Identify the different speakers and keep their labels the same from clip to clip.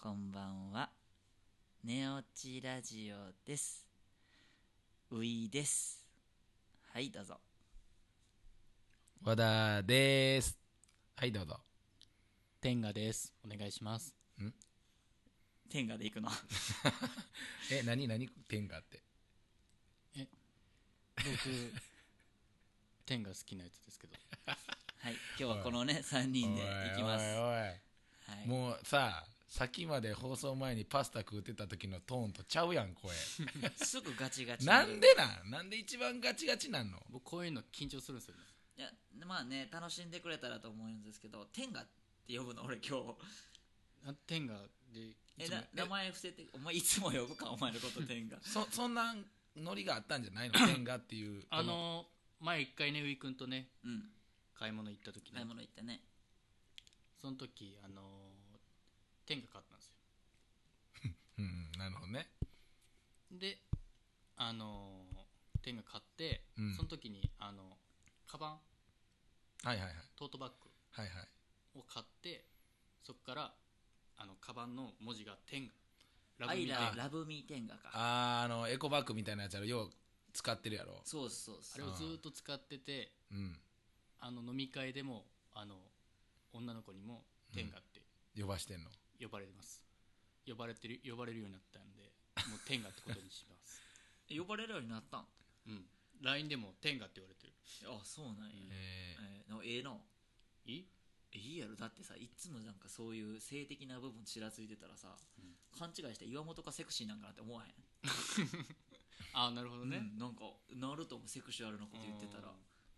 Speaker 1: こんばんは。寝落ちラジオです。ういです。はい、どうぞ。
Speaker 2: 和田です。はい、どうぞ。
Speaker 3: 天ガです。お願いします。
Speaker 1: 天下で行くの。
Speaker 2: え、何何天下って。
Speaker 3: 僕、天ガ好きなやつですけど。
Speaker 1: はい、今日はこのね、3人で行きます。
Speaker 2: おい
Speaker 1: は
Speaker 2: おいおい
Speaker 1: い、
Speaker 2: もうさ、さっきまで放送前にパスタ食うてた時のトーンとちゃうや ん、声。
Speaker 1: すぐガチガチ。
Speaker 2: なんでなんなんで一番ガチガチなんの
Speaker 3: 僕、こういうの緊張するんですよね。
Speaker 1: いや、まあね、楽しんでくれたらと思うんですけど、天下って呼ぶの俺今日。
Speaker 3: あ天ガで、い
Speaker 1: え、
Speaker 3: つ
Speaker 1: な
Speaker 3: も
Speaker 1: 名前伏せて、お前いつも呼ぶか、お前のこと天下。
Speaker 2: そ、そんなノリがあったんじゃないの天下っていう。
Speaker 3: あのー、前一回ね、ウィ君とね、
Speaker 1: うん、
Speaker 3: 買い物行った時
Speaker 1: 買い
Speaker 3: ね、
Speaker 1: 物行ったね。
Speaker 3: その時、あのー、天ガ買ったんですよ。
Speaker 2: この、うん、なるほどね。
Speaker 3: で、あのー、天ガ買って、
Speaker 2: うん
Speaker 3: その時に、あの、カバン、
Speaker 2: はいはいはい。
Speaker 3: トートバッ
Speaker 2: はいはい。
Speaker 3: グを買って、そこから、あの、カバンの文字が天ガ。
Speaker 1: アイ
Speaker 3: で
Speaker 1: ラ、ラブミー天下か。
Speaker 2: あー、あの、エコバッグみたいなやつやろ。よう使ってるやろ。
Speaker 1: そうそう
Speaker 3: あ
Speaker 1: そ
Speaker 3: れ
Speaker 1: う。
Speaker 3: をずーっと使ってて、
Speaker 2: うん。
Speaker 3: あの飲み会でもあの女の子にも「天下」って
Speaker 2: 呼ばしてんの。
Speaker 3: 呼ばれてます、呼ばれてる呼ばれるようになったんでもう「天下」ってことにします
Speaker 1: 呼ばれ るようになったん。
Speaker 3: うん LINE でも「天下」って言われてる
Speaker 1: あ、そうなんや。
Speaker 2: え
Speaker 1: えーのええの
Speaker 3: いい
Speaker 1: いいやろだってさいっつもなんかそういう性的な部分ちらついてたらさ、
Speaker 3: うん
Speaker 1: 勘違いして岩本がセクシーなんかなって思わへ
Speaker 3: ああなるほど
Speaker 1: ん、
Speaker 3: ね、
Speaker 1: うんなんかなるともセクシュアルなこと言ってたら
Speaker 3: うん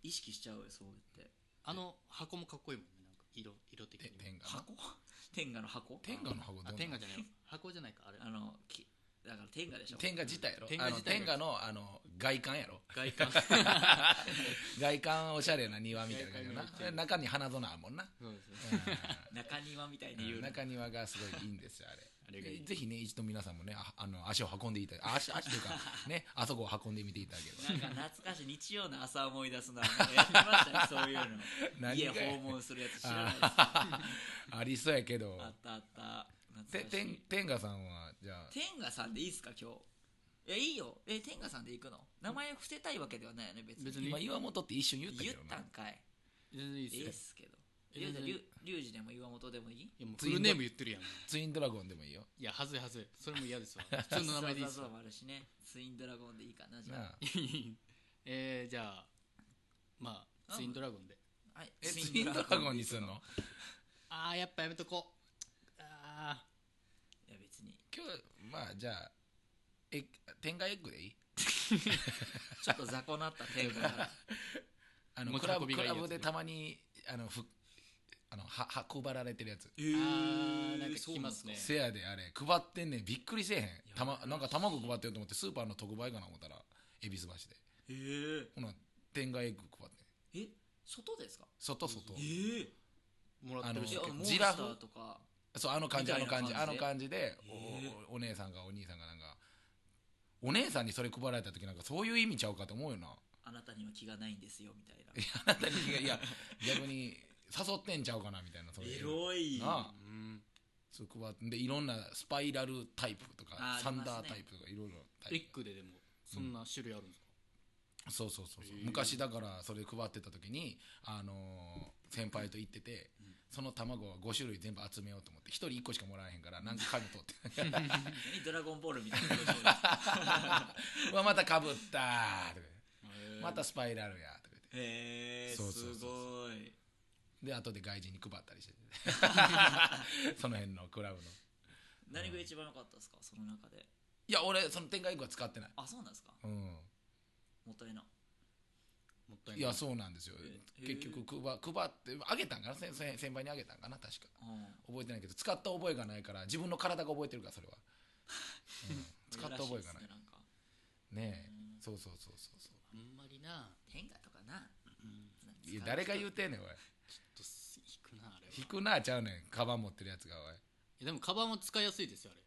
Speaker 1: 意識しちゃうよそう言って
Speaker 3: あの箱もかっこいいもんねなんか色色的
Speaker 2: ー、て
Speaker 3: に
Speaker 2: 天下の。
Speaker 1: 箱天下の箱
Speaker 2: 天下の箱どんな
Speaker 3: あ
Speaker 2: の
Speaker 3: 天下じゃないよ箱じゃないかあれ
Speaker 1: あのきだから天下でしょ
Speaker 2: 天下自体やろ
Speaker 3: 天下自体
Speaker 2: あの天下のあの外観やろ
Speaker 3: 外観
Speaker 2: 外観はおしゃれな庭みたいな感じや
Speaker 3: 外観がめっちゃ
Speaker 2: な中に花園あるもんな、
Speaker 3: そうですね
Speaker 1: 中庭みたいに言
Speaker 2: う、
Speaker 1: うんの
Speaker 2: 中庭がすごいいいんですよあれ
Speaker 3: あれがいい
Speaker 2: ぜひね一度皆さんもねああの足を運んでいただあ足足というかねあそこを運んでみていただければ
Speaker 1: なんか懐かしい日曜の朝思い出す なやりましたねそういうの
Speaker 2: 何
Speaker 1: 家
Speaker 2: が
Speaker 1: 訪問するやつ知らないですあ
Speaker 2: ありそうやけど
Speaker 1: ったあった
Speaker 2: て
Speaker 1: 懐かしい
Speaker 2: 天天下さんはじゃあ
Speaker 1: 天賀さんでいいですか今日えいいよえ天賀さんで行くの名前伏せたいわけではないよね別に
Speaker 3: 別に
Speaker 2: 今岩本って一瞬言ったけ
Speaker 1: 言
Speaker 2: ど
Speaker 1: っ
Speaker 2: な
Speaker 1: たんかい
Speaker 3: 全然いい
Speaker 1: いいっ
Speaker 3: ですよ
Speaker 1: すけど
Speaker 3: え
Speaker 1: いやじゃあリ
Speaker 3: 全然
Speaker 1: ュリュウジでも岩本でもいい
Speaker 3: いやもうフルネーム言ってるやんい
Speaker 2: ツインドラゴンでもいいよ
Speaker 3: やはずいはずいそれも嫌ですわ普通の名前でいいです
Speaker 1: そう そうそう
Speaker 3: わ
Speaker 1: もあるしねツインドラゴンでいいかなじゃ
Speaker 2: な
Speaker 1: あ
Speaker 2: あ
Speaker 3: えー、じゃあまあツインドラゴンで
Speaker 1: はい
Speaker 2: えツインドラゴンにすんの
Speaker 3: あーやっぱやめとこうあ
Speaker 1: いや別に
Speaker 2: 今日まあじゃあえ天下エッグでいい
Speaker 1: ちょっと雑魚なった天賀から
Speaker 2: あの
Speaker 3: 持ち
Speaker 2: クラブ
Speaker 3: 運び
Speaker 2: ク
Speaker 3: がいいや
Speaker 2: ラ
Speaker 3: つね
Speaker 2: ブでたまにあのふあのは運ばられてるやつ、
Speaker 1: え
Speaker 3: ー、
Speaker 1: ー
Speaker 3: あーなんか聞きますね
Speaker 2: せやであれ配ってんねんびっくりせえへんた、ま、なんか卵配ってると思ってスーパーの特売かな思ったら恵比寿橋で
Speaker 1: えー、
Speaker 2: ほな天外エッグ配ってん
Speaker 1: え外ですか
Speaker 2: 外外
Speaker 1: えー、
Speaker 3: もらってる
Speaker 1: い
Speaker 3: し
Speaker 1: や
Speaker 2: あの
Speaker 1: モンス
Speaker 2: ジ
Speaker 1: タ
Speaker 2: ラフ
Speaker 1: ーとか
Speaker 2: そうあの感じあの感
Speaker 1: み
Speaker 2: じ
Speaker 1: たいな感
Speaker 2: あの
Speaker 1: じ
Speaker 2: 感じでお
Speaker 1: へえ
Speaker 2: おお姉さんがお兄さんがなんかお姉さんにそれ配られた時なんかそういう意味ちゃうかと思うよな
Speaker 1: あなたには気がないんですよみたいない
Speaker 2: やあなたにいや逆に誘ってんちゃうかなみたいなそう
Speaker 1: エ
Speaker 2: いう
Speaker 1: ロい
Speaker 2: なあ
Speaker 3: うん
Speaker 2: そう配ってでいろんなスパイラルタイプとか
Speaker 1: あー
Speaker 2: サンダ
Speaker 1: あります
Speaker 2: ー
Speaker 1: ね
Speaker 2: タイプとかいろいろタ
Speaker 3: エ
Speaker 2: イ
Speaker 3: ッグででもそんな種類あるんですか、
Speaker 2: プそうそうそうそう
Speaker 3: へー
Speaker 2: 昔だからそれ配ってた時に、あのー先輩と行ってて、その卵を5種類全部集めようと思って1人1個しかもらえへんからなんか紙取って
Speaker 1: 何ドラゴンボールみたいな表情です
Speaker 2: うわまたかぶったーとか
Speaker 3: へー
Speaker 2: またスパイラルやとか言って
Speaker 1: へえ
Speaker 2: そうそうそう
Speaker 1: すごい
Speaker 2: で後で外人に配った りしてその辺のクラブの
Speaker 1: 何が一番良かったですかその中で
Speaker 2: いや俺その天下1個は使ってない
Speaker 1: あそうなんですか
Speaker 2: うん
Speaker 1: もったいな
Speaker 3: もったいない
Speaker 2: いやそうなんですよ
Speaker 1: え
Speaker 2: 結局配配ってあげたんかな先先先輩にあげたんかな確か
Speaker 1: うん
Speaker 2: 覚えてないけど使った覚えがないから自分の体が覚えてるからそれは、うん使った覚えがな
Speaker 1: 珍しですね
Speaker 2: い
Speaker 1: なんか
Speaker 2: ねえ
Speaker 1: うん
Speaker 2: そうそうそうそうそう
Speaker 3: あんまりな
Speaker 1: 天下とかな
Speaker 3: うん
Speaker 1: なんか
Speaker 2: いや誰が言うてんねんおい
Speaker 3: ちょっと引くなあれは
Speaker 2: 引くなあちゃうねんカバン持ってるやつがおい
Speaker 3: えでもカバンも使いやすいですよあれ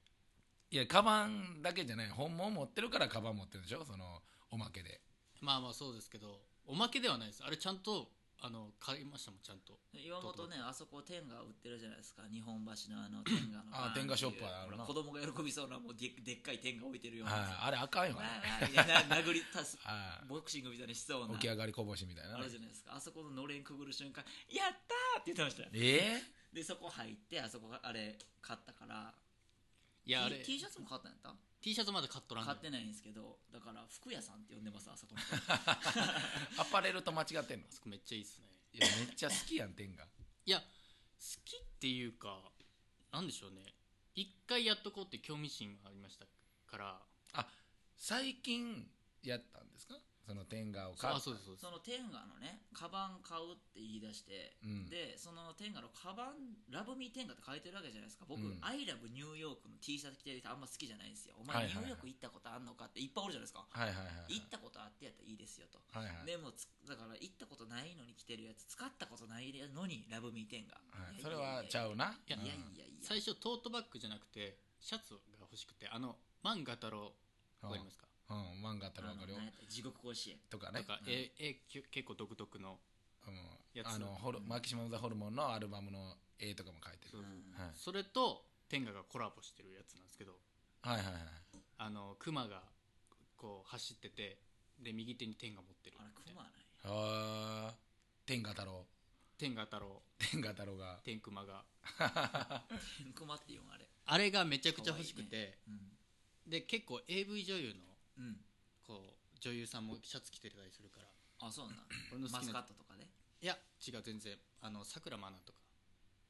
Speaker 2: いやカバンだけじゃない本物持ってるからカバン持ってるんでしょそのおまけで
Speaker 3: まあまあそうですけどおまけではないですあれちゃんとあの買いましたもんちゃんと
Speaker 1: え岩本ねあそこ天が売ってるじゃないですか日本橋のあ の天下の
Speaker 2: あ天下ショップあるな
Speaker 1: ほら子供が喜びそうなもうででっかい天が置いてるようなやつ
Speaker 2: ああれあかんよ
Speaker 1: わ
Speaker 2: ね
Speaker 1: ーわーみたいな 殴り足す
Speaker 2: あ
Speaker 1: ボクシングみたいにしそうな
Speaker 2: 起き上がりこぼしみたいな
Speaker 1: あるじゃないですかあそこののれんくぐる瞬間「やったー!」って言ってましたよ
Speaker 2: え
Speaker 1: でそこ入ってあそこがあれ買ったから
Speaker 3: いやあれ
Speaker 1: T, T シャツも買ったんやった
Speaker 3: T シャツまで買っとらんの
Speaker 1: 買ってないんですけどだから服屋さんって呼んでますあそこ の
Speaker 2: ーアパレルと間違ってんの
Speaker 3: あそこめっちゃいいっすね
Speaker 2: いやめっちゃ好きやん天が
Speaker 3: いや好きっていうかなんでしょうね一回やっとこうって興味心がありましたから
Speaker 2: 最近やったんですかその天がを買っ
Speaker 3: あそうですそうです
Speaker 1: その天下のねカバン買うって言い出して、
Speaker 2: うん
Speaker 1: でその天下のカバンラブミー天下って書いてるわけじゃないですか僕、
Speaker 2: うん
Speaker 1: アイラブニューヨークの T シャツ着てる人あんま好きじゃないんですよお
Speaker 2: は
Speaker 1: 前
Speaker 2: い
Speaker 1: ニ
Speaker 2: はいは
Speaker 1: ューヨーク
Speaker 2: い
Speaker 1: 行ったことあんのかっていっぱいおるじゃないですか、
Speaker 2: はいはいはいはい
Speaker 1: 行ったことあってやったらいいですよと、
Speaker 2: はいはい
Speaker 1: でもつだから行ったことないのに着てるやつ使ったことないのにラブミー天下、
Speaker 2: はいそれはちゃ
Speaker 1: う
Speaker 2: うない
Speaker 1: やいやい
Speaker 2: うん
Speaker 1: やいや
Speaker 3: 最初トートバッグじゃなくてシャツが欲しくてあの漫画太郎わかりますか
Speaker 2: うん漫画あったらわかるよ
Speaker 1: あのなんやった地獄甲子園
Speaker 2: とか
Speaker 3: なん
Speaker 2: ね
Speaker 3: か
Speaker 1: うん
Speaker 3: 絵絵きゅ結構独特の
Speaker 2: うん
Speaker 3: やつ
Speaker 2: あのホルマキシマム・ザ・ホルモンのアルバムの絵とかも書いてる
Speaker 3: そう
Speaker 1: うん
Speaker 2: はい
Speaker 3: それと天下がコラボしてるやつなんですけど
Speaker 2: はいはいはい
Speaker 3: あの熊がこう走っててで右手に天が持ってる
Speaker 1: あれクマない
Speaker 2: あー天下太郎
Speaker 3: 天下太郎
Speaker 2: 天下太郎が
Speaker 3: 天熊が
Speaker 1: クマって言うんあれ
Speaker 3: あれがめちゃくちゃ欲しくて、
Speaker 1: う
Speaker 3: で結構 AV 女優の
Speaker 1: ん、うん、
Speaker 3: こう女優さんもシャツ着てたりするから
Speaker 1: あそうなん
Speaker 3: 俺の好
Speaker 1: マ
Speaker 3: き
Speaker 1: スカ
Speaker 3: な
Speaker 1: ットとかね、
Speaker 3: いや違う全然あのさくらまなとか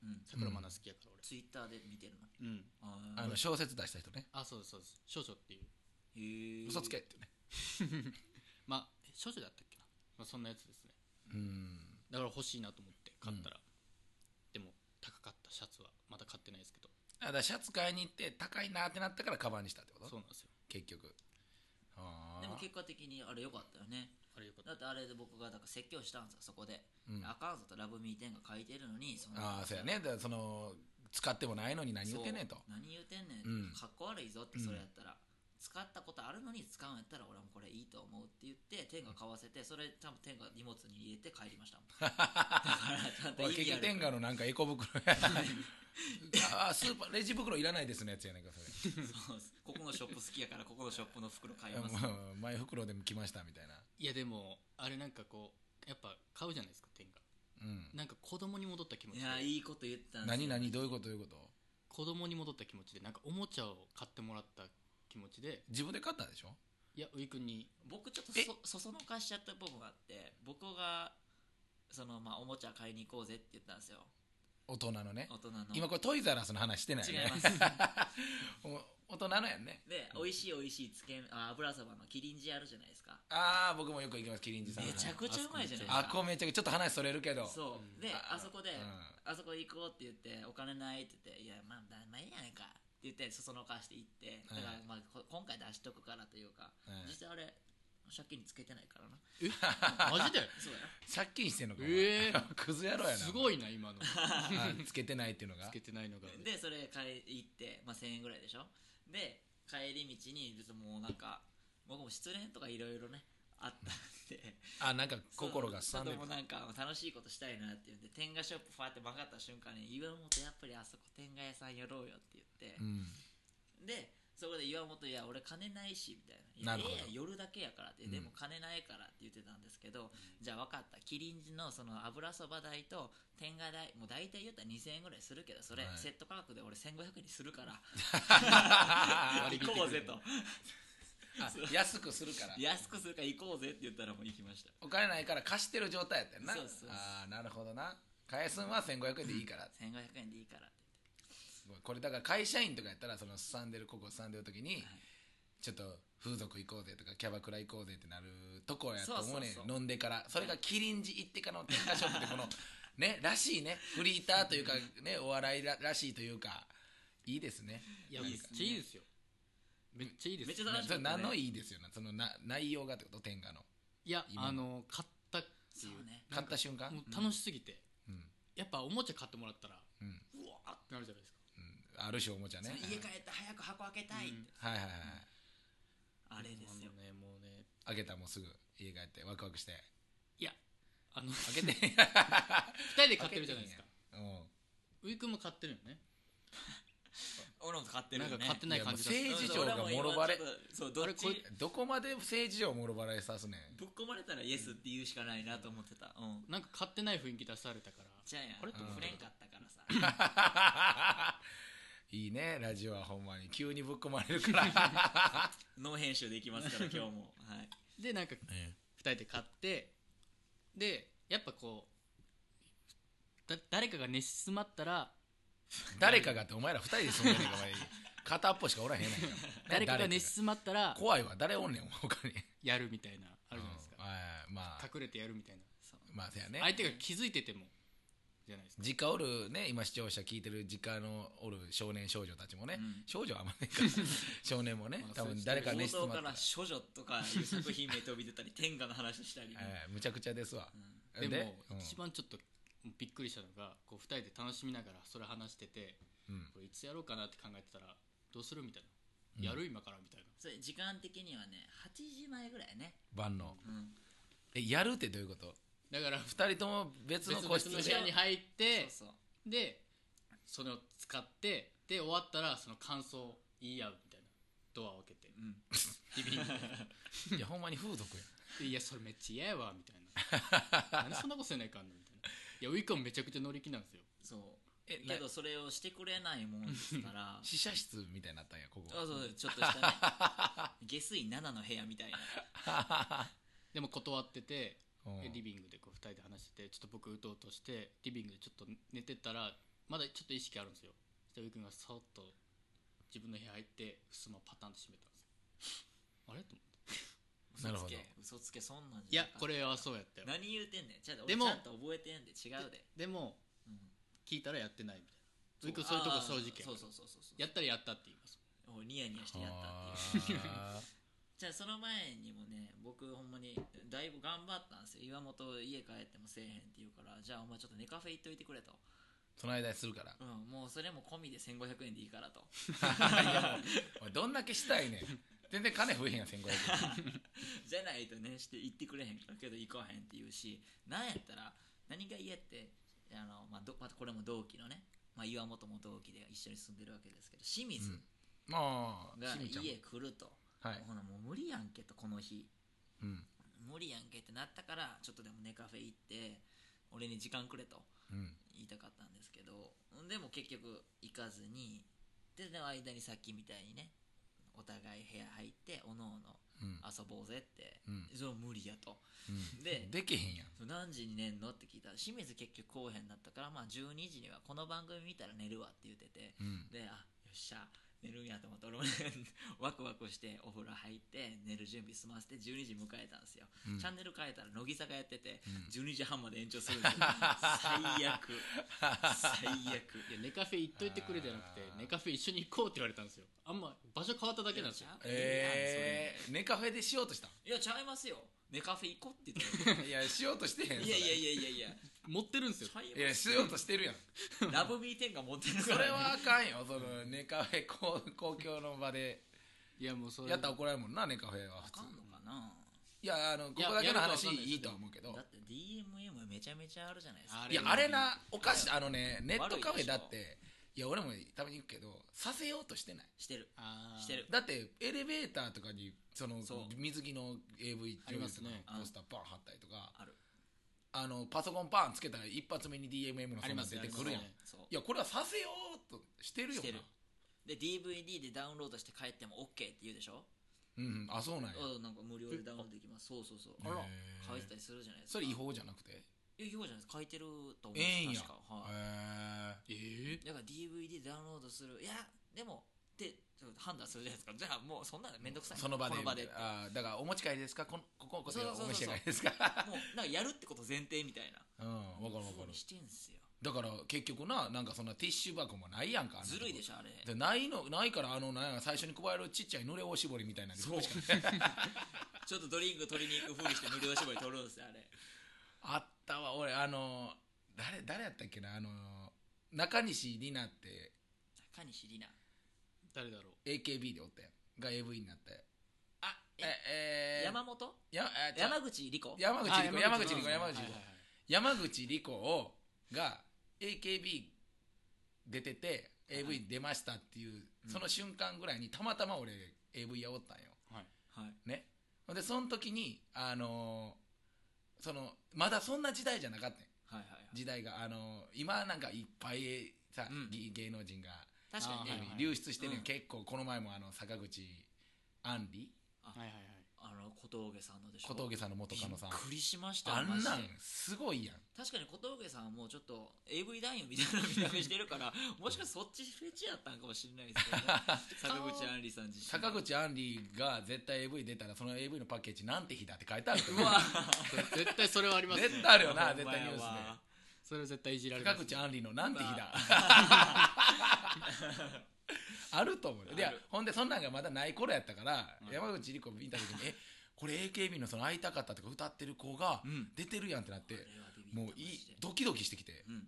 Speaker 1: うん、
Speaker 3: さくらまな好きやから
Speaker 1: ツイッターで見てるの
Speaker 3: 俺うん
Speaker 1: あ
Speaker 2: あの小説出した人ね
Speaker 3: あそうですそうです少女っていう
Speaker 1: へー
Speaker 2: 嘘つけってね
Speaker 3: まあえ少女だったっけな、まあ、そんなやつですね
Speaker 2: うん
Speaker 3: だから欲しいなと思って買ったら、でも高かったシャツはまだ買ってないですけど
Speaker 2: あだからシャツ買いに行って高いなってなったからカバンにしたってこと
Speaker 3: そうなんですよ
Speaker 2: 結局あー
Speaker 1: でも結果的にあれ良かったよね
Speaker 3: あれよかった
Speaker 1: だってあれで僕がだから説教したんですよそこで、
Speaker 2: うん
Speaker 1: あかんぞとラブミーテンが書いてるのにそんな
Speaker 2: ああそうやねだからその使ってもないのに何言ってんねんと
Speaker 1: そう何言うてんね
Speaker 2: う
Speaker 1: ん
Speaker 2: ん
Speaker 1: かっこ悪いぞってそれやったら、使ったことあるのに使うんやったら俺もこれいいと思うって言って天が買わせてそれちゃんと天が荷物に入れて帰りましたも んだからちゃんと
Speaker 2: おい
Speaker 1: 意
Speaker 2: 結
Speaker 1: 味あ
Speaker 2: 局
Speaker 1: る
Speaker 2: 天下のなんかエコ袋やあースーパーレジ袋いらないですねやつやねんかそ
Speaker 1: そうですここのショップ好きやからここのショップの袋買い
Speaker 2: れ
Speaker 1: ます
Speaker 2: もう前袋でも来ましたみたいない
Speaker 3: やでもあれなんかこうやっぱ買うじゃないですか天が
Speaker 2: うん
Speaker 3: なんか子供に戻った気持
Speaker 1: い
Speaker 3: ち
Speaker 1: や
Speaker 3: で
Speaker 1: いいこと言ったんです
Speaker 2: 何
Speaker 1: よ
Speaker 2: 何どういうことどういうこと
Speaker 3: 子供に戻った気持ちでなんかおもちゃを買ってもらった気持ちで
Speaker 2: 自分で買ったでしょ
Speaker 3: いやウィ君に
Speaker 1: 僕ちょっ
Speaker 2: え
Speaker 1: とそそそのかしちゃった部分があって僕がそのまあおもちゃ買いに行こうぜって言ったんですよ
Speaker 2: 大人のね
Speaker 1: 大人の
Speaker 2: 今これトイザらスの話してないよね
Speaker 1: 違います
Speaker 2: お大人のやんね
Speaker 1: で美味しい美味しいつけ麺あ油そばのキリンジあるじゃないですか
Speaker 2: ああ僕もよく行きますキリンジさん
Speaker 1: めちゃくちゃうまいじゃないですか
Speaker 2: あこうめちゃくちゃちょっと話それるけど
Speaker 1: そううんで
Speaker 2: あ
Speaker 1: あそこで、
Speaker 2: う
Speaker 1: あそこ行こうって言ってお金ないって言っていやまあだまあいいやないかって言ってそそのかして行ってだから
Speaker 2: う
Speaker 1: まあこ今回出しとくからというか、
Speaker 2: うん
Speaker 1: 実際あれ借金につけてないからな
Speaker 3: えマジで
Speaker 1: そうだよ
Speaker 2: 借金してんのかお前
Speaker 3: ええ
Speaker 2: クズ野郎やな
Speaker 3: すご
Speaker 2: い
Speaker 3: いな今の
Speaker 2: つけてないっていうのが
Speaker 3: つけてないのが
Speaker 1: でそれ買い行って、まあ、1000円ぐらいでしょで帰り道にちょっともうなんか僕も失恋とかいろいろねあったんで
Speaker 2: あなんか 心がす
Speaker 1: そ
Speaker 2: さ
Speaker 1: うんち
Speaker 2: で
Speaker 1: ょっ
Speaker 2: る
Speaker 1: ともうなんか楽しいことしたいなっていうんで天下ショップファーって曲がった瞬間に岩本やっぱりあそこ天下屋さんやろうよって言って
Speaker 2: う、 ん
Speaker 1: でそこで岩本いや俺金ないしみたい
Speaker 2: な
Speaker 1: な「い
Speaker 2: るほど
Speaker 1: やええやん夜だけやから」って、
Speaker 2: うん
Speaker 1: でも金ないからって言ってたんですけど、じゃあ分かったキリンジのその油そば代と天下代もう大体言ったら2000円ぐらいするけどそれ
Speaker 2: はい
Speaker 1: セット価格で俺1500円にする から
Speaker 2: あ
Speaker 1: 行こうぜと
Speaker 2: 安くするから
Speaker 1: 安くするから行こうぜって言ったらもう行きました
Speaker 2: お金ないから貸してる状態やったよな
Speaker 1: そうそうそう
Speaker 2: ああなるほどな返すんは1500円でいいから
Speaker 1: 1500円でいいからって
Speaker 2: すごいこれだから会社員とかやったらそのすさんでるここすさんでる時に
Speaker 1: はい
Speaker 2: ちょっと風俗行こうぜとかキャバクラ行こうぜってなるとこやと思うね
Speaker 1: そうそうそう
Speaker 2: ん飲んでからそれがキリンジ行ってからの天下ショップでこのねらしいねフリーターというかねお笑いららしいというかいいですね
Speaker 3: いや
Speaker 1: い
Speaker 3: め
Speaker 1: い
Speaker 3: っ
Speaker 1: ですね
Speaker 3: ちゃいいですよめっちゃいいです
Speaker 1: めっちゃ
Speaker 3: い
Speaker 1: 楽し
Speaker 2: それ
Speaker 1: かった
Speaker 2: 何
Speaker 1: ね
Speaker 2: のいいですよなそのな内容がってこと天下の
Speaker 3: や
Speaker 2: 今の
Speaker 3: あの買ったってい
Speaker 1: そうね
Speaker 3: な
Speaker 2: 買
Speaker 3: んか
Speaker 2: った瞬間
Speaker 3: もう楽しすぎて
Speaker 2: うん
Speaker 3: やっぱおもちゃ買ってもらったら
Speaker 2: うん
Speaker 3: うわーってなるじゃないです
Speaker 2: う
Speaker 3: か
Speaker 2: んある種おもちゃね
Speaker 1: その家帰って早く箱開けたいって、
Speaker 3: うん
Speaker 2: はいはいはい
Speaker 1: あれですよ
Speaker 3: あのねもうね
Speaker 2: 開けたらもうすぐ家帰ってワクワクして
Speaker 3: いやあの
Speaker 2: 開けて
Speaker 3: 二人で買ってるじゃないですか
Speaker 2: う
Speaker 3: ウイ君も買ってるよね
Speaker 1: 俺も買ってるよね
Speaker 3: なんか買って
Speaker 2: ん
Speaker 3: ない感じだった
Speaker 2: いやもう政治上
Speaker 1: 俺
Speaker 2: が
Speaker 1: も
Speaker 2: も
Speaker 1: 今
Speaker 2: ろバレ
Speaker 1: ちょっとそうどっ
Speaker 3: あれ
Speaker 1: ち
Speaker 3: こい
Speaker 2: どこまで政治上もろバレさすねん
Speaker 1: ぶっ込まれたらイエスって言うしかないなと思ってたうん
Speaker 3: なんか買ってない雰囲気出されたから
Speaker 1: じゃあやん
Speaker 3: あれ
Speaker 1: 触
Speaker 2: うん
Speaker 1: れんかったから さ
Speaker 2: いいねラジオはほんまに急にぶっ込まれるから
Speaker 1: ノー編集でいきますから今日もはい
Speaker 3: でなんか二人で買ってでやっぱこうだ誰かが寝静まったら
Speaker 2: 誰かがってお前ら二人で住んでるからお前片っぽしかおらへんねんから
Speaker 3: 誰かが
Speaker 2: 誰
Speaker 3: 寝
Speaker 2: か
Speaker 3: 静まったら
Speaker 2: が怖いわ誰おんねん他に
Speaker 3: やるみたいなあるじゃないですか
Speaker 2: うんはいまあ
Speaker 3: 隠れてやるみたいなそう
Speaker 2: まあせやね
Speaker 3: 相手が気づいててもじゃないですか
Speaker 2: 実家おるね今視聴者聞いてる実家のおる少年少女たちもね、
Speaker 1: うん
Speaker 2: 少女はあんまりないから少年もね
Speaker 3: まあ
Speaker 2: 多
Speaker 3: そうで
Speaker 2: 分
Speaker 3: す
Speaker 2: 誰か
Speaker 1: 冒
Speaker 2: ね質
Speaker 1: 頭
Speaker 2: 問あ
Speaker 1: か
Speaker 2: ったら
Speaker 1: ら「処女」とかいう作品名飛び出たり天下の話した り
Speaker 2: えーむちゃくちゃですわ
Speaker 1: う、ん
Speaker 3: でも
Speaker 2: うん
Speaker 3: 一番ちょっとびっくりしたのがこう二人で楽しみながらそれ話してて
Speaker 2: うん
Speaker 3: これいつやろうかなって考えてたらどうするみたいな、
Speaker 2: うん
Speaker 3: やる今からみたいな
Speaker 1: それ時間的にはね8時前ぐらいね
Speaker 2: 万能
Speaker 1: うん
Speaker 2: えやるってどういうこと
Speaker 3: だから
Speaker 2: 二人とも別の
Speaker 3: 別の
Speaker 2: 個
Speaker 3: 別
Speaker 2: 室
Speaker 3: の
Speaker 2: で
Speaker 3: 部屋に入って
Speaker 1: そうそう
Speaker 3: でそれを使ってで終わったらその感想を言い合うみたいなドアを開けて
Speaker 1: うん
Speaker 3: ビビ ン
Speaker 2: いやほんまに風俗や
Speaker 3: でいやそれめっちゃ嫌やわみたい ななんでそんなことせないかんのみたいないやウイカもめちゃくちゃ乗り気なんですよ
Speaker 1: そう
Speaker 2: え
Speaker 1: けどそれをしてくれないもんですから あ
Speaker 2: 試写室みたいになったんやここ
Speaker 1: そうそうちょっとしたね 下水7の部屋みたいな
Speaker 3: でも断ってて
Speaker 2: うん
Speaker 3: でリビングでこう2人で話しててちょっと僕うとうとしてリビングでちょっと寝てたらまだちょっと意識あるんですよそしたらウイ君がそっと自分の部屋入って襖をパタンと閉めたんですよあれと思って
Speaker 1: 嘘
Speaker 2: なる
Speaker 1: つ
Speaker 2: ほど
Speaker 1: け嘘つけそんなん
Speaker 3: い
Speaker 1: じゃ
Speaker 3: や
Speaker 1: なかった
Speaker 3: これはそうやったよ
Speaker 1: 何言うてんねんちゃうで
Speaker 3: で
Speaker 1: 俺
Speaker 3: も
Speaker 1: ちゃんと覚えてんで違うで
Speaker 3: でも
Speaker 1: うん
Speaker 3: 聞いたらやってないみたいなウイ君そういうとこ正直や
Speaker 1: あー
Speaker 3: か
Speaker 1: そ
Speaker 3: ら
Speaker 1: うそうそうそうそう
Speaker 3: やったらやったって言います
Speaker 1: おニヤニヤしてやったっていう
Speaker 2: あ
Speaker 1: じゃあその前にもね僕ほんまにだいぶ頑張ったんですよ岩本家帰ってもせえへんって言うからじゃあお前ちょっと寝カフェ行っといてくれと、
Speaker 2: ーその間にする から
Speaker 1: うん、もうそれも込みで1500円でいいからと
Speaker 2: お前どんだけしたいねん全然金増えへんやん1500円
Speaker 1: じゃないとねして行ってくれへんからけど行かへんって言うしなんやったら何が嫌ってあの、まあ、どまたこれも同期のね、まあ、岩本も同期で一緒に住んでるわけですけど清水
Speaker 2: まあ
Speaker 1: が
Speaker 2: しみちゃんも
Speaker 1: 家来ると、
Speaker 2: はい
Speaker 1: ほなもう無理やんけとこの日
Speaker 2: うん
Speaker 1: 無理やんけってなったからちょっとでも寝カフェ行って俺に時間くれと
Speaker 2: うん
Speaker 1: 言いたかったんですけどでも結局行かずにでで間にさっきみたいにねお互い部屋入っておのおの
Speaker 2: うん
Speaker 1: 遊ぼうぜって、
Speaker 2: うん
Speaker 1: それは無理やと
Speaker 2: うん
Speaker 1: で
Speaker 2: できへんやん
Speaker 1: 何時に寝んのって聞いたら清水結局こうへんだったからまあ12時にはこの番組見たら寝るわって言ってて
Speaker 2: うん
Speaker 1: であよっしゃ寝るんやと思って俺もね ワクワクしてお風呂入って寝る準備済ませて12時迎えたんですよ、
Speaker 2: うん
Speaker 1: チャンネル変えたら乃木坂やってて、
Speaker 2: うん
Speaker 1: 12時半まで延長するんですよ最悪最悪
Speaker 3: いや寝カフェ行っといてくれじゃなくて
Speaker 2: あー
Speaker 3: 寝カフェ一緒に行こうって言われたんですよあんま場所変わっただけなんですよ
Speaker 2: ええ寝カフェでしようとした
Speaker 1: いやちゃいますよ寝カフェ行こうって言って
Speaker 2: んいやしようとして へん
Speaker 1: いやいや
Speaker 2: や
Speaker 1: いやいやいや
Speaker 3: 持ってるんですよ
Speaker 1: ちゃい
Speaker 2: いや
Speaker 1: ま
Speaker 2: しようとしてるやん
Speaker 1: すラブミーテンが持ってる
Speaker 2: そ
Speaker 1: から、ね、
Speaker 2: れはあかんよその寝カフェ公公共の場で
Speaker 3: いやもうそれ
Speaker 2: やったら怒られるもんな寝カフェは
Speaker 1: あ
Speaker 2: 普通
Speaker 1: かんのかない
Speaker 2: やあのここ
Speaker 3: や
Speaker 2: だけの話
Speaker 3: やるかわかんないです
Speaker 2: いいとは思うけど
Speaker 1: だって DMM めちゃめちゃあるじゃないですか
Speaker 3: あ
Speaker 2: いやあれなおかしいあのねネットカフ
Speaker 1: 悪いでし
Speaker 2: ェ
Speaker 1: ょ
Speaker 2: だっていや俺もたまに行くけどさせようとしてない
Speaker 1: してる
Speaker 3: あー
Speaker 1: してる
Speaker 2: だってエレベーターとかにその
Speaker 1: そう
Speaker 2: 水着の AV
Speaker 3: ありますね
Speaker 2: ポスターバン貼ったりとか
Speaker 1: ある
Speaker 2: あのパソコンパンつけたら一発目に DMM のそんなん出てくるやん
Speaker 3: ありますね
Speaker 1: そう
Speaker 2: いやこれはさせようとしてるよ
Speaker 1: して
Speaker 2: な
Speaker 1: るで DVD でダウンロードして帰っても OK って言うでしょ、
Speaker 2: うんうんあそうなんや
Speaker 1: うん、なんか無料でダウンロードできますそうそうそう
Speaker 2: あら
Speaker 1: 書いてたりするじゃないですか
Speaker 2: それ違法じゃなくて
Speaker 1: いや違法じゃないですか書いてると思うん
Speaker 2: ええん
Speaker 1: で
Speaker 2: や
Speaker 1: す確かはい、
Speaker 2: へ
Speaker 3: えー
Speaker 1: だから DVD ダウンロードするいやでもってちょっと判断するじゃないですかじゃあもうそんなのめんどくさ
Speaker 2: え
Speaker 1: い
Speaker 2: その場で
Speaker 1: この場でっても
Speaker 2: あーだからお持ち帰りですかこのここここで
Speaker 1: そうそうそうそう
Speaker 2: お召し上がりですか
Speaker 1: うなんかやるってこと前提みたいな
Speaker 2: うんわかるわか
Speaker 1: そう
Speaker 2: る
Speaker 1: にしてんすよ
Speaker 2: だから結局ななんかそんなティッシュ箱もないやんか
Speaker 1: ずるいで
Speaker 2: ょ
Speaker 1: しょあれ
Speaker 2: でないのないからあのなんや最初に加えるちっちゃい濡れおしぼりみたいなんで
Speaker 1: そうちょっとドリンク取りに行くふりして無料絞り取るんですよあれ
Speaker 2: あったわ俺あの誰誰やったっけなあの中西里奈って
Speaker 1: 中西里奈
Speaker 3: 誰だろう
Speaker 2: AKB でおったやんが AV になったやん
Speaker 1: あえ
Speaker 2: ええー
Speaker 1: 山本
Speaker 2: やえーちゃう
Speaker 1: 山口莉子
Speaker 2: 山口
Speaker 3: あ
Speaker 2: 莉子山口
Speaker 3: 山
Speaker 2: 莉
Speaker 3: 口
Speaker 2: 子
Speaker 3: の
Speaker 2: 山口莉
Speaker 3: はい
Speaker 2: 子
Speaker 3: はいはい
Speaker 2: 山口理子が AKB 出てて AV 出ましたっていう、
Speaker 1: うん
Speaker 2: その瞬間ぐらいにたまたま俺 AV やおったんよ
Speaker 3: はい
Speaker 1: はい
Speaker 2: ねほんでその時にあのーそのまだそんな時代じゃなかったんよ
Speaker 1: はいはい
Speaker 2: 時代があのー今なんかいっぱいさ、
Speaker 1: うん
Speaker 2: ぎ芸能人が
Speaker 1: 確かに
Speaker 3: あーはい
Speaker 1: ね
Speaker 3: はい
Speaker 2: 流出してるよ、
Speaker 1: うん
Speaker 2: 結構この前もあの坂口あんり
Speaker 3: はいはいはい
Speaker 1: あの小峠さんのでしょ
Speaker 2: 小峠さんの元カノさん
Speaker 1: びっくりしましたよ
Speaker 2: あんな
Speaker 1: マ
Speaker 2: ん
Speaker 1: ジです
Speaker 2: ごいやん
Speaker 1: 確かに小峠さんはもうちょっと AV 男優みたいな見た目してるから もしかしたらそっちフェチやったんかもしれないですけどね坂口あんりさん自身
Speaker 2: 坂口あんりが絶対 AV 出たらその AV のパッケージなんて日だって書いてある
Speaker 1: うわ
Speaker 3: それ絶対それはありますね
Speaker 2: 絶対あるよな
Speaker 1: ほん
Speaker 2: 絶
Speaker 1: ま
Speaker 2: 対
Speaker 1: や
Speaker 2: ニュース
Speaker 1: わ
Speaker 3: それは絶対いじら
Speaker 2: で
Speaker 3: れま
Speaker 2: 坂
Speaker 3: す、
Speaker 2: 口あんりのなんて日 だあると思うよで
Speaker 1: ある
Speaker 2: ほんでそんなんがまだない頃やったから
Speaker 3: うん
Speaker 2: 山口莉子見た時に「えこれ AKB のその会いたかった」とか歌ってる子が
Speaker 1: うん
Speaker 2: 出てるやんってなって
Speaker 1: これはビビった
Speaker 2: もうい
Speaker 1: マ
Speaker 2: い
Speaker 1: ジで
Speaker 2: ドキドキしてきて
Speaker 1: うん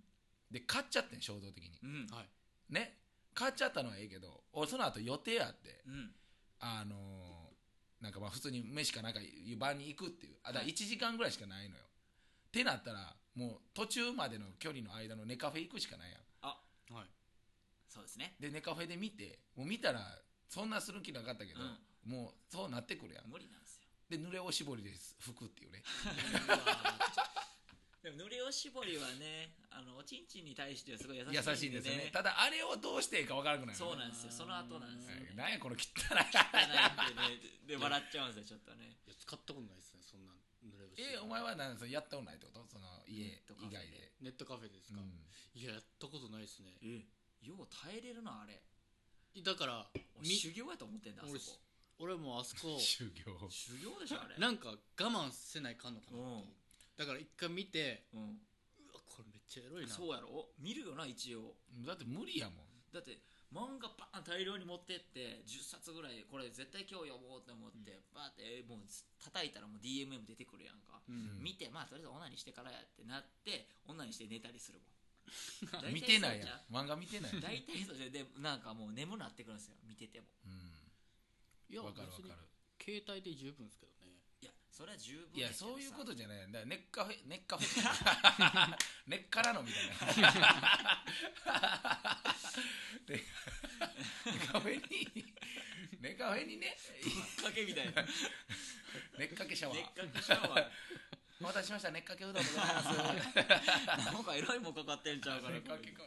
Speaker 2: で買っちゃってん衝動的に
Speaker 1: うん
Speaker 3: はい
Speaker 2: ね買っちゃったのはええけど俺その後予定あって
Speaker 1: うん
Speaker 2: あのーなんかまあ普通に飯かなんかいう場に行くっていうあだから1時間ぐらいしかないのよ、ってなったらもう途中までの距離の間のネカフェ行くしかないやん
Speaker 3: はい
Speaker 1: そうですね
Speaker 2: でネカフェで見てもう見たらそんなする気なかったけど、もうそうなってくるやん
Speaker 1: 無理なんですよ
Speaker 2: で濡れおしぼりです服っていうね
Speaker 1: でも濡れおしぼりはねあのおちんちんに対してはすごい優しい
Speaker 2: 優しいんですよねただあれをどうしていいか分からなくなる
Speaker 1: そう
Speaker 2: ね
Speaker 1: なんですよその後なんですよ、ね
Speaker 2: はい、なん やこの汚い
Speaker 1: 汚いんでねでで笑っちゃうんですよちょっとね
Speaker 3: いや使ったことないですねそんな濡れ節
Speaker 2: えお前はなんそれやったことないってことその家以
Speaker 1: ネットカフェ
Speaker 2: 外
Speaker 1: で
Speaker 2: で、
Speaker 3: ネットカフェです
Speaker 2: う
Speaker 3: か、
Speaker 2: ん
Speaker 3: いややったことないですね
Speaker 1: えよう耐えれるなあれ
Speaker 3: だから
Speaker 1: 俺
Speaker 3: み
Speaker 1: 修行やと思ってんだあそ
Speaker 3: 俺
Speaker 1: こ
Speaker 3: 俺もうあ そこ
Speaker 2: 修行
Speaker 1: 修行でしょあれ
Speaker 3: なんか我慢せないかんのかなっていう
Speaker 1: うん
Speaker 3: だから一回見て
Speaker 1: うん
Speaker 3: うわこれめっちゃエロいな
Speaker 1: そうやろ見るよな一応
Speaker 2: だって無理やもん
Speaker 1: だって漫画バーン大量に持ってって10冊ぐらいこれ絶対今日読もうって思って、バーってえーもう叩いたらもう DMM 出てくるやんか、
Speaker 2: うん
Speaker 1: 見てまあとりあえず女にしてからやってなって女にして寝たりするも ん
Speaker 2: 見てないや
Speaker 1: ん
Speaker 2: ん漫画見てないやん
Speaker 1: 大体そうじゃんでなんかもう眠なってくるんですよ見てても
Speaker 2: う
Speaker 3: い
Speaker 2: ん
Speaker 3: や
Speaker 2: わかるわか
Speaker 3: 別
Speaker 2: る
Speaker 3: に携帯で十分ですけどね
Speaker 1: いやそれは十分
Speaker 2: いや
Speaker 1: けどさ
Speaker 2: そういう ことじゃないだから根っかフェ根っかフェ根っからのみたいなで根っかフェに根っかフェにね
Speaker 1: ぶっかけみたいな
Speaker 2: 根っかけシャワー
Speaker 1: でっかくシャ ワー
Speaker 2: お待たせしました根っかけうどんでございます
Speaker 1: なんかエロいもんかかってんちゃう から
Speaker 2: 根っかけか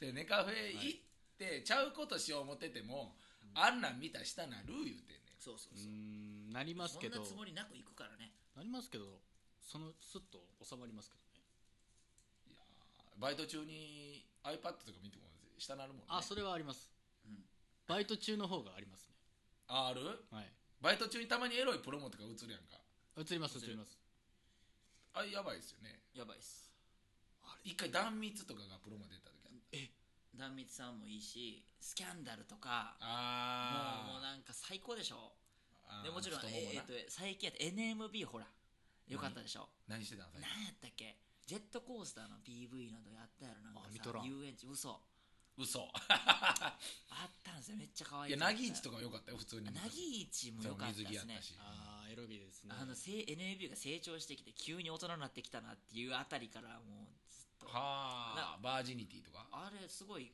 Speaker 2: で根っかフェ行ってちゃうことしよう思っててもあんなん見たしたなる言うてんねん
Speaker 1: そうそう
Speaker 3: う
Speaker 1: そう、
Speaker 3: んなります
Speaker 1: そ
Speaker 3: け
Speaker 1: んな
Speaker 3: ど
Speaker 1: つもりなく行くからね
Speaker 3: なりますけどそのスッと収まりますけどね
Speaker 2: バイト中に iPad とか見ても下なるもんね
Speaker 3: あそれはあります
Speaker 1: うん
Speaker 3: バイト中の方がありますね
Speaker 2: あある
Speaker 3: はい
Speaker 2: バイト中にたまにエロいプロモとか映るやんか
Speaker 3: 映ります
Speaker 1: 映
Speaker 3: 映
Speaker 1: る
Speaker 3: ります
Speaker 2: あれやばいですよね
Speaker 1: やばいっす
Speaker 2: 一回断蜜とかがプロモ出た時あった
Speaker 1: 壇蜜さんもいいしスキャンダルとか
Speaker 2: あ
Speaker 1: もうもうなんか最高でしょ
Speaker 2: あー
Speaker 1: でもちろん
Speaker 2: 太もも
Speaker 1: え
Speaker 2: な
Speaker 1: ー、と最近やって NMB ほらよかったでしょ
Speaker 2: 何してたの
Speaker 1: 何
Speaker 2: 最
Speaker 1: や
Speaker 2: 近
Speaker 1: ったっけジェットコースターの PV などやったやろなんか
Speaker 3: あ見と
Speaker 1: さ
Speaker 3: らん
Speaker 1: 遊園地嘘
Speaker 2: 嘘
Speaker 1: あったんですよめっちゃ可愛
Speaker 2: い
Speaker 1: い
Speaker 2: や
Speaker 1: な
Speaker 2: なぎいちとかよかったよ普通に
Speaker 1: なぎいちもよかった
Speaker 2: 水着
Speaker 1: で
Speaker 2: や
Speaker 1: す
Speaker 2: っ
Speaker 1: ね
Speaker 2: たし
Speaker 3: ああエロビですね
Speaker 1: あのせ NMB が成長してきて急に大人になってきたなっていうあたりからもうずっと
Speaker 2: はあバージニティとか
Speaker 1: あれすごい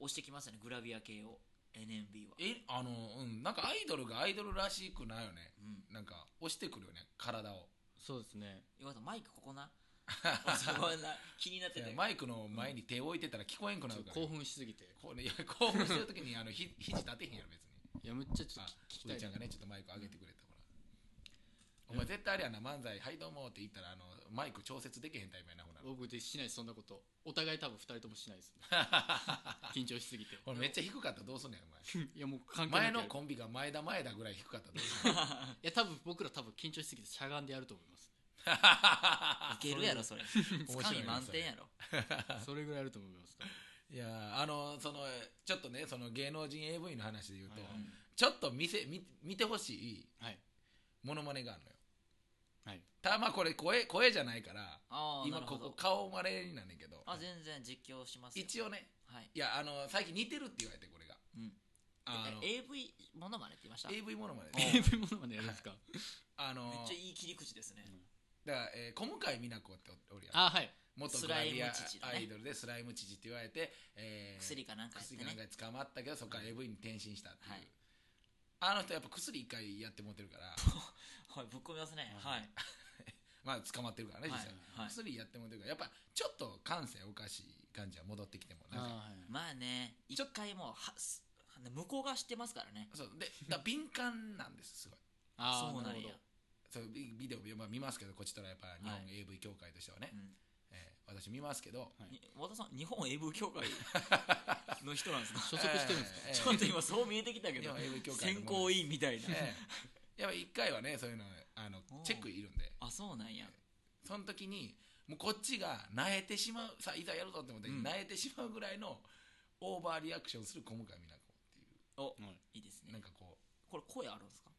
Speaker 1: 押してきますよねグラビア系を NMB は
Speaker 2: えあのうんなんかアイドルがアイドルらしくないよね
Speaker 1: うん
Speaker 2: なんか押してくるよね体を
Speaker 3: そうですね
Speaker 1: よかったマイクこ こなそこな気になってて
Speaker 2: マイクの前に手を置いてたら聞こえんくな
Speaker 3: ちょ
Speaker 2: る
Speaker 3: っ
Speaker 2: か
Speaker 3: と
Speaker 2: ら
Speaker 3: 興奮しすぎて
Speaker 2: こうねいや興奮してる時にあのひ肘立てへんやろ別に
Speaker 3: いやめっちゃちょ
Speaker 2: あ
Speaker 3: っと聞き
Speaker 2: う
Speaker 3: た
Speaker 2: ー
Speaker 3: い
Speaker 2: ちゃ
Speaker 3: なん
Speaker 2: がねちょっとマイク上げてくれたから、お前絶対あれやな漫才「はいどうも」って言ったらあのマイク調節できへんタイプやなほな
Speaker 3: 僕でしないですそんなことお互い多分2人ともしないです、 ね、緊張しすぎて
Speaker 2: 俺めっちゃ低かったらどうすんねんお
Speaker 3: いやもう関係
Speaker 2: 前前
Speaker 3: な
Speaker 2: の
Speaker 3: い
Speaker 2: コンビが前田前田ぐらい低かったらどうすんねん
Speaker 3: いや多分僕ら多分緊張しすぎてしゃがんでやると思い ます
Speaker 1: いけるやろそれつか
Speaker 2: 白
Speaker 1: み
Speaker 2: いね
Speaker 1: 満点やろ
Speaker 3: それぐらいやると思います多分
Speaker 2: いやーあのそのちょっとねその芸能人 AV の話で言うと、
Speaker 3: はいはい
Speaker 1: うん
Speaker 2: ちょっと見せ見見てほしい
Speaker 3: はい
Speaker 2: モノマネがあるのよ
Speaker 3: はい
Speaker 2: ただまあこれ声声じゃないから
Speaker 1: ああな
Speaker 2: 今
Speaker 1: る
Speaker 2: こ
Speaker 1: ほ
Speaker 2: こ
Speaker 1: ど
Speaker 2: 顔まれになんねんけど
Speaker 1: あ全然実況しますよ
Speaker 2: 一応ね
Speaker 1: はい
Speaker 2: いやあの最近似てるって言われてこれが
Speaker 1: うん
Speaker 2: あの
Speaker 1: え AV ものまねって言いましためっ
Speaker 2: AV モノマネで
Speaker 3: AV ものまでやるんですか
Speaker 2: あの
Speaker 1: ちゃいい切り口ですね
Speaker 2: だから、えー小向井美奈子っておおるやん
Speaker 3: あはい
Speaker 2: 元グラビア
Speaker 1: スライム知事のね
Speaker 2: アイドルでスライム知事って言われて、えー
Speaker 1: 薬かなんかやって
Speaker 2: 薬
Speaker 1: ね
Speaker 2: かなんかで捕まったけどそこから AV に転身したっていう、
Speaker 1: はい
Speaker 2: あの人やっぱ薬一回やって持ってる から
Speaker 1: はいぶっ込みますね
Speaker 3: うん
Speaker 1: はい
Speaker 2: まあ捕まってるからね実
Speaker 1: はい
Speaker 2: 際、
Speaker 1: はい
Speaker 2: 薬やって持ってるからやっぱちょっと感性おかしい感じは戻ってきてもなんか
Speaker 3: あはい
Speaker 1: まあね一回もうはす向こうが知ってますからね
Speaker 2: そうでだから敏感なんですすごい
Speaker 3: あー
Speaker 1: そうなん
Speaker 3: るほ
Speaker 1: や
Speaker 3: ど
Speaker 2: そうビビデオまあ見ますけどこっちとらやっぱ日本 AV 協会としてはね、
Speaker 1: うん
Speaker 2: えー私見ますけど、
Speaker 3: はい
Speaker 1: に和田さん日本 AV 協会の人なんですか
Speaker 3: 所属してるんですか
Speaker 2: えーえー
Speaker 1: ちょっと今そう見えてきたけ
Speaker 2: 日
Speaker 1: ど
Speaker 2: 本 AV 協
Speaker 1: 選
Speaker 2: 会の
Speaker 1: 考委員みたいな
Speaker 2: ええやっぱ一回はねそういうのあの
Speaker 1: おう
Speaker 2: チェックいるんで
Speaker 1: あそうなんや
Speaker 2: その時にもうこっちがなえてしまうさあいざやるぞって思って、
Speaker 1: うん
Speaker 2: なえてしまうぐらいのオーバーリアクションする小向井美奈子ってい
Speaker 3: は
Speaker 1: い
Speaker 3: い
Speaker 1: いです
Speaker 2: うな
Speaker 1: ね
Speaker 2: んかこ
Speaker 1: これ声あるんですか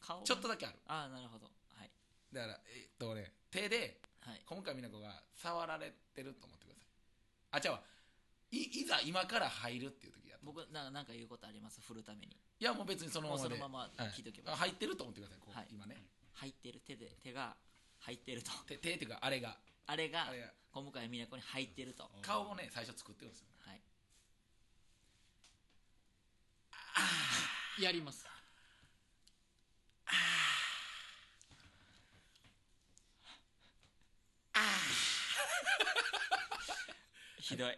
Speaker 1: 顔
Speaker 2: うちょっとだけある
Speaker 1: ああなるほどはい
Speaker 2: だからえっとね手で
Speaker 1: はい
Speaker 2: 小向井美奈子が触られてると思ってくださいあじゃあいいざ今から入るっていう時やと
Speaker 1: 僕ななんか言うことあります振るために
Speaker 2: いやもう別にその
Speaker 1: もう
Speaker 2: まま
Speaker 1: そ
Speaker 2: で
Speaker 1: のまま
Speaker 2: はい
Speaker 1: 聞いとけば
Speaker 2: あ入ってると思ってくださいこう、
Speaker 1: はい
Speaker 2: 今ね
Speaker 1: 入ってる手で手が入ってると
Speaker 2: 手手っていうかあれが
Speaker 1: あれが
Speaker 2: あれが
Speaker 1: 小向井美奈子に入ってると
Speaker 2: 顔をね最初作ってるんですよ
Speaker 1: はい
Speaker 3: やります
Speaker 1: ひどい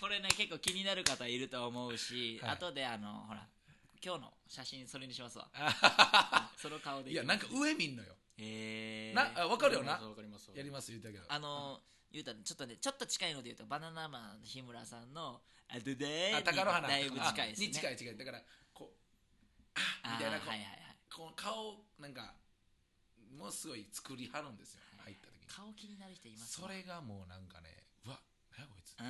Speaker 1: これね結構気になる方いると思うし、
Speaker 2: はい
Speaker 1: 後であのほら今日の写真それにしますわその顔で
Speaker 2: いやなんか上見んのよ、
Speaker 1: えー、
Speaker 2: なあ分かるよな
Speaker 3: わかりますわか
Speaker 2: やり
Speaker 3: りま
Speaker 2: ます言ったけど
Speaker 1: あの言うたらちょっとねちょっと近いので言うとバナナマンの日村さんの「あどで
Speaker 2: あ
Speaker 1: ー」
Speaker 2: 貴乃花
Speaker 1: だいぶ近いですね
Speaker 2: に近い近いだからこうあみたいな
Speaker 1: あー
Speaker 2: こう、
Speaker 1: はいはいはい
Speaker 2: この顔をなんかもうすごい作りはるんですよ、
Speaker 1: はい
Speaker 2: 入った時に
Speaker 1: 顔気になる人います
Speaker 2: それがもうなんかねうわ何やこいつ
Speaker 1: うん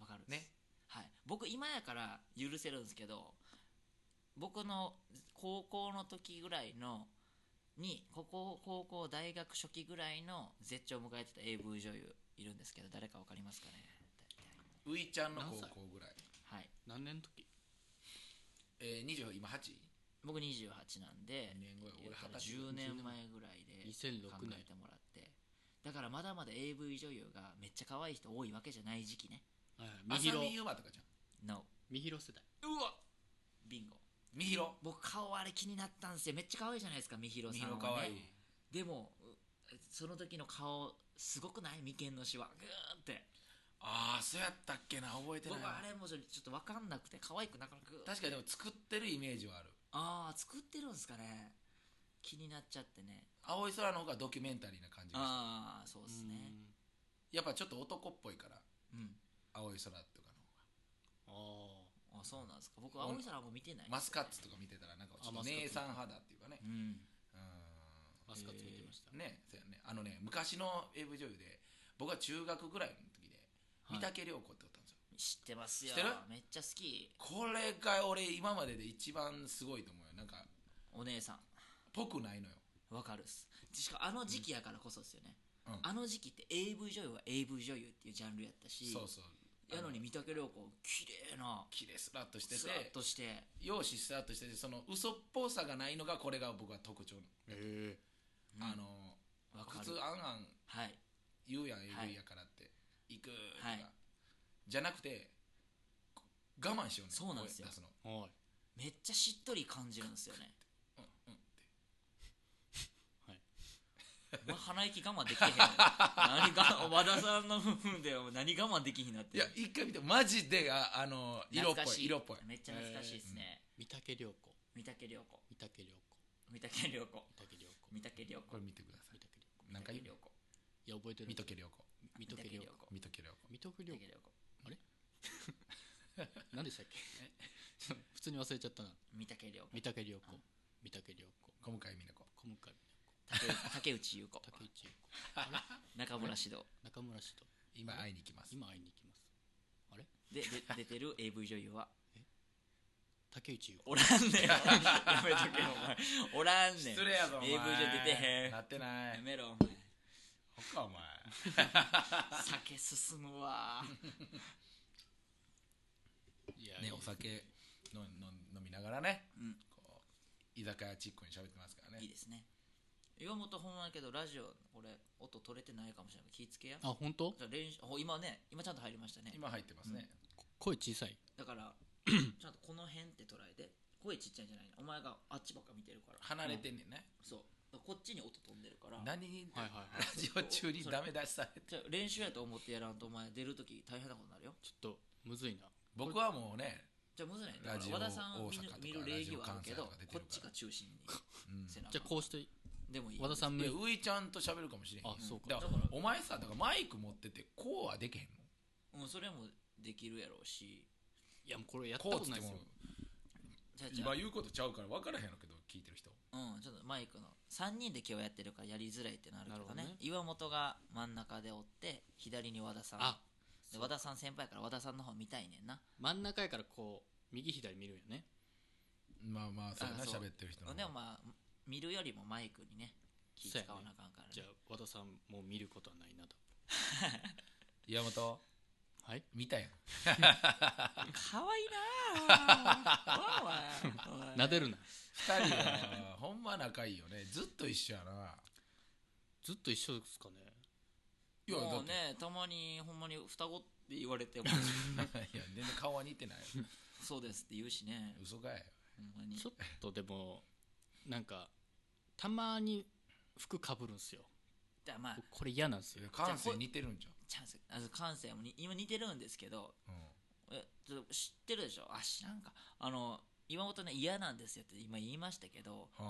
Speaker 1: わかるっす
Speaker 2: ね
Speaker 1: はい、僕今やから許せるんですけど僕の高校の時ぐらいのにここ高校大学初期ぐらいの絶頂を迎えてた AV 女優いるんですけど誰かわかりますかね
Speaker 2: ういちゃんの高
Speaker 3: 何歳
Speaker 2: 校ぐらい、
Speaker 1: はい
Speaker 3: す何年の時
Speaker 2: えー、20今 8?
Speaker 1: 僕28なんで
Speaker 2: 2年後や
Speaker 1: 言う
Speaker 2: 俺
Speaker 1: たら
Speaker 2: 二十
Speaker 1: 10年前ぐらいで
Speaker 3: 2006
Speaker 1: 考
Speaker 3: 年
Speaker 1: えてもらってだからまだまだ AV 女優がめっちゃ可愛い人多いわけじゃない時期ね
Speaker 3: はいはいみ
Speaker 2: 歳
Speaker 3: ひ
Speaker 2: 浅
Speaker 3: ろ
Speaker 2: 見ゆまとかじゃん
Speaker 1: の
Speaker 3: みひろ世代
Speaker 2: うわ
Speaker 1: ビンゴ
Speaker 2: みひろ
Speaker 1: 僕顔あれ気になったんですよめっちゃ可愛いじゃないですかみひろ
Speaker 2: み
Speaker 1: さ
Speaker 2: ひ
Speaker 1: んは、
Speaker 2: ろ
Speaker 1: ね、
Speaker 2: かわいい
Speaker 1: でもうその時の顔すごくない眉間のシワグーって
Speaker 2: ああそうやったっけな覚えてない
Speaker 1: 僕
Speaker 2: わ
Speaker 1: あれもちょっと分かんなくて可愛くなかなかグー
Speaker 2: 確かにでも作ってるイメージはある
Speaker 1: ああ作ってるんですかね気になっちゃってね
Speaker 2: 青い空の方がドキュメンタリーな感じがして
Speaker 1: ああそうですね
Speaker 2: やっぱちょっと男っぽいから
Speaker 1: うん
Speaker 2: 青い空とかの
Speaker 3: うーんあ
Speaker 1: あそうなんですか僕青い空も見てない
Speaker 2: マスカッツとか見てたらなんかちょっと
Speaker 3: あマスカッツ
Speaker 2: 姉さん肌っていうかね
Speaker 1: うん
Speaker 2: う
Speaker 3: あマスカッツ見てました
Speaker 2: ーんねそうやねあのね昔の AV 女優で僕は中学ぐらいの時で
Speaker 3: はい
Speaker 2: 三宅涼子っておったんで
Speaker 1: 知
Speaker 2: すよ、
Speaker 1: ってますよ
Speaker 2: 知ってる
Speaker 1: めっちゃ好き
Speaker 2: これが俺今までで一番すごいと思うよなんか
Speaker 1: お姉さん
Speaker 2: ぽくないのよ
Speaker 1: わかるっすしかもあの時期やからこそですよね、
Speaker 2: うん
Speaker 1: あの時期って AV 女優は AV 女優っていうジャンルやったし
Speaker 2: そうそう
Speaker 1: やのに三宅涼子綺麗な
Speaker 2: キレスラッとしてて
Speaker 1: スラッとして
Speaker 2: 容姿スラッとしててその嘘っぽさがないのがこれが僕は特徴、
Speaker 3: ーへえ
Speaker 1: うん
Speaker 2: あの
Speaker 1: わか
Speaker 2: 普
Speaker 1: る
Speaker 2: 通あんあん
Speaker 1: はい
Speaker 2: 言うやん
Speaker 1: はい
Speaker 2: AV やからって、行くとか、
Speaker 1: はい
Speaker 2: じゃなくてこ我慢しようね
Speaker 1: そうなんですよ
Speaker 2: 声出すの
Speaker 3: はい
Speaker 1: めっちゃしっとり感じるんですよね
Speaker 2: うんうん
Speaker 1: お前鼻息我慢できへん 何が和田さんの部分で何我慢できひんなって
Speaker 2: いや一回見てマジでああの色っ
Speaker 1: 懐
Speaker 2: ぽ
Speaker 1: かし
Speaker 2: い色っぽい
Speaker 1: めっちゃ懐かしいですね、
Speaker 3: 三宅涼子
Speaker 1: 三宅涼子
Speaker 3: 三宅涼子
Speaker 1: 三宅涼子
Speaker 3: 三宅涼子
Speaker 1: 三宅涼
Speaker 2: こ
Speaker 1: 子
Speaker 2: れ見てくださ
Speaker 3: 三
Speaker 2: い
Speaker 3: 宅涼子
Speaker 2: 何回言う
Speaker 1: 子
Speaker 3: いや覚えてる
Speaker 2: 見とけ良子
Speaker 3: 三
Speaker 1: 三
Speaker 3: 宅
Speaker 1: 宅
Speaker 3: 涼
Speaker 1: 涼
Speaker 3: 子
Speaker 1: 子
Speaker 2: 見とけ良子
Speaker 3: 三宅
Speaker 1: 三
Speaker 3: 涼
Speaker 1: 宅
Speaker 3: 子
Speaker 1: 涼子
Speaker 3: 何でしたっけ普通に忘れちゃったな
Speaker 1: 三宅涼子
Speaker 3: 三宅涼子
Speaker 1: うん
Speaker 3: 三宅涼子
Speaker 2: 小向井美奈子
Speaker 3: 小向井美奈
Speaker 1: 竹 竹内優子
Speaker 3: 子竹内優子
Speaker 1: 中村獅童
Speaker 3: 中村氏と
Speaker 2: 今会いに行きます
Speaker 3: 今会いに行きますあれ
Speaker 1: でで出てる AV 女優は
Speaker 3: 竹内優子
Speaker 1: おらんねんやめとけお前おらんねん
Speaker 2: 失礼やぞお前
Speaker 1: AV 女優出てへん
Speaker 2: なってな
Speaker 1: や
Speaker 2: い
Speaker 1: めろお前
Speaker 2: 他お前
Speaker 1: 酒進むわ
Speaker 3: いやい
Speaker 2: ね
Speaker 3: い
Speaker 2: お酒飲飲飲みながらね
Speaker 1: うん
Speaker 2: こう居酒屋チックに喋ってますから
Speaker 1: いい
Speaker 2: ね
Speaker 1: ですね岩本ほんまやけどラジオ俺音取れてないかもしれない気ぃつけや
Speaker 3: あ本当
Speaker 1: じゃあ練習お今ね今ちゃんと入りましたね
Speaker 2: 今入ってますね、
Speaker 3: 声小さい
Speaker 1: だからち ゃんとこの辺って捉えて声ちっちゃいんじゃないのお前があっちばっか見てるから
Speaker 2: 離れてんねんね、
Speaker 1: そうだからこっちに音飛んでるから
Speaker 2: 何に、
Speaker 3: はいはいは
Speaker 2: ラ
Speaker 3: い
Speaker 2: ジオ中にダメ出しされて
Speaker 1: じゃあ練習やと思ってやらんとお前出るとき大変なことになるよ
Speaker 3: ちょっとむずいな
Speaker 2: 僕はもうね、
Speaker 1: じゃあむずないだか
Speaker 2: ラ
Speaker 1: ら
Speaker 2: ジオ
Speaker 1: 和田さんを見る見る
Speaker 2: 大阪とか
Speaker 1: 礼儀はあるけど
Speaker 2: ラジオ関
Speaker 1: こ
Speaker 2: 西とか出てるから
Speaker 1: っちが中心に
Speaker 2: うん
Speaker 1: せなあか
Speaker 3: じ
Speaker 1: ん
Speaker 3: ゃあこうして
Speaker 1: でもいい
Speaker 3: 和田さ
Speaker 2: い
Speaker 3: ん無
Speaker 2: やう
Speaker 3: 理
Speaker 2: いちゃんと喋るかもしれへん
Speaker 3: あそうか
Speaker 2: だから
Speaker 1: だから
Speaker 2: お前さだからマイク持っててこうはできへん
Speaker 1: うん
Speaker 2: の
Speaker 1: それもできるやろうし
Speaker 3: いやもうこれやった
Speaker 2: こ
Speaker 3: こ
Speaker 2: うっつ
Speaker 3: と
Speaker 2: っ
Speaker 3: な
Speaker 2: て
Speaker 3: いです
Speaker 2: も
Speaker 3: よ
Speaker 1: じゃあじゃあ
Speaker 2: 今言うことちゃうから分からへんのけど聞いてる人
Speaker 1: うん、ちょっとマイクの3人で今日やってるからやりづらいってなるけ
Speaker 3: なる
Speaker 1: ど
Speaker 3: ほど
Speaker 1: ね
Speaker 3: ね
Speaker 1: 岩本が真ん中でおって左に和田さん
Speaker 3: あ
Speaker 1: で和田さん先輩から和田さんの方見たいねんな、
Speaker 3: 真ん中やからこう右左見るんやね
Speaker 2: まあまあそうやな
Speaker 1: あそう
Speaker 2: 喋ってる人の方
Speaker 1: でもまあ見るよりもマイクにね気使
Speaker 3: そう
Speaker 1: わ
Speaker 3: やね
Speaker 1: なあかんから、ね
Speaker 3: じゃあ和田さんも見ることはないなと
Speaker 2: 岩本
Speaker 3: はい
Speaker 2: 見たやん
Speaker 1: かわいいなあ おいおい
Speaker 3: 撫でるな
Speaker 2: 2人 はほんま仲いいよねずっと一 緒やな
Speaker 3: ずっと一緒ですかね
Speaker 2: いやだ
Speaker 1: も
Speaker 2: っ
Speaker 1: う
Speaker 2: て
Speaker 1: ねたまにほんまに双子って言われても
Speaker 2: いや全然顔は似てないよ
Speaker 1: そうですって言うしね
Speaker 2: 嘘かい
Speaker 1: ほんまに
Speaker 3: ちょっとでもなんかたまに服かぶるんすよ
Speaker 1: だからまあ
Speaker 3: 僕これ嫌なんです
Speaker 2: い
Speaker 3: よ
Speaker 2: や感性似てるんじ
Speaker 1: チャンスあの感性もに今似てるんですけど
Speaker 2: ゃん、
Speaker 1: えちょっと知ってるでしょあ知らんかあの岩本ね嫌なんですよって今言いましたけど
Speaker 2: う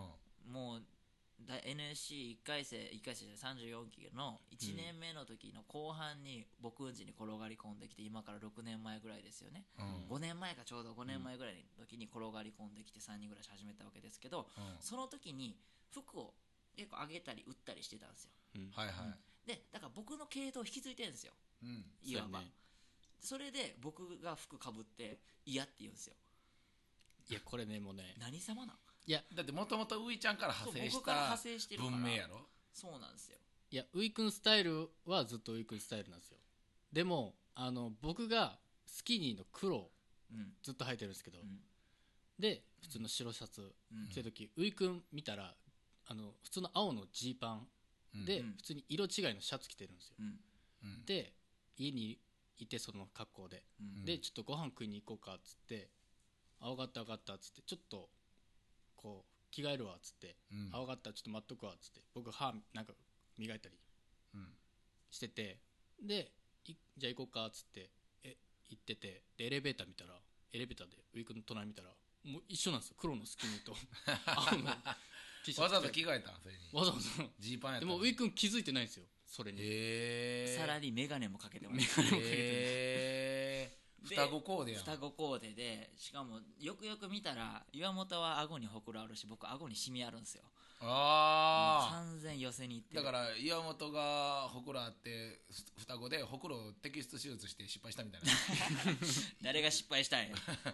Speaker 2: んうん
Speaker 1: もう NSC1 回生1回生じゃない34期の1年目の時の後半に僕んちに転がり込んできて今から6年前ぐらいですよね
Speaker 2: うん
Speaker 1: 5年前かちょうど5年前ぐらいの時に転がり込んできて3人暮らし始めたわけですけど
Speaker 2: うん
Speaker 1: その時に服を結構上げたり売ったりしてたんですよ
Speaker 3: うん
Speaker 2: はいはい
Speaker 1: でだから僕の系統を引き継いでるんですよ
Speaker 2: うん
Speaker 1: いわば
Speaker 3: そうやね
Speaker 1: それで僕が服かぶって嫌って言うんですよ
Speaker 3: いやこれねもうね
Speaker 1: 何様なん
Speaker 2: だってもともとういちゃんから
Speaker 1: そう
Speaker 2: 派生し
Speaker 1: 僕から
Speaker 2: た
Speaker 1: 派生してるから
Speaker 2: 文明やろ
Speaker 1: そうなんですよ
Speaker 3: いやウイ君スタイルはずっとウイ君スタイルなんですよでもあの僕がスキニーの黒を
Speaker 1: うん
Speaker 3: ずっと履いてるんですけど、
Speaker 1: うん
Speaker 3: で普通の白シャツ
Speaker 1: うん
Speaker 3: 着てる時、ウイ君見たらあの普通の青のジーパ
Speaker 2: うん
Speaker 3: ンで、
Speaker 1: うん
Speaker 3: 普通に色違いのシャツ着てるんですよ、
Speaker 1: うん
Speaker 2: うん
Speaker 3: で家にいてその格好で、
Speaker 1: うん
Speaker 3: でちょっとご飯食いに行こうかっつって「あ分かった分かった」っつってちょっとこう着替えるわっつって
Speaker 2: うん
Speaker 3: 「あ分かったちょっと待っとくわ」っつって僕歯なんか磨いたり
Speaker 2: うん
Speaker 3: しててでいじゃあ行こうかっつってえ行っててでエレベーター見たらエレベーターでウィークの隣見たらもう一緒なんですよ黒のスキニ ーと青の T シャツ
Speaker 2: わざわざ着替えたんそれに
Speaker 3: わざわ
Speaker 2: ジーパンやった
Speaker 3: ざで
Speaker 2: の
Speaker 3: もウィーク気づいてないんですよそれに
Speaker 2: へえ
Speaker 1: さらに眼鏡もか けてま
Speaker 3: 眼
Speaker 1: す
Speaker 3: 鏡もかけてない
Speaker 2: へえ
Speaker 1: で
Speaker 2: 双子コーデやん
Speaker 1: 双子コーデでしかもよくよく見たら岩本は顎にほくろあるし僕顎にシミあるんですよ
Speaker 2: あ
Speaker 1: 完全寄せに行って
Speaker 2: あだからら岩本がほくろあってふ双子でほくろを摘出手術して失敗したみたい な
Speaker 1: 誰が失敗したい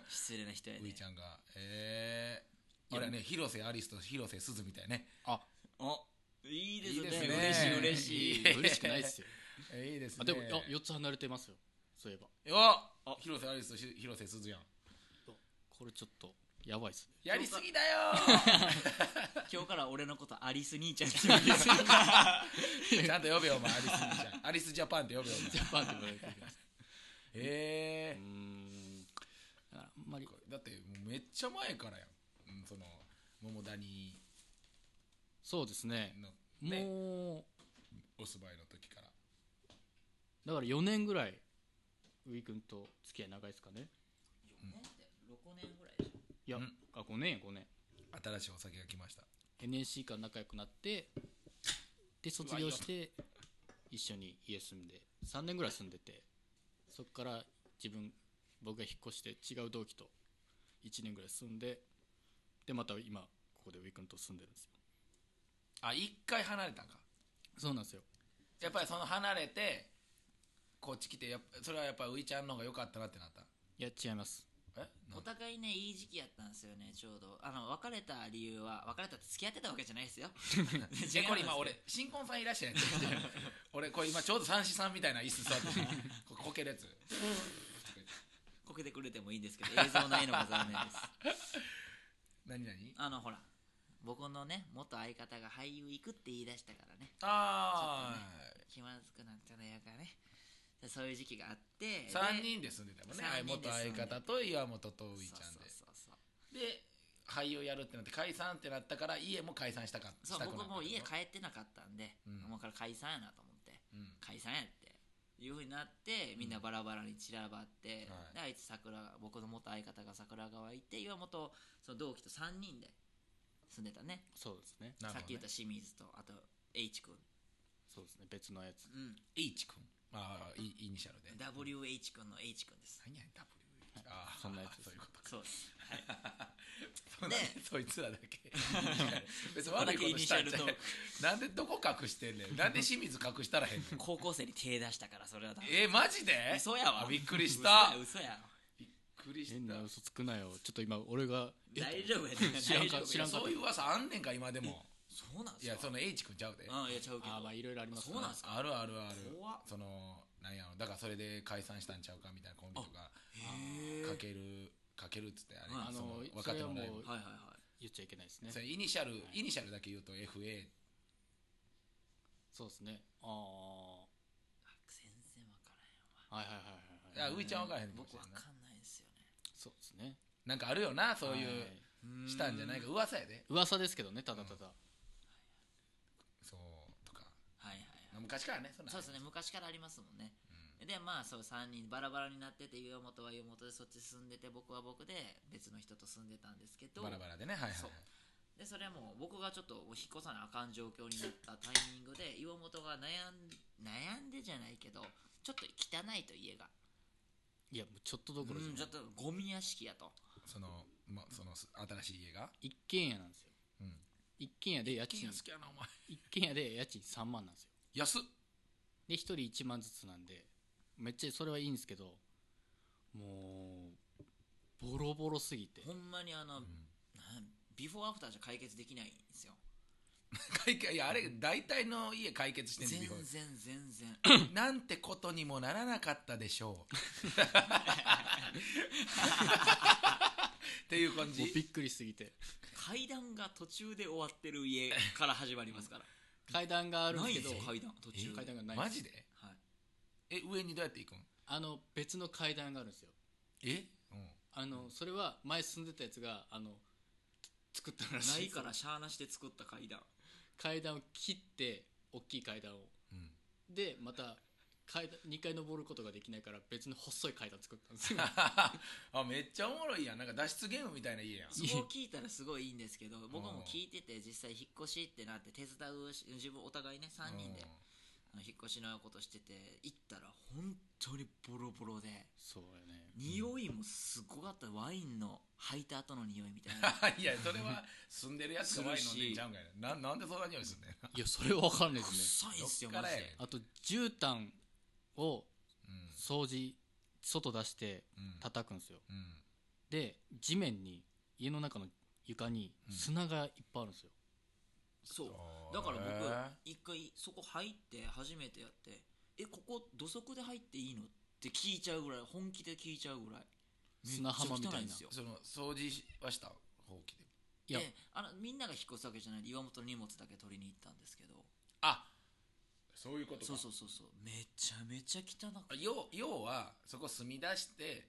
Speaker 1: 失礼な人や
Speaker 2: うい
Speaker 1: ね
Speaker 2: ちゃんがへえあれはね広瀬アリスと広瀬すずみたいね
Speaker 3: あ
Speaker 1: おいいです
Speaker 2: いい
Speaker 1: ね
Speaker 2: ですね
Speaker 1: 嬉しい嬉しい
Speaker 2: いやいや
Speaker 3: 嬉しくないですよ
Speaker 2: えーいいですね
Speaker 3: あでもあ4つ離れてますよそういえば
Speaker 2: よ広瀬アリスとし広瀬すずやん
Speaker 3: これちょっとやばいっすね
Speaker 2: やりすぎだ よ
Speaker 1: 今日から俺のことアリス兄ちゃんって言うんですよ
Speaker 2: ーちゃんと呼べよお前アリス兄ちゃんアリスジャパンって呼べよお前
Speaker 3: ジャパンって言われてるう
Speaker 2: へえ
Speaker 3: ーんだからあんまり
Speaker 2: だってもうめっちゃ前からやん、うん、その桃谷
Speaker 3: そうですね
Speaker 2: の
Speaker 3: もう、
Speaker 2: ねお住まいの時から
Speaker 3: だから4年ぐらいウィー君と付き合い長いですかね
Speaker 1: 四年って六年ぐらいでしょ
Speaker 3: いや、
Speaker 2: うん
Speaker 3: あ5年や5年
Speaker 2: 新しいお酒が来ました
Speaker 3: NSC から仲良くなってで卒業して一緒に家住んで3年ぐらい住んでてそこから自分僕が引っ越して違う同期と1年ぐらい住んででまた今ここでウィー君と住んでるんですよ
Speaker 2: あ一回離れたんか
Speaker 3: そうなんですよ
Speaker 2: やっぱりその離れてこっち来てやっぱそれはやっぱういちゃんの方が良かったなってなった
Speaker 3: いや違います
Speaker 2: えな
Speaker 1: お互いねいい時期やったんですよねちょうどあの別れた理由は別れたって付き合ってたわけじゃないですよ
Speaker 2: えこれ今俺新婚さんいらっしゃるやつ 俺これ今ちょうど三子さんみたいな椅子座って るここけるやつ
Speaker 1: こ けてくれてもいいんですけど映像ないのが残念です
Speaker 2: 何何
Speaker 1: あのほら僕のね元相方が俳優行くって言い出したからね
Speaker 2: あ
Speaker 1: 気まずくなっちゃうやからねでそういう時期があって
Speaker 2: あ3
Speaker 1: で
Speaker 2: 人で住んでたもんね
Speaker 1: 三人で
Speaker 2: 元
Speaker 1: 住んで
Speaker 2: 相
Speaker 1: た
Speaker 2: 方と岩本とういちゃん
Speaker 1: そう
Speaker 2: で
Speaker 1: そうそうそう
Speaker 2: で俳優やるってなって解散ってなったから家も解散したか
Speaker 1: そう
Speaker 2: したくなった
Speaker 1: 僕もう家
Speaker 2: っ
Speaker 1: 帰ってなかったんで、
Speaker 2: うん
Speaker 1: もうこれ解散やなと思って
Speaker 2: うん
Speaker 1: 解散やっていうふうになってみんなバラバラに散らばって、
Speaker 2: はい
Speaker 1: であいつ桜僕の元相方が桜川行って岩本その同期と3人で住んでたね
Speaker 3: そうですね
Speaker 2: なるほどね
Speaker 1: さっき言った清水とあと H 君、
Speaker 3: そうですね別のやつ
Speaker 1: うん、
Speaker 2: H 君まあイイニシャルで
Speaker 1: WH 君の H 君です
Speaker 2: 何や W あー
Speaker 3: そんなやつで
Speaker 2: そ
Speaker 3: す
Speaker 2: ういうことか
Speaker 1: そうです
Speaker 2: そうなん
Speaker 1: ね
Speaker 2: や そいつらだけ別に悪いことしたんじ
Speaker 1: そこだけイニシャル
Speaker 2: ゃ
Speaker 1: トー
Speaker 2: うなんでどこ隠してんねんなんで清水隠したらへん の
Speaker 1: 高校生に手出したからそれはダメ
Speaker 2: えマジで
Speaker 1: 嘘やわ
Speaker 2: あびっくりした
Speaker 1: 嘘や
Speaker 2: びっくりした
Speaker 3: 変な嘘つくなよちょっと今俺が
Speaker 1: 嘘や大丈夫やね
Speaker 3: 知らん
Speaker 1: 大丈
Speaker 3: か
Speaker 1: 夫
Speaker 3: 知らんか
Speaker 2: そういう噂あんねんか今でも
Speaker 1: そうなんすか
Speaker 2: いやその H 君ちゃうで
Speaker 1: うんいやちゃうけど
Speaker 3: あーまあいろいろありますね
Speaker 1: そうなんすか
Speaker 2: あるあるある
Speaker 1: 怖っ
Speaker 2: そのなんやろだからそれで解散したんちゃうかみたいなコンビとか
Speaker 1: へえ
Speaker 2: かけるかけるっつってあれ、
Speaker 1: はい
Speaker 3: あ
Speaker 2: その
Speaker 3: のそ
Speaker 2: 若手
Speaker 3: れは
Speaker 2: の
Speaker 3: も
Speaker 2: ラ
Speaker 3: う
Speaker 2: イブ
Speaker 1: はいはいはい
Speaker 3: 言っちゃいけないですね
Speaker 2: それイニシャル、イニシャルだけ言うと FA
Speaker 3: そうですねああ
Speaker 1: 全然わからへんわ
Speaker 3: はいはい
Speaker 2: い
Speaker 3: はいは
Speaker 2: や
Speaker 3: い
Speaker 2: ウイちゃんわからへんかもし
Speaker 1: 僕
Speaker 2: れ
Speaker 1: わ
Speaker 2: んな
Speaker 1: かんないんすよね
Speaker 3: そうですね
Speaker 2: なんかあるよなそういう、
Speaker 3: はい
Speaker 2: したんじゃないか噂やで
Speaker 3: 噂ですけどねただただ
Speaker 2: そうとか
Speaker 1: はいはいはい
Speaker 2: 昔からねそんなん
Speaker 1: そうですね昔からありますもんね
Speaker 2: う
Speaker 1: でまあそう3人バラバラになってて岩本は岩本でそっち住んでて僕は僕で別の人と住んでたんですけど
Speaker 2: バラバラでねはいはい
Speaker 1: そ
Speaker 2: は
Speaker 1: う
Speaker 2: い
Speaker 1: でそれはもう僕がちょっともう引っ越さなあかん状況になったタイミングで岩本が悩ん悩んでじゃないけどちょっと汚いと家が
Speaker 3: いやもうちょっとどころじゃ
Speaker 1: うんち
Speaker 3: な
Speaker 1: ょ
Speaker 3: い
Speaker 1: っとゴミ屋敷やと
Speaker 2: その,、ま、その新しい家が
Speaker 3: 一軒家なんですよ
Speaker 2: うん
Speaker 3: 一軒家で家
Speaker 2: 金
Speaker 3: 賃
Speaker 2: が好きやなお前
Speaker 3: 一軒家で家賃3万なんですよ
Speaker 2: 安っ
Speaker 3: で1人1万ずつなんでめっちゃそれはいいんですけどもうボロボロすぎて
Speaker 1: ほんまにあの、なんビフォーアフターじゃ解決できないんですよ
Speaker 2: 解決いやあれ大体の家解決して
Speaker 1: 全
Speaker 2: んね
Speaker 1: 然
Speaker 2: んビフォー
Speaker 1: 全然
Speaker 2: なんてことにもならなかったでしょうっていう感
Speaker 3: もうび
Speaker 2: じ
Speaker 3: っくりしすぎて
Speaker 1: 階段が途中で終わってる家から始まりますから
Speaker 3: 階段があるん
Speaker 1: ない
Speaker 3: です
Speaker 1: ん
Speaker 3: け
Speaker 1: で
Speaker 3: ど
Speaker 1: すよ階段途中
Speaker 3: 階段がないん
Speaker 2: マ
Speaker 3: です
Speaker 2: ジで
Speaker 1: はい
Speaker 2: え上にどうやって行くん
Speaker 3: あの別の階段があるんですよ
Speaker 2: え、うん、
Speaker 3: あのそれは前住んでたやつがあの作ったらしい
Speaker 1: ない
Speaker 3: ですよ
Speaker 1: からしゃーなしで作った階段
Speaker 3: 階段を切って大きい階段を
Speaker 2: うん
Speaker 3: でまた階段2階登ることができないから別の細い階段作ったんですよ
Speaker 2: あめっちゃおもろいやんなんか脱出ゲームみたいな家やん
Speaker 1: そこを聞いたらすごいいいんですけど僕も聞いてて実際引っ越しってなって手伝うし自分お互いね3人であの引っ越しのことしてて行ったら本当にボロボロで
Speaker 3: そうやね
Speaker 1: 匂いもすごかったワインの吐いた後の匂いみたいな
Speaker 2: うん いやそれは住んでるやつがワイン飲んでんちゃうんかいななんなんでそんな匂いすんねん
Speaker 3: いやそれは分かんないですね
Speaker 1: 臭いんすよ
Speaker 2: どっ
Speaker 1: マ
Speaker 2: から
Speaker 1: ジ
Speaker 2: や
Speaker 1: で
Speaker 2: ねん
Speaker 3: あと絨毯を
Speaker 2: うん
Speaker 3: 掃除外出して
Speaker 2: うん
Speaker 3: 叩くんですよ
Speaker 2: うん
Speaker 3: で地面に家の中の床に砂がいっぱいあるんですよ、
Speaker 1: そう
Speaker 2: あー
Speaker 1: だから僕
Speaker 2: へー
Speaker 1: 一回そこ入って初めてやってえここ土足で入っていいのって聞いちゃうぐらい本気で聞いちゃうぐらい
Speaker 3: 砂浜みたいな
Speaker 1: めっちゃ汚んですよ
Speaker 2: その掃除はしたほうきで
Speaker 3: いや
Speaker 1: であのみんなが引っ越すわけじゃないんで岩本の荷物だけ取りに行ったんですけど
Speaker 2: あそういうことか
Speaker 1: そうそうそうそうめちゃめちゃ汚く
Speaker 2: 要要はそこ住み出して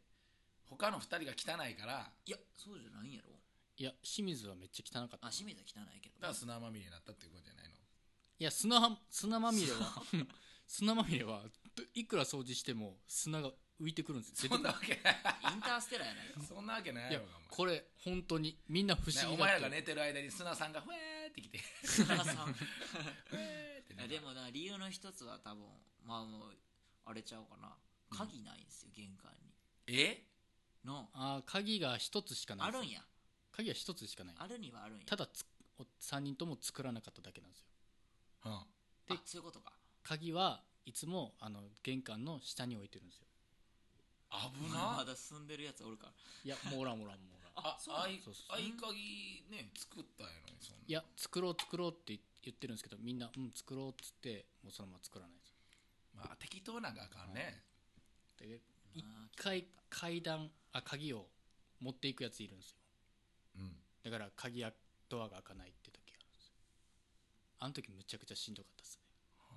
Speaker 2: 他の2人が汚いから
Speaker 1: いやそうじゃないんやろ
Speaker 3: いや清水はめっちゃ汚かった
Speaker 1: あ清水は汚いけど
Speaker 2: だから砂まみれになったっていうことじゃないの
Speaker 3: いや砂は砂まみれは 砂まみれはどいくら掃除しても砂が浮いてくるんですよ
Speaker 2: そんなわけない
Speaker 1: インターステラーやない か
Speaker 2: そんなわけない や
Speaker 3: いや
Speaker 2: ろが
Speaker 3: これ本当にみんな不思
Speaker 2: お前
Speaker 3: 議
Speaker 2: お前
Speaker 3: だ
Speaker 2: ら
Speaker 3: と
Speaker 2: が寝てる間に砂さんがふえーってきて
Speaker 1: 砂さん
Speaker 2: ふえーって
Speaker 1: いやでもな理由の一つは多分まあもうあれちゃうかな鍵ないんですよ、玄関に
Speaker 2: え
Speaker 1: の
Speaker 3: あー鍵が一つしかない
Speaker 1: あ
Speaker 3: んです
Speaker 1: る
Speaker 3: よ
Speaker 1: んや
Speaker 3: 鍵は一つしかない
Speaker 1: あるにはあるんや
Speaker 3: ただつお3人とも作らなかっただけなんですよ
Speaker 2: うん
Speaker 1: あそういうことか
Speaker 3: 鍵はいつもあの玄関の下に置いてるんですよ
Speaker 2: 危
Speaker 1: ま
Speaker 2: な
Speaker 1: だ住んでるやつおるから
Speaker 3: いやもうおらんもらんもうおらん
Speaker 2: あ
Speaker 1: そうな
Speaker 2: あ
Speaker 1: の
Speaker 2: い
Speaker 3: そうそうそう
Speaker 2: 合鍵ね作ったやのにそんない
Speaker 3: や作ろう作ろうって言ってるんですけどみんなうん作ろうっつってもうそのまま作らないんですよ
Speaker 2: まあ適当なんかあかんね
Speaker 3: で一
Speaker 1: まあ
Speaker 3: 回階段あ鍵を持っていくやついるんですよ
Speaker 2: うん
Speaker 3: だから鍵やドアが開かないって時があるんですよあの時むちゃくちゃしんどかったですね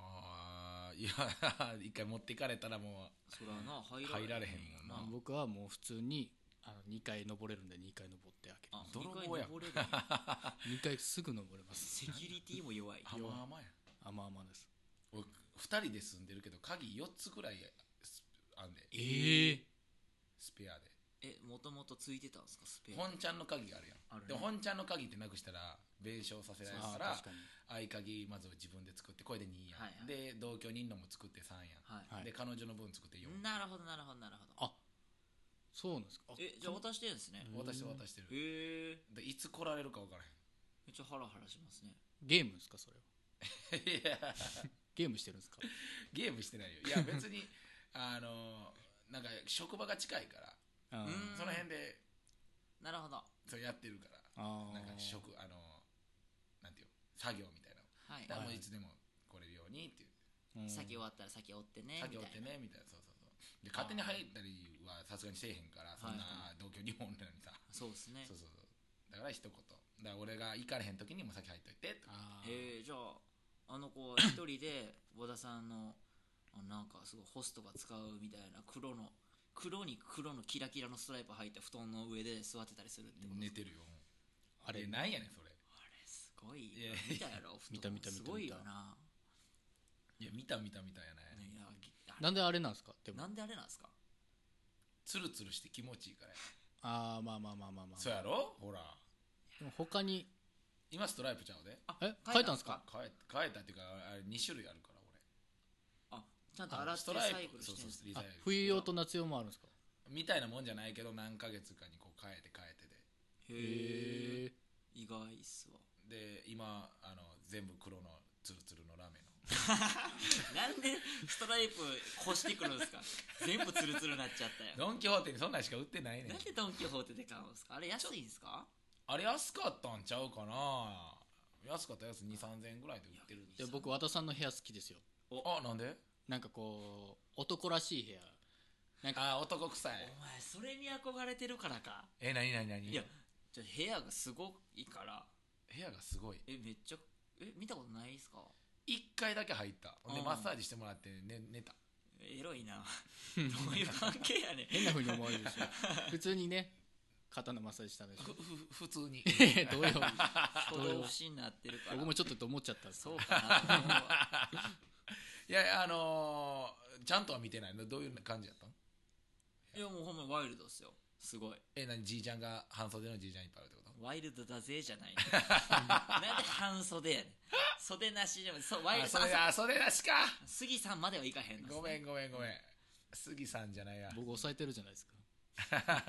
Speaker 2: あーいや一回持っていかれたらも
Speaker 1: そらな入
Speaker 2: う
Speaker 1: ら
Speaker 2: 入られへんもんな
Speaker 1: まあ
Speaker 3: 僕はもう普通にあの2階登れるんで2階登って開け
Speaker 1: あ
Speaker 3: ま
Speaker 2: 泥棒やん
Speaker 1: 二回登れるんや
Speaker 3: 2階すぐ登れます
Speaker 1: セキュリティも弱い
Speaker 2: あまあまあや
Speaker 3: あまあまあです
Speaker 2: 俺2人で住んでるけど鍵4つぐらいすあんで
Speaker 3: ええ
Speaker 2: スペアで
Speaker 1: えもともとついてたんですかスペア
Speaker 2: 本ちゃんの鍵があるやん
Speaker 1: あるね
Speaker 2: でも本ちゃんの鍵ってなくしたら弁償させられる
Speaker 3: あ
Speaker 2: か
Speaker 3: あ
Speaker 2: ら
Speaker 3: 確かに
Speaker 2: 合鍵まず自分で作ってこれで2やん、
Speaker 1: はいはい
Speaker 2: で同居人のも作って3やん、
Speaker 1: はい
Speaker 3: はい
Speaker 2: で彼女の分作って4、
Speaker 1: なるほどなるほどなるほど
Speaker 3: あそうなんですか
Speaker 1: えじゃあ
Speaker 3: この
Speaker 1: 渡してるんですね
Speaker 3: うん
Speaker 2: 渡して渡してる
Speaker 1: へえ
Speaker 2: でいつ来られるか分から
Speaker 1: めっちゃハラハラしますね
Speaker 3: ゲームですかそれは
Speaker 2: へんいや
Speaker 3: ゲームしてるんですか
Speaker 2: ゲームしてないよいや別にあのなんか職場が近いから
Speaker 3: あ
Speaker 1: うん
Speaker 3: ー
Speaker 2: その辺で
Speaker 1: なるほどは
Speaker 2: そうやってるから
Speaker 3: あー
Speaker 2: なんか職あのなんていうの作業みたいなの
Speaker 1: い
Speaker 2: だからもう
Speaker 3: はい
Speaker 2: いつでも来れるようにっていう
Speaker 3: うん
Speaker 1: 先終わったら先追ってね
Speaker 2: 作
Speaker 1: み
Speaker 2: 業ったて
Speaker 1: いな
Speaker 2: ねみたいなそうそうそうで勝手に入ったりはさすがにせえへんからそんな同居日本なのにさ、
Speaker 1: そうですね
Speaker 2: そうそうそうだから一言だから俺が行かれへん時にも先入っといてとか
Speaker 3: あー
Speaker 1: えー、じゃああの子は一人で和田さんのあなんかすごいホストが使うみたいな黒の黒に黒のキラキラのストライプ入った布団の上で座ってたりするってこと
Speaker 2: 寝てるよ
Speaker 3: あれ
Speaker 2: えなんやねんそれ
Speaker 1: あれすごい
Speaker 2: いや
Speaker 1: 見たやろ布団
Speaker 3: 見た見た見た見
Speaker 1: す
Speaker 3: た
Speaker 1: ごいよない
Speaker 2: や見た見た見たやね
Speaker 1: ねいやぎあれ
Speaker 3: なんであれなんですかでも
Speaker 1: なんであれなんですか
Speaker 2: ツルツルして気持ちいいからや
Speaker 3: ああまあまあまあまあまあ
Speaker 2: そうやろほら
Speaker 3: でも他に
Speaker 2: 今ストライプちゃうで
Speaker 1: あ
Speaker 3: え
Speaker 1: 変
Speaker 3: 変
Speaker 1: えた
Speaker 3: えた
Speaker 1: ん
Speaker 3: ん
Speaker 1: す
Speaker 3: す
Speaker 1: か
Speaker 3: か
Speaker 2: 変え変えたっていうかあれ2種類あるから俺
Speaker 1: あちゃんと洗ってサイクルし
Speaker 2: そう
Speaker 1: てるで
Speaker 2: そうんそ
Speaker 1: す
Speaker 2: うリサ
Speaker 3: あ
Speaker 2: イクル
Speaker 3: 冬用と夏用もあるんですか
Speaker 2: みたいなもんじゃないけど何ヶ月かにこう変えて変えてで
Speaker 1: へえ
Speaker 3: へえ
Speaker 1: 意外っすわ
Speaker 2: で今あの全部黒のツルツルのラメの
Speaker 1: なんでストライプ越してくるんですか全部ツルツルなっちゃったよ
Speaker 2: ドン・キホーテにそんなんしか売ってないねん
Speaker 1: なんでドン・キホーテで買うんですかあれ安いんですか
Speaker 2: あれ安かったんちゃうかな安かったやつ2 3千円ぐらいで売ってる
Speaker 1: い
Speaker 3: で
Speaker 1: や
Speaker 3: 僕和田さんの部屋好きですよ
Speaker 2: あなんで
Speaker 3: なんかこう男らしい部屋
Speaker 2: あ男臭い
Speaker 1: お前それに憧れてるからか
Speaker 2: え何何何
Speaker 1: いやじゃあ部屋がすごいから
Speaker 2: 部屋がすごい
Speaker 1: えめっちゃえ見たことないですか
Speaker 2: 1回だけ入ったほんで
Speaker 1: うん
Speaker 2: マッサージしてもらって寝寝た
Speaker 1: エロい などういう関係やねん
Speaker 3: 変な風に思わ れるでしょ普通にね肩のマッサージしたんでし
Speaker 2: ふ
Speaker 3: ょ
Speaker 2: ふ普通に
Speaker 3: どうよ
Speaker 1: 歩道不審になってるから
Speaker 3: 僕もちょっとと思っちゃったんです
Speaker 1: そうかなと思う わ
Speaker 2: いやあのーちゃんとは見てないのどういう感じやったの
Speaker 1: いやもうほんまワイルドっすよすごい
Speaker 2: え何じいちゃんが半袖のじいちゃんいっぱいあるってこと
Speaker 1: ワイルドだぜじゃ ないなんで半袖やねん袖なしでもそうワイル
Speaker 2: あそ
Speaker 1: ド
Speaker 2: れ
Speaker 1: あ
Speaker 2: あそれなしか
Speaker 1: そう杉さんまではいかへんの
Speaker 2: ごめんごめんごめん杉さんじゃないや
Speaker 3: 僕抑えてるじゃないですか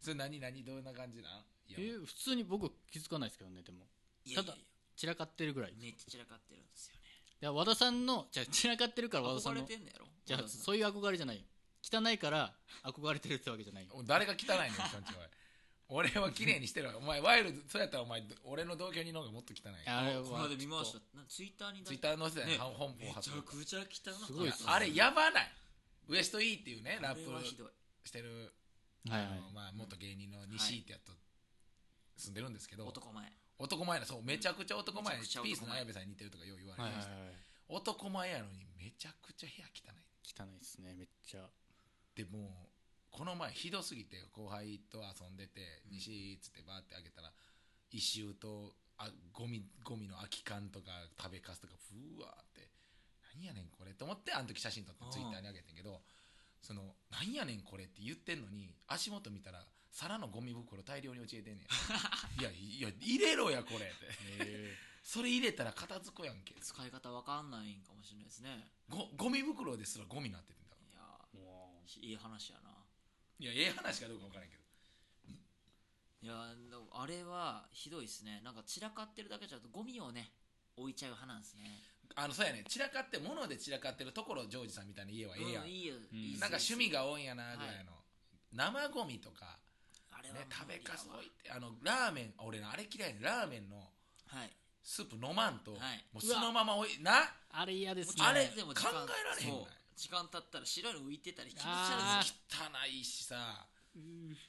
Speaker 2: それ何何どんな感じなんい
Speaker 3: え
Speaker 2: や
Speaker 3: ー普通に僕気づかないですけどねでも
Speaker 1: いやいやいや
Speaker 3: ただ散らかってるぐらい
Speaker 1: めっちゃ散らかってるんですよね
Speaker 3: で和田さんのじゃあ散らかってるから和田さ
Speaker 1: 憧
Speaker 3: ん
Speaker 1: れ
Speaker 3: の
Speaker 1: てんのやろ
Speaker 3: じゃあ
Speaker 1: 和田さん
Speaker 3: そういう憧れじゃないよ汚いから憧れてるってわけじゃないよ
Speaker 2: お誰が汚いのよそんちおい俺は綺麗にしてるわお前ワイルドそうやったらお前俺の同居人の方がもっと汚い
Speaker 3: あれは
Speaker 1: この間見まし
Speaker 3: ち
Speaker 1: た
Speaker 3: ょっ
Speaker 1: なツイッターにだ
Speaker 2: ツイッター載せた
Speaker 1: ね
Speaker 2: ね本本
Speaker 1: め
Speaker 2: 邦
Speaker 1: ちゃ
Speaker 2: 初
Speaker 1: くちゃ汚なかった
Speaker 3: すごいっすね
Speaker 2: あれやばないウエスト E っていうね
Speaker 1: これ
Speaker 2: ラップ
Speaker 1: はひどい
Speaker 2: してる、
Speaker 3: とはいはい
Speaker 2: あのまあ、元芸人の西井ってやっと住んでるんですけど、
Speaker 1: 男前
Speaker 2: 男前なそうめちゃくちゃ男前、
Speaker 1: めちゃくちゃ男前
Speaker 2: ピースの綾部さんに似てるとかよう言われ
Speaker 3: はい
Speaker 2: て
Speaker 3: はい
Speaker 2: ま
Speaker 3: は
Speaker 2: した、
Speaker 3: い
Speaker 2: 男前やのにめちゃくちゃ部屋汚い
Speaker 3: 汚いですねめっ ちゃ
Speaker 2: でもうこの前ひどすぎて後輩と遊んでて「
Speaker 1: うん
Speaker 2: 西」っつってバーってあげたら異臭とあゴミゴミの空き缶とか食べかすとかふわーって何やねんこれと思ってあの時写真撮って
Speaker 1: あー
Speaker 2: ツイッターにあげてんけどその何やねんこれって言ってんのに足元見たら皿のゴミ袋大量に落ち れてんねんいやいや入れろやこれってそれ入れたら片付くやんけ
Speaker 1: 使い方わかんないんかもしれないですね
Speaker 2: ごゴミ袋ですらゴミになっててんだから
Speaker 1: いや
Speaker 3: もう
Speaker 1: ーいい話やない
Speaker 2: やええ話かどうか分からんけど
Speaker 1: いやーあれはひどいですねなんか散らかってるだけじゃなくてゴミをね置いちゃう派なんですね
Speaker 2: あのそうやね散らかって物で散らかってるところジョージさんみたいな家はええやん、
Speaker 1: うんいいよ、
Speaker 3: うん
Speaker 1: いいっす
Speaker 2: なんか趣味
Speaker 1: いいっ
Speaker 2: が多いんやなぐらいの、生ゴミとか、
Speaker 1: すあれは、
Speaker 2: ね食べかす
Speaker 1: もう
Speaker 2: 置
Speaker 1: い
Speaker 2: い
Speaker 1: い
Speaker 2: てあのラーメン俺あれ嫌いねラーメンの
Speaker 1: わはい
Speaker 2: スープ飲まんと、
Speaker 1: はい
Speaker 2: もうそのままおいな
Speaker 3: あれ嫌ですね
Speaker 2: あれ
Speaker 1: でも
Speaker 2: 考えられへん
Speaker 1: そう
Speaker 2: ぐらい
Speaker 1: 時間経ったら白いの浮いてたり気持ち悪い
Speaker 3: あ
Speaker 1: で
Speaker 3: ー
Speaker 1: すよ
Speaker 2: 汚いしさ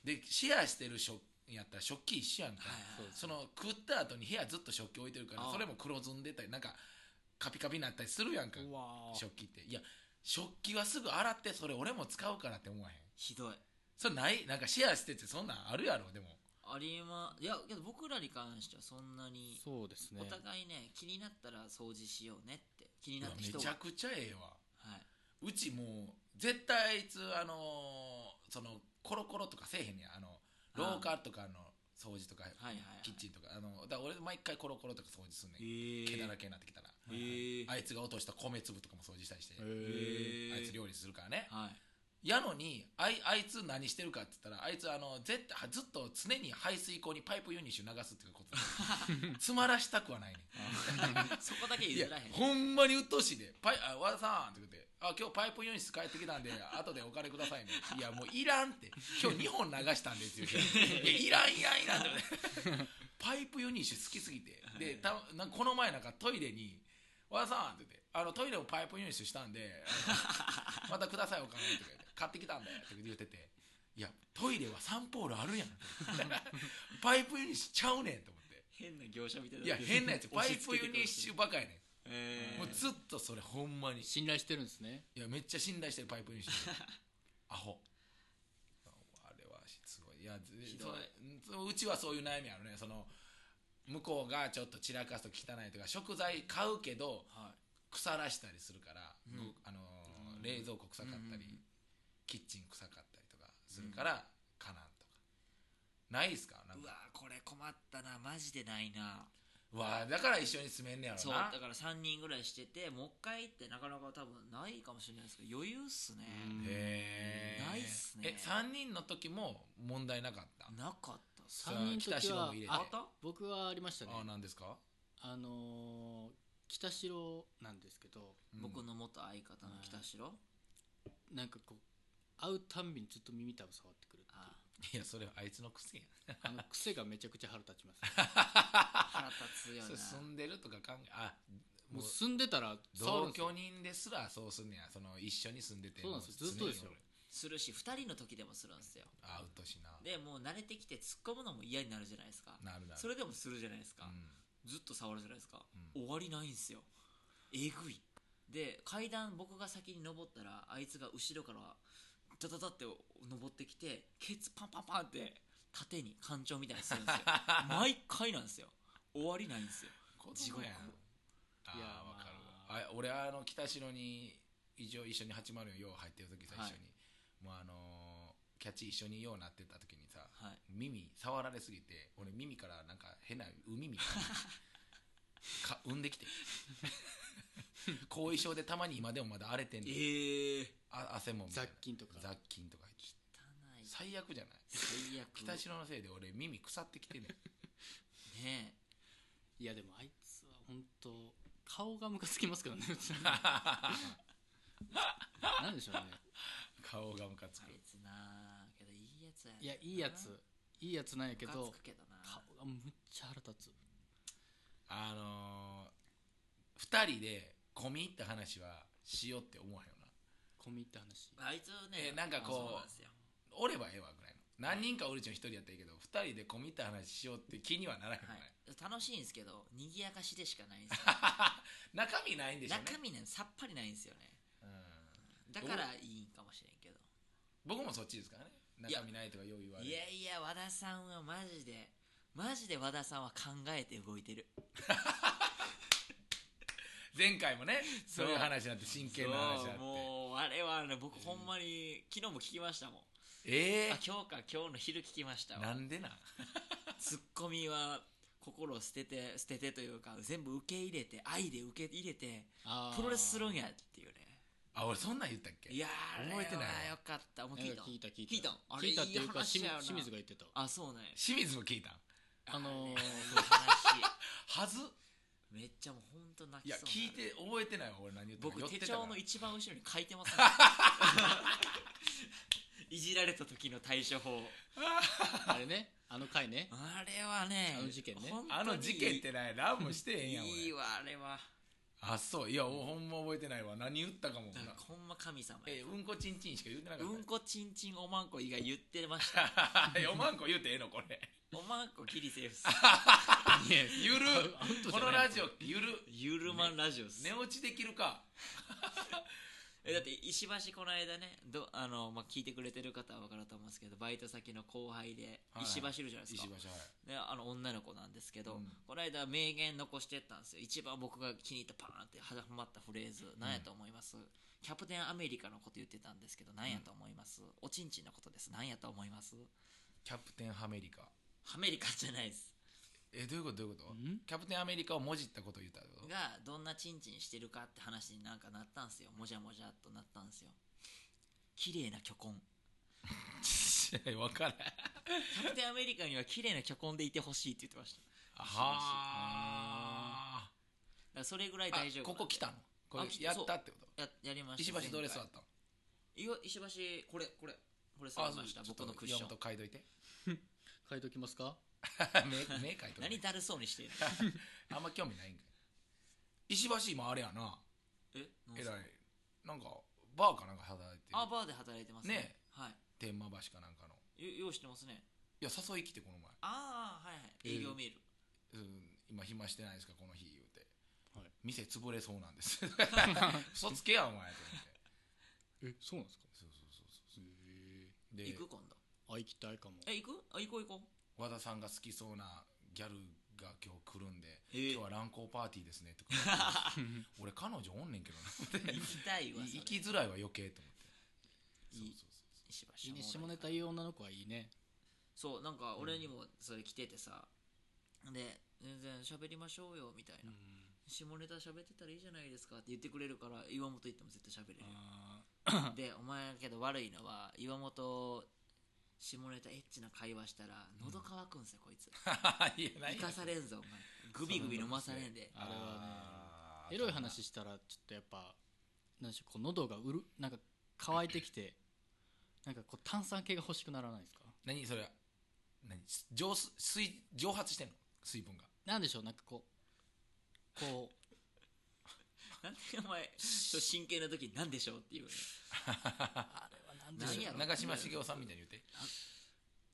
Speaker 2: でシェアしてる食やったら食器一緒やんか、
Speaker 1: はいはい
Speaker 3: そう
Speaker 1: は
Speaker 3: です
Speaker 2: その食った後に部屋ずっと食器置いてるから
Speaker 1: ああ
Speaker 2: それも黒ずんでたりなんかカピカピになったりするやんか
Speaker 1: い。うわー
Speaker 2: 食器っていや食器はすぐ洗ってそれ俺も使うからって思わへん
Speaker 1: ひどい。
Speaker 2: それないなんかシェアしててそんなんあるやろでも
Speaker 1: ありえま、いや、けど僕らに関してはそんなに、
Speaker 3: そうですね
Speaker 1: お互いね、気になったら掃除しようねって、気に
Speaker 2: い
Speaker 1: な
Speaker 2: や
Speaker 1: った
Speaker 2: め
Speaker 1: 人
Speaker 2: ちゃ
Speaker 1: は。
Speaker 2: くちゃええわ
Speaker 1: はいう
Speaker 2: ちもう絶対あいつあのーそのコロコロとかせえへんねんあの廊下とかの掃除とか
Speaker 1: はいはいはい
Speaker 2: キッチンとかあのだから俺毎回コロコロとか掃除すんねん、
Speaker 1: え
Speaker 2: 毛だらけになってきたら、
Speaker 1: えー
Speaker 2: あいつが落とした米粒とかも掃除したりして、
Speaker 3: へ
Speaker 2: あい
Speaker 1: え
Speaker 2: つ料理するからね、
Speaker 1: はい。
Speaker 2: やのにあいあいつ何してるかって言ったらあいつあの絶対ずっと常に排水溝にパイプユニッシュ流すってい うこと詰まらしたくはないね
Speaker 1: そこだけ
Speaker 2: んいや
Speaker 1: 譲らへん。
Speaker 2: ほんまに鬱陶しいで「パイあ和田さん」って言って「あ今日パイプユニッシュ帰って きたんで後でお金くださいね」いやもういらんって今日2本流した んですよいやいらんいらんいらんってパイプユニッシュ好きすぎてでたなんかこの前なんかトイレに「和田さん」って言ってあのトイレもパイプユニッシュしたんで あのまたくださいお金とか言って買ってきたんだよって言ってていやトイレはサンポールあ るやんパイプユニッシュちゃうねんと思って
Speaker 1: 変な業者みたいな。
Speaker 2: いや変なやつパ
Speaker 1: 押
Speaker 2: イ
Speaker 1: し付
Speaker 2: プ
Speaker 1: けて
Speaker 2: ユ
Speaker 1: く
Speaker 2: ニ
Speaker 1: る
Speaker 2: ッ
Speaker 1: し
Speaker 2: シュばかりね
Speaker 1: え
Speaker 2: ん
Speaker 1: ー
Speaker 2: もうずっとそれほんまに
Speaker 3: 信頼してるんですね
Speaker 2: いやめっちゃ信頼してるパイプユニッシュ アホあれはすごいいやず
Speaker 1: ひどい
Speaker 2: そうんうちはそういう悩みあるねその向こうがちょっと散らかすと汚いとか食材買うけど
Speaker 1: は
Speaker 2: 腐らしたりするから、
Speaker 1: うん
Speaker 2: ごあのー
Speaker 3: うん
Speaker 2: 冷蔵庫臭かったり、
Speaker 1: うんうんうん
Speaker 2: キッチン臭かったりとかするから、かなんとかないですかなん
Speaker 1: い。う
Speaker 2: か
Speaker 1: わーこれ困ったな、マジでないな。
Speaker 2: うわだから一緒に住めんねやろ
Speaker 1: そう、
Speaker 2: な
Speaker 1: だから3人ぐらいしてて、もう一回ってなかなか多分ないかもしれないですけど、余裕っすね。
Speaker 3: うん
Speaker 2: へー
Speaker 1: ないっすね
Speaker 2: え3人の時も問題なかった
Speaker 1: なかったっす。
Speaker 3: 3人の時は
Speaker 2: 北城も入れて
Speaker 1: ま
Speaker 3: あ
Speaker 1: た
Speaker 3: 僕はありましたね
Speaker 2: あなんですか、
Speaker 3: あのー北城なんですけど
Speaker 2: うん
Speaker 1: 僕 の元相方の北城、
Speaker 3: なんかこう会うたんびにずっと耳たぶ触ってくるって
Speaker 1: あ
Speaker 2: い
Speaker 3: い
Speaker 2: やそれはあいつの癖や
Speaker 3: うあの癖がめちゃくちゃ腹立ちます
Speaker 1: 腹立つよ
Speaker 2: それ住
Speaker 1: な。
Speaker 2: んでるとか考えあも
Speaker 3: も
Speaker 2: う
Speaker 3: う住んでたら触る
Speaker 2: 同
Speaker 3: んです
Speaker 2: 居
Speaker 3: よ
Speaker 2: 人ですらそうすんねやその一緒に住んでて
Speaker 3: そうなんですよ
Speaker 2: も
Speaker 3: ずっとです
Speaker 2: 常
Speaker 3: よ
Speaker 2: に
Speaker 1: するし、2人の時でもするんですよ。
Speaker 2: 俺あうっとうしいな
Speaker 1: で、もう慣れてきて突っ込むのも嫌になるじゃないですか。
Speaker 2: なるなる
Speaker 1: それでもするじゃないですか。
Speaker 2: う
Speaker 1: ずっと触るじゃないですか、
Speaker 2: うん
Speaker 1: 終わりないんすよえぐいで階段僕が先に登ったらあいつが後ろからダダダって登ってきてケツパンパンパンって縦に干潮みたいにするん ですよ毎回なんですよ終わりないんですよ
Speaker 2: ん、
Speaker 1: 地獄
Speaker 2: やんあ
Speaker 3: いや
Speaker 2: あわか
Speaker 3: まあ
Speaker 2: るわあ俺あの北城に一応一緒に804よう入ってる時さ
Speaker 1: はい
Speaker 2: 一緒に、もうあのーキャッチ一緒にようなってた時にさ、
Speaker 1: はい
Speaker 2: 耳触られすぎて俺耳からなんか変な海みたいな か産んできて後遺症でたまに今でもまだ荒れてん
Speaker 1: え
Speaker 2: ねん
Speaker 1: ー、
Speaker 2: あ汗もみたいな
Speaker 3: 雑菌とか
Speaker 2: 雑菌とか入ってきて
Speaker 1: 汚い
Speaker 2: 最悪じゃない
Speaker 1: 最悪
Speaker 2: 北城のせいで俺耳腐ってきてんね ん
Speaker 1: ね
Speaker 3: いやでもあいつは本当顔がムカつきますからねうちのなんでしょうね
Speaker 2: 顔がムカつ
Speaker 1: あ
Speaker 2: く
Speaker 1: いつなけどいいやつや
Speaker 3: いやいいやついいやつなんやけ
Speaker 1: け
Speaker 3: ど
Speaker 1: つくけどな
Speaker 3: 顔がむっちゃ腹立つ
Speaker 2: あのー、2人で込み入った話はしようって思わへんよな
Speaker 3: 込み入った話
Speaker 1: あいつね
Speaker 2: えなんかこう
Speaker 1: そうなんですよ
Speaker 2: おればええわぐらいの何人かおるうちの1人やったらいいけど2人で込み入った話しようって気にはならへんよ
Speaker 1: は
Speaker 2: ね、
Speaker 1: い、楽しいんですけど賑やかしでしかないんですよ
Speaker 2: 中身ないん でしょうね
Speaker 1: 中身ねさっぱりないんですよね
Speaker 2: うん
Speaker 1: だからいいんかもしれんけど
Speaker 2: 僕もそっちですからね中身ないとかよう言われ
Speaker 1: い
Speaker 2: る
Speaker 1: やいや和田さんはマジでマジで和田さんは考えて動いてる
Speaker 2: 前回もね
Speaker 1: そ
Speaker 2: そうういう話になって真剣な話に
Speaker 1: そう
Speaker 2: なって
Speaker 1: もうあれはね僕ほんまに、昨日も聞きましたもん
Speaker 2: え
Speaker 1: あ今日か今日の昼聞きました
Speaker 2: ー、
Speaker 1: わ
Speaker 2: なんでなん
Speaker 1: ツッコミは心を捨てて捨ててというか全部受け入れて愛で受け入れてプロレスするんやっていうね
Speaker 2: あ俺そんなん言ったっけ
Speaker 1: いやー
Speaker 2: 覚えてない
Speaker 1: あ
Speaker 2: わ
Speaker 1: れはよかったもう
Speaker 3: なん
Speaker 1: 聞い
Speaker 3: か
Speaker 1: た
Speaker 3: 聞いた聞いた
Speaker 1: 聞いたあれ
Speaker 3: 聞いたっていうか
Speaker 1: いい話やよな
Speaker 3: 清水が言ってた
Speaker 1: あそうね
Speaker 2: 清水も聞いたん
Speaker 3: あのー
Speaker 1: れいい話
Speaker 2: はず
Speaker 1: めっちゃもう本当泣
Speaker 2: い
Speaker 1: き
Speaker 2: や
Speaker 1: そう
Speaker 2: 聞い
Speaker 1: になる
Speaker 2: て覚えてないわ俺何言ったか
Speaker 1: 僕
Speaker 2: 寄
Speaker 1: 手
Speaker 2: ってたか
Speaker 1: 帳
Speaker 2: ら
Speaker 1: の一番後ろに書いてます ねいじられた時の対処法
Speaker 3: あれねあの回ね
Speaker 1: あれはね
Speaker 3: あの事件ね
Speaker 1: 本当に
Speaker 2: あの事件ってないランもしてへんやん
Speaker 1: いい
Speaker 2: 俺
Speaker 1: わあれは
Speaker 2: あそういやおほんま覚えてないわ何言ったかも
Speaker 1: だからほんま神様や
Speaker 2: えうんこちんちんしか言ってなかっ
Speaker 1: うんこちんちんおまんこ以外言ってま した
Speaker 2: たいやおまんこ言うてええのこれ
Speaker 1: おまんこギリセー フっす
Speaker 2: ゆる
Speaker 3: アウト
Speaker 2: こ
Speaker 3: じゃない
Speaker 2: のラジオゆる
Speaker 1: ゆるまんラジオっす、
Speaker 2: 寝落ちできるか
Speaker 1: えだって石橋この間ねどあの、まあ、聞いてくれてる方は分かると思うんですけどバイト先の後輩で
Speaker 2: はい
Speaker 1: 石橋いるじゃないです
Speaker 2: 石
Speaker 1: か、
Speaker 2: 橋はい
Speaker 1: であの女の子なんですけど、
Speaker 2: うん
Speaker 1: この間名言残してったんですよ一番僕が気に入ったパーンってははまったフレーズ何やと思います、キャプテンアメリカのこと言ってたんですけど何やと思います、おちんちんのことです何やと思います
Speaker 2: キャプテンアメリカ
Speaker 1: アメリカじゃないです
Speaker 2: えどういうことどういうこと
Speaker 3: ん
Speaker 2: キャプテンアメリカをもじったこと言ったってこと
Speaker 1: がどんなチンチンしてるかって話になんかなったんすよもじゃもじゃっとなったんすよ綺麗な巨根
Speaker 2: 分からん
Speaker 1: キャプテンアメリカには綺麗な巨根でいてほしいって言ってましただか
Speaker 2: は
Speaker 1: らそれぐらい
Speaker 2: あ
Speaker 1: 大丈夫
Speaker 2: ここ来たのこれ
Speaker 1: あ
Speaker 2: やったってこと
Speaker 1: ややりまし
Speaker 2: 石
Speaker 1: た
Speaker 2: 橋どれ座った
Speaker 1: いや石橋これこれこれ
Speaker 2: の
Speaker 1: 触りました僕のクッション
Speaker 2: と書いと いて
Speaker 3: 書いときますか
Speaker 2: 目目書いとい
Speaker 1: 何
Speaker 2: て
Speaker 1: だるそうにしてる
Speaker 2: あんま興味ないんかい石橋もあれやな
Speaker 1: えなん
Speaker 2: え
Speaker 1: す
Speaker 2: ら
Speaker 1: か
Speaker 2: いなんかバーかなんか働いてる
Speaker 1: あバーで働いてますね
Speaker 2: ね
Speaker 1: は
Speaker 2: 天満橋かなんかの
Speaker 1: いよ用意してますね
Speaker 2: いや誘い来てこの前
Speaker 1: ああはいはい営業メール、
Speaker 2: うん今暇してないですかこの日言うて、
Speaker 3: はい
Speaker 2: 店潰れそうなんです 嘘つけやお前と思って
Speaker 3: えそうなんですか
Speaker 2: そうそうそうそ
Speaker 3: へ
Speaker 2: うで
Speaker 1: 行く今度
Speaker 3: えあ行きたいかも
Speaker 1: え行くあ行こう行こう
Speaker 2: 和田さんが好きそうなギャルが今日来るんで、
Speaker 1: えー
Speaker 2: 今日は乱行パーティーですねとか 俺彼女おんねんけどな
Speaker 1: 行きたいわそれ
Speaker 2: 行きづらいは余計と思って
Speaker 1: い
Speaker 2: そう
Speaker 1: い
Speaker 2: そうそう
Speaker 1: 石橋
Speaker 3: いいね下
Speaker 1: おもろ
Speaker 3: ネ
Speaker 1: い
Speaker 3: タ言う女の子はいいね
Speaker 1: そうなんか俺にもそれ来ててさ、で全然喋りましょうよみたいな、下ネタ喋ってたらいいじゃないですかって言ってくれるから岩本行っても絶対喋れるよ
Speaker 3: あ
Speaker 1: でお前やけど悪いのは岩本下ネタエッチな会話したら喉乾くんすよ、こいつ
Speaker 2: いやない
Speaker 1: 生かされんぞお前グビグビ飲まされんで
Speaker 3: あれ
Speaker 2: は
Speaker 3: ーエロい話したらちょっとやっぱなんでしょうこう喉がうるなんか乾いてきてなんかこう炭酸系が欲しくならないですか
Speaker 2: 何それ何蒸す水蒸発してんの水分が
Speaker 3: なんでしょうなんかこうこう
Speaker 1: なんでお前ちょ真剣な時になんでしょうっていう、ね、
Speaker 3: あれはなんで
Speaker 1: 何
Speaker 3: しょ
Speaker 1: やろ
Speaker 2: 長嶋茂雄さんみたいに言うて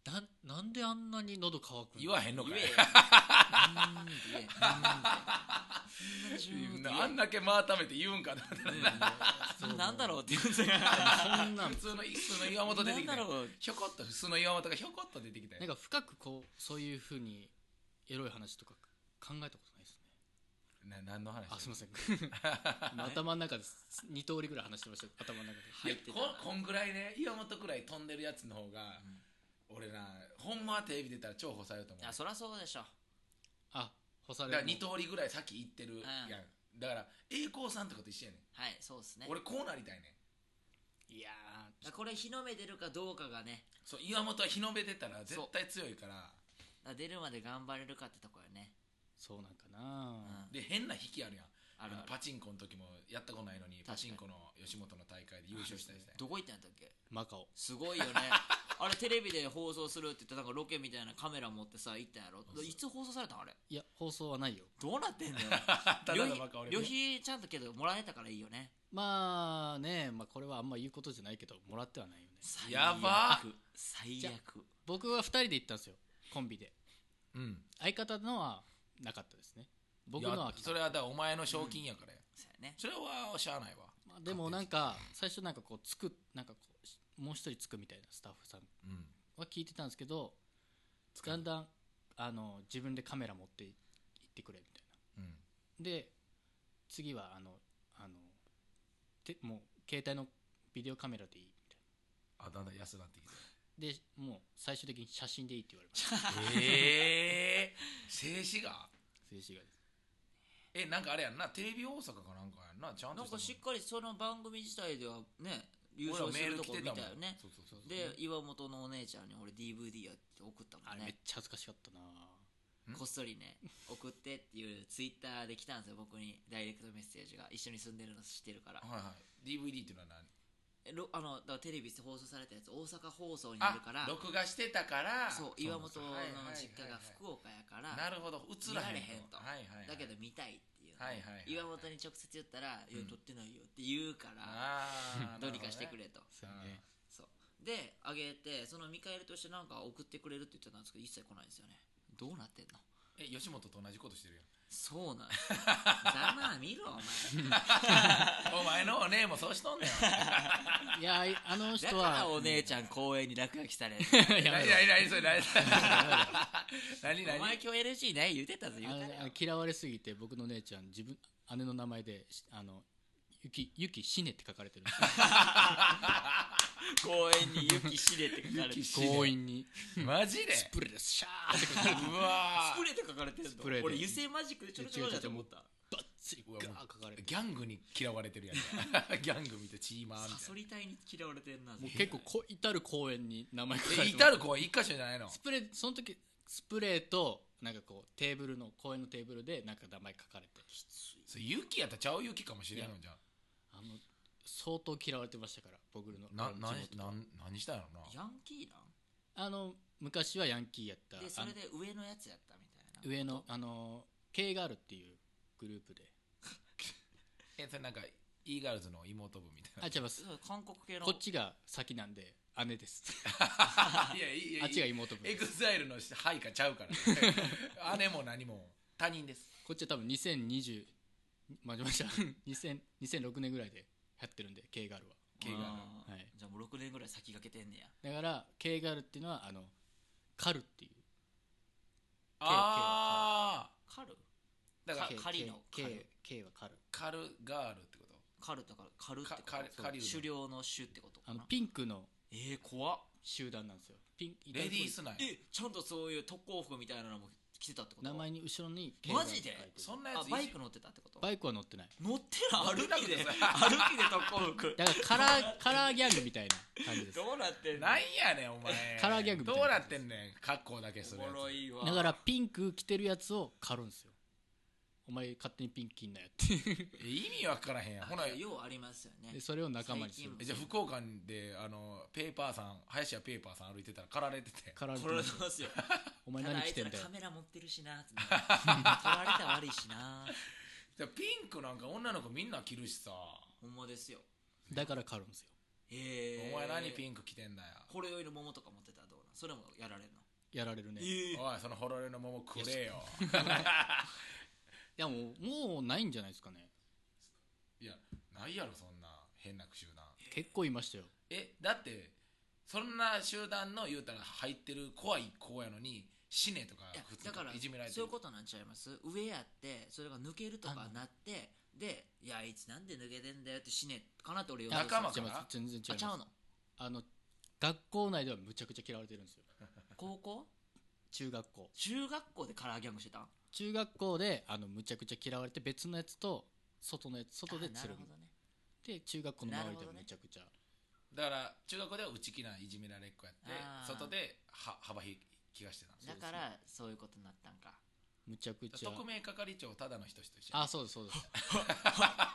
Speaker 3: うななんであんなに喉乾くの
Speaker 2: 言わへんのか
Speaker 1: 言
Speaker 2: い
Speaker 1: えようーんって言えうーんって言えうーんって言え
Speaker 2: あんだけ真改めて言うんかな
Speaker 1: うんなんだろうって言うんですよ
Speaker 3: そん なん
Speaker 2: 普通の普通の岩本出てきた
Speaker 1: なんだろう
Speaker 2: ひょこっと普通の岩本がひょこっと出てきたよ
Speaker 3: なんか深くこうそういうふうにエロい話とか考えたことないですね
Speaker 2: な何の話
Speaker 3: あす いません今頭の中で2通りぐらい話してましたよ頭の中で
Speaker 1: 入って
Speaker 2: い
Speaker 1: た
Speaker 2: やここんぐらいね岩本くらい飛んでるやつの方が、俺なほんまはテレビ出たら重宝されると思う
Speaker 1: あそりゃそうでしょ
Speaker 3: あ干さ
Speaker 2: だ
Speaker 3: れ
Speaker 2: から
Speaker 3: る
Speaker 2: 2通りぐらい先行ってるやん、だから栄光さんとかと一緒やねん
Speaker 1: はいそうですね
Speaker 2: 俺こうなりたいねん
Speaker 3: いやー
Speaker 1: これ日の目出るかどうかがね
Speaker 2: そう岩本は日の出てたら絶対強いから
Speaker 1: 出るまで頑張れるかってとこよね、
Speaker 3: そうなんか
Speaker 1: うん
Speaker 3: な、
Speaker 2: で変な引きあるやん
Speaker 1: あるある
Speaker 2: のパチンコの時もやったことないのに
Speaker 1: かに
Speaker 2: パチンコの吉本の大会で優勝したりしたやん
Speaker 1: どこ行ったんだっけ
Speaker 3: マカオ
Speaker 1: すごいよねあれテレビで放送するって言ってなんかロケみたいなカメラ持ってさ行ったんやろいつ放送されたんあれ
Speaker 3: いや放送はないよ
Speaker 1: どうなってんだよ
Speaker 2: ただのバカ俺
Speaker 1: 旅費ちゃんとけどもらえたからいいよね
Speaker 3: まあね、まあ、これはあんま言うことじゃないけどもらってはないよね
Speaker 1: 最悪
Speaker 2: やば
Speaker 1: 最
Speaker 3: じゃ
Speaker 1: 悪
Speaker 3: 僕は2人で行ったんですよコンビで
Speaker 2: うん
Speaker 3: 相方のはなかったですね僕の
Speaker 2: い
Speaker 3: は
Speaker 2: や
Speaker 3: 来た
Speaker 2: それはだからお前の賞金やからや、
Speaker 1: そうやね
Speaker 2: それはしゃあないわ
Speaker 3: まあ、でもなんか最初なんかこうつくなんかこうしもう一人つくみたいなスタッフさん
Speaker 2: うん
Speaker 3: は聞いてたんですけどだんだんあの自分でカメラ持って行ってくれみたい
Speaker 2: うん
Speaker 3: なで次はあのあのてもう携帯のビデオカメラでいいみたい
Speaker 2: あだんだん安なってきて
Speaker 3: なでもう最終的に写真でいいって言われました
Speaker 2: ええ静止 画
Speaker 3: 静止画です
Speaker 2: えなんかあれやんなテレビ大阪かなんかやんなちゃんと
Speaker 1: なんかし
Speaker 2: し
Speaker 1: っかりその番組自体ではね優
Speaker 2: たもん
Speaker 1: 勝す
Speaker 2: 俺ら
Speaker 1: る
Speaker 2: メール
Speaker 1: と
Speaker 2: 来
Speaker 1: こ
Speaker 2: て
Speaker 1: 見
Speaker 2: たもん
Speaker 1: たよね
Speaker 2: そうそうそうそう
Speaker 1: で岩本のお姉ちゃんに俺 DVD やって送った
Speaker 3: あ
Speaker 1: もん
Speaker 3: れめっ
Speaker 1: ね
Speaker 3: ちゃ恥ずかしかったな
Speaker 2: うん
Speaker 1: こっそりね送ってっていうツイッターで来たんですよ僕にダイレクトメッセージが一緒に住んでるの知ってるから
Speaker 2: はいはい DVD っていうのは何
Speaker 1: えろあのだからテレビで放送されたやつ大阪放送にな
Speaker 2: あ
Speaker 1: るから
Speaker 2: 録画してたから
Speaker 1: そう岩本の実家が
Speaker 2: 岡
Speaker 1: 福岡やから
Speaker 2: なるほど映らへん
Speaker 1: 見られへんと
Speaker 2: はいはいはい
Speaker 1: だけど見たいっていうね
Speaker 2: はいはいはいはい
Speaker 1: 岩本に直接言ったら「いや
Speaker 2: うん
Speaker 1: 取ってないよ」って言うから、
Speaker 2: あ あ
Speaker 1: どうにかしてくれと
Speaker 3: そうやね
Speaker 1: そうであげてその見返りとしてなんか送ってくれるって言ってたんですけど一切来ないんですよねどうなってんの
Speaker 2: え吉本と同じことしてるよ
Speaker 1: そうなんやざ まあ見ろお前
Speaker 2: お前のお姉もそうしとんね ん
Speaker 3: いやあの
Speaker 1: だ
Speaker 3: 人
Speaker 1: から
Speaker 3: は
Speaker 1: お姉ちゃん公園に落書きされ る
Speaker 2: 何
Speaker 3: やめろ
Speaker 2: 何何それ何何
Speaker 1: お
Speaker 2: 何
Speaker 1: 前今日 LG ない言うてたぞ言
Speaker 3: あ
Speaker 1: う
Speaker 3: の
Speaker 1: たら
Speaker 3: あの嫌われすぎて僕の姉ちゃん自分姉の名前でしあのゆきゆきしねって書かれてるんですよ
Speaker 1: 公園に雪しれって書かれてるス
Speaker 3: 強引に
Speaker 2: マジで
Speaker 3: スプレーですシャーって書かれて
Speaker 2: うわ
Speaker 1: プレーって書かれてるの
Speaker 3: プレーで
Speaker 1: 俺油性マジックでちょろちょろだと思った
Speaker 3: バッツリガー書かれて
Speaker 2: ー
Speaker 3: る
Speaker 2: ギャングに嫌われてるや つギャング見てチーマーみ
Speaker 1: サ
Speaker 2: た
Speaker 1: ソ
Speaker 2: い
Speaker 1: リ隊に嫌われてんな
Speaker 3: もう結構こ至る公園に名前書かれて
Speaker 2: なえ
Speaker 3: る
Speaker 2: 至る子は一箇所じゃないの
Speaker 3: スプレーその時スプレーとなんかこうテーブルの公園のテーブルでなんか名前書かれて
Speaker 1: きつい
Speaker 2: それ雪やったらちゃう雪かもしれんのじゃん
Speaker 3: あの相当嫌われてましたから僕の
Speaker 2: な
Speaker 3: 俺の
Speaker 2: 何
Speaker 3: 地元とか
Speaker 2: 何何したんやろな
Speaker 1: ヤンキーな
Speaker 3: あの昔はヤンキーやった
Speaker 1: んでそ
Speaker 3: あ
Speaker 1: れ
Speaker 3: の
Speaker 1: で上のやつやったみたいな
Speaker 3: 上のあの K ガールっていうグループで
Speaker 2: えそれなんか e ガールズの妹分みたいな
Speaker 3: あ違います
Speaker 1: そう韓国系の
Speaker 3: こっちが先なんで姉です
Speaker 2: いやいいい
Speaker 3: あっちが
Speaker 2: い
Speaker 3: 妹分
Speaker 2: エ
Speaker 3: で
Speaker 2: グ
Speaker 3: す
Speaker 2: ザイルの配下ちゃうから 姉も何も他人です
Speaker 3: こっちは多分2020間違えました 2000 2006年ぐらいでやってるんで K ガールは
Speaker 2: 系が
Speaker 1: あー
Speaker 3: はい
Speaker 1: じゃあもう6年ぐらい先駆けてんねや
Speaker 3: だから K ガールっていうのはあのカルっていう
Speaker 2: ああ
Speaker 1: カル
Speaker 2: だから
Speaker 1: かカリの
Speaker 3: K,
Speaker 1: カ
Speaker 3: K,
Speaker 1: ル
Speaker 3: K はカル
Speaker 2: カルガールってこと
Speaker 1: カルだからカルってこと
Speaker 2: かカル
Speaker 1: そう
Speaker 2: カリウム
Speaker 1: 狩猟の種ってこと
Speaker 3: あ
Speaker 1: か
Speaker 3: の
Speaker 1: な
Speaker 3: ピンクの
Speaker 1: えー怖っ
Speaker 3: 集団なんですよピン
Speaker 2: レディースなんや
Speaker 1: えちゃんとそういう特攻服みたいなのも着てたってこと
Speaker 3: 名前に後ろに K
Speaker 1: マジで
Speaker 3: ガールって書
Speaker 2: そ
Speaker 3: いて
Speaker 2: んな
Speaker 1: あ
Speaker 2: やつ
Speaker 1: バイク乗ってたってこと
Speaker 3: るバイクは乗ってない
Speaker 1: 乗ってな歩きで
Speaker 2: 乗って
Speaker 1: 歩
Speaker 2: な
Speaker 1: きで特攻服
Speaker 3: だからカラーカラーギャングみたいな感じです
Speaker 1: どうなってんの
Speaker 2: なんやねんお前
Speaker 3: カラーギャグみた
Speaker 2: ど
Speaker 3: いうな
Speaker 2: なってんねん格好だけするや
Speaker 1: おもろ
Speaker 2: つ
Speaker 1: いわ
Speaker 3: だからピンク着てるやつを狩るんですよお前勝手にピンク着んなよ って
Speaker 2: え意味わからへんやんほ
Speaker 1: ほ
Speaker 2: な
Speaker 1: ら
Speaker 2: え
Speaker 1: ようありますよね
Speaker 3: でそれを仲間にする
Speaker 1: 最近
Speaker 2: じゃあ福岡であのペーパーさん林家ペーパーさん歩いてたら狩られてて
Speaker 3: 狩られて
Speaker 1: 取られ
Speaker 3: ま
Speaker 1: て
Speaker 3: す
Speaker 1: ますよ
Speaker 3: お
Speaker 1: た
Speaker 3: 前
Speaker 1: だ
Speaker 3: 何
Speaker 1: あ
Speaker 3: 着
Speaker 1: いつ
Speaker 3: てん
Speaker 1: ら
Speaker 3: だよ
Speaker 1: カメラ持ってるしなつって取られたら悪いしな
Speaker 2: じゃあピンクなんか女の子みんな着るしさ
Speaker 1: ほんまですよ
Speaker 3: だから狩るんですよ
Speaker 2: お
Speaker 1: えー、
Speaker 2: 前何ピ
Speaker 1: ン
Speaker 2: ンク着てんだよ
Speaker 1: これよりの桃とか持ってたらどうなんそれもやられるの
Speaker 3: やられるねい
Speaker 1: え
Speaker 2: おいそのほろれの桃くれよ
Speaker 3: やもうもうないんじゃないですかね
Speaker 2: いやないやろそんな変な集団
Speaker 3: 結構いましたよ
Speaker 2: えだってそんな集団の言うたら入ってる怖い子やのに死ねとか
Speaker 1: いや
Speaker 2: 普通
Speaker 1: だから
Speaker 2: にいじめられて
Speaker 1: そうい
Speaker 2: る
Speaker 1: うことなんちゃいます上やってそれが抜けるとかなってで「いやあいつなんで抜けてんだよ」って死ねかなって俺言われて
Speaker 2: 仲間
Speaker 3: 違います全然違い
Speaker 1: あ
Speaker 3: ます
Speaker 1: ちゃうの
Speaker 3: あの学校内ではむちゃくちゃ嫌われてるんですよ
Speaker 1: 高校
Speaker 3: 中学校
Speaker 1: 中学校でカラーギャングしてたん
Speaker 3: 中学校であのむちゃくちゃ嫌われて別のやつと外のやつ外で
Speaker 1: あな
Speaker 3: つ
Speaker 1: る
Speaker 3: る
Speaker 1: ほ
Speaker 3: む
Speaker 1: どね
Speaker 3: で中学校の周りで
Speaker 1: なるほど
Speaker 3: は
Speaker 1: ね
Speaker 3: むちゃくちゃ、
Speaker 2: だから中学校では内気ないじめられっ子やって
Speaker 1: あー
Speaker 2: 外では幅ひきがしてたんです
Speaker 1: だからそういうことになったんか
Speaker 3: むちゃくちゃ
Speaker 2: 匿名係長ただの人と一緒
Speaker 3: あそうですそうです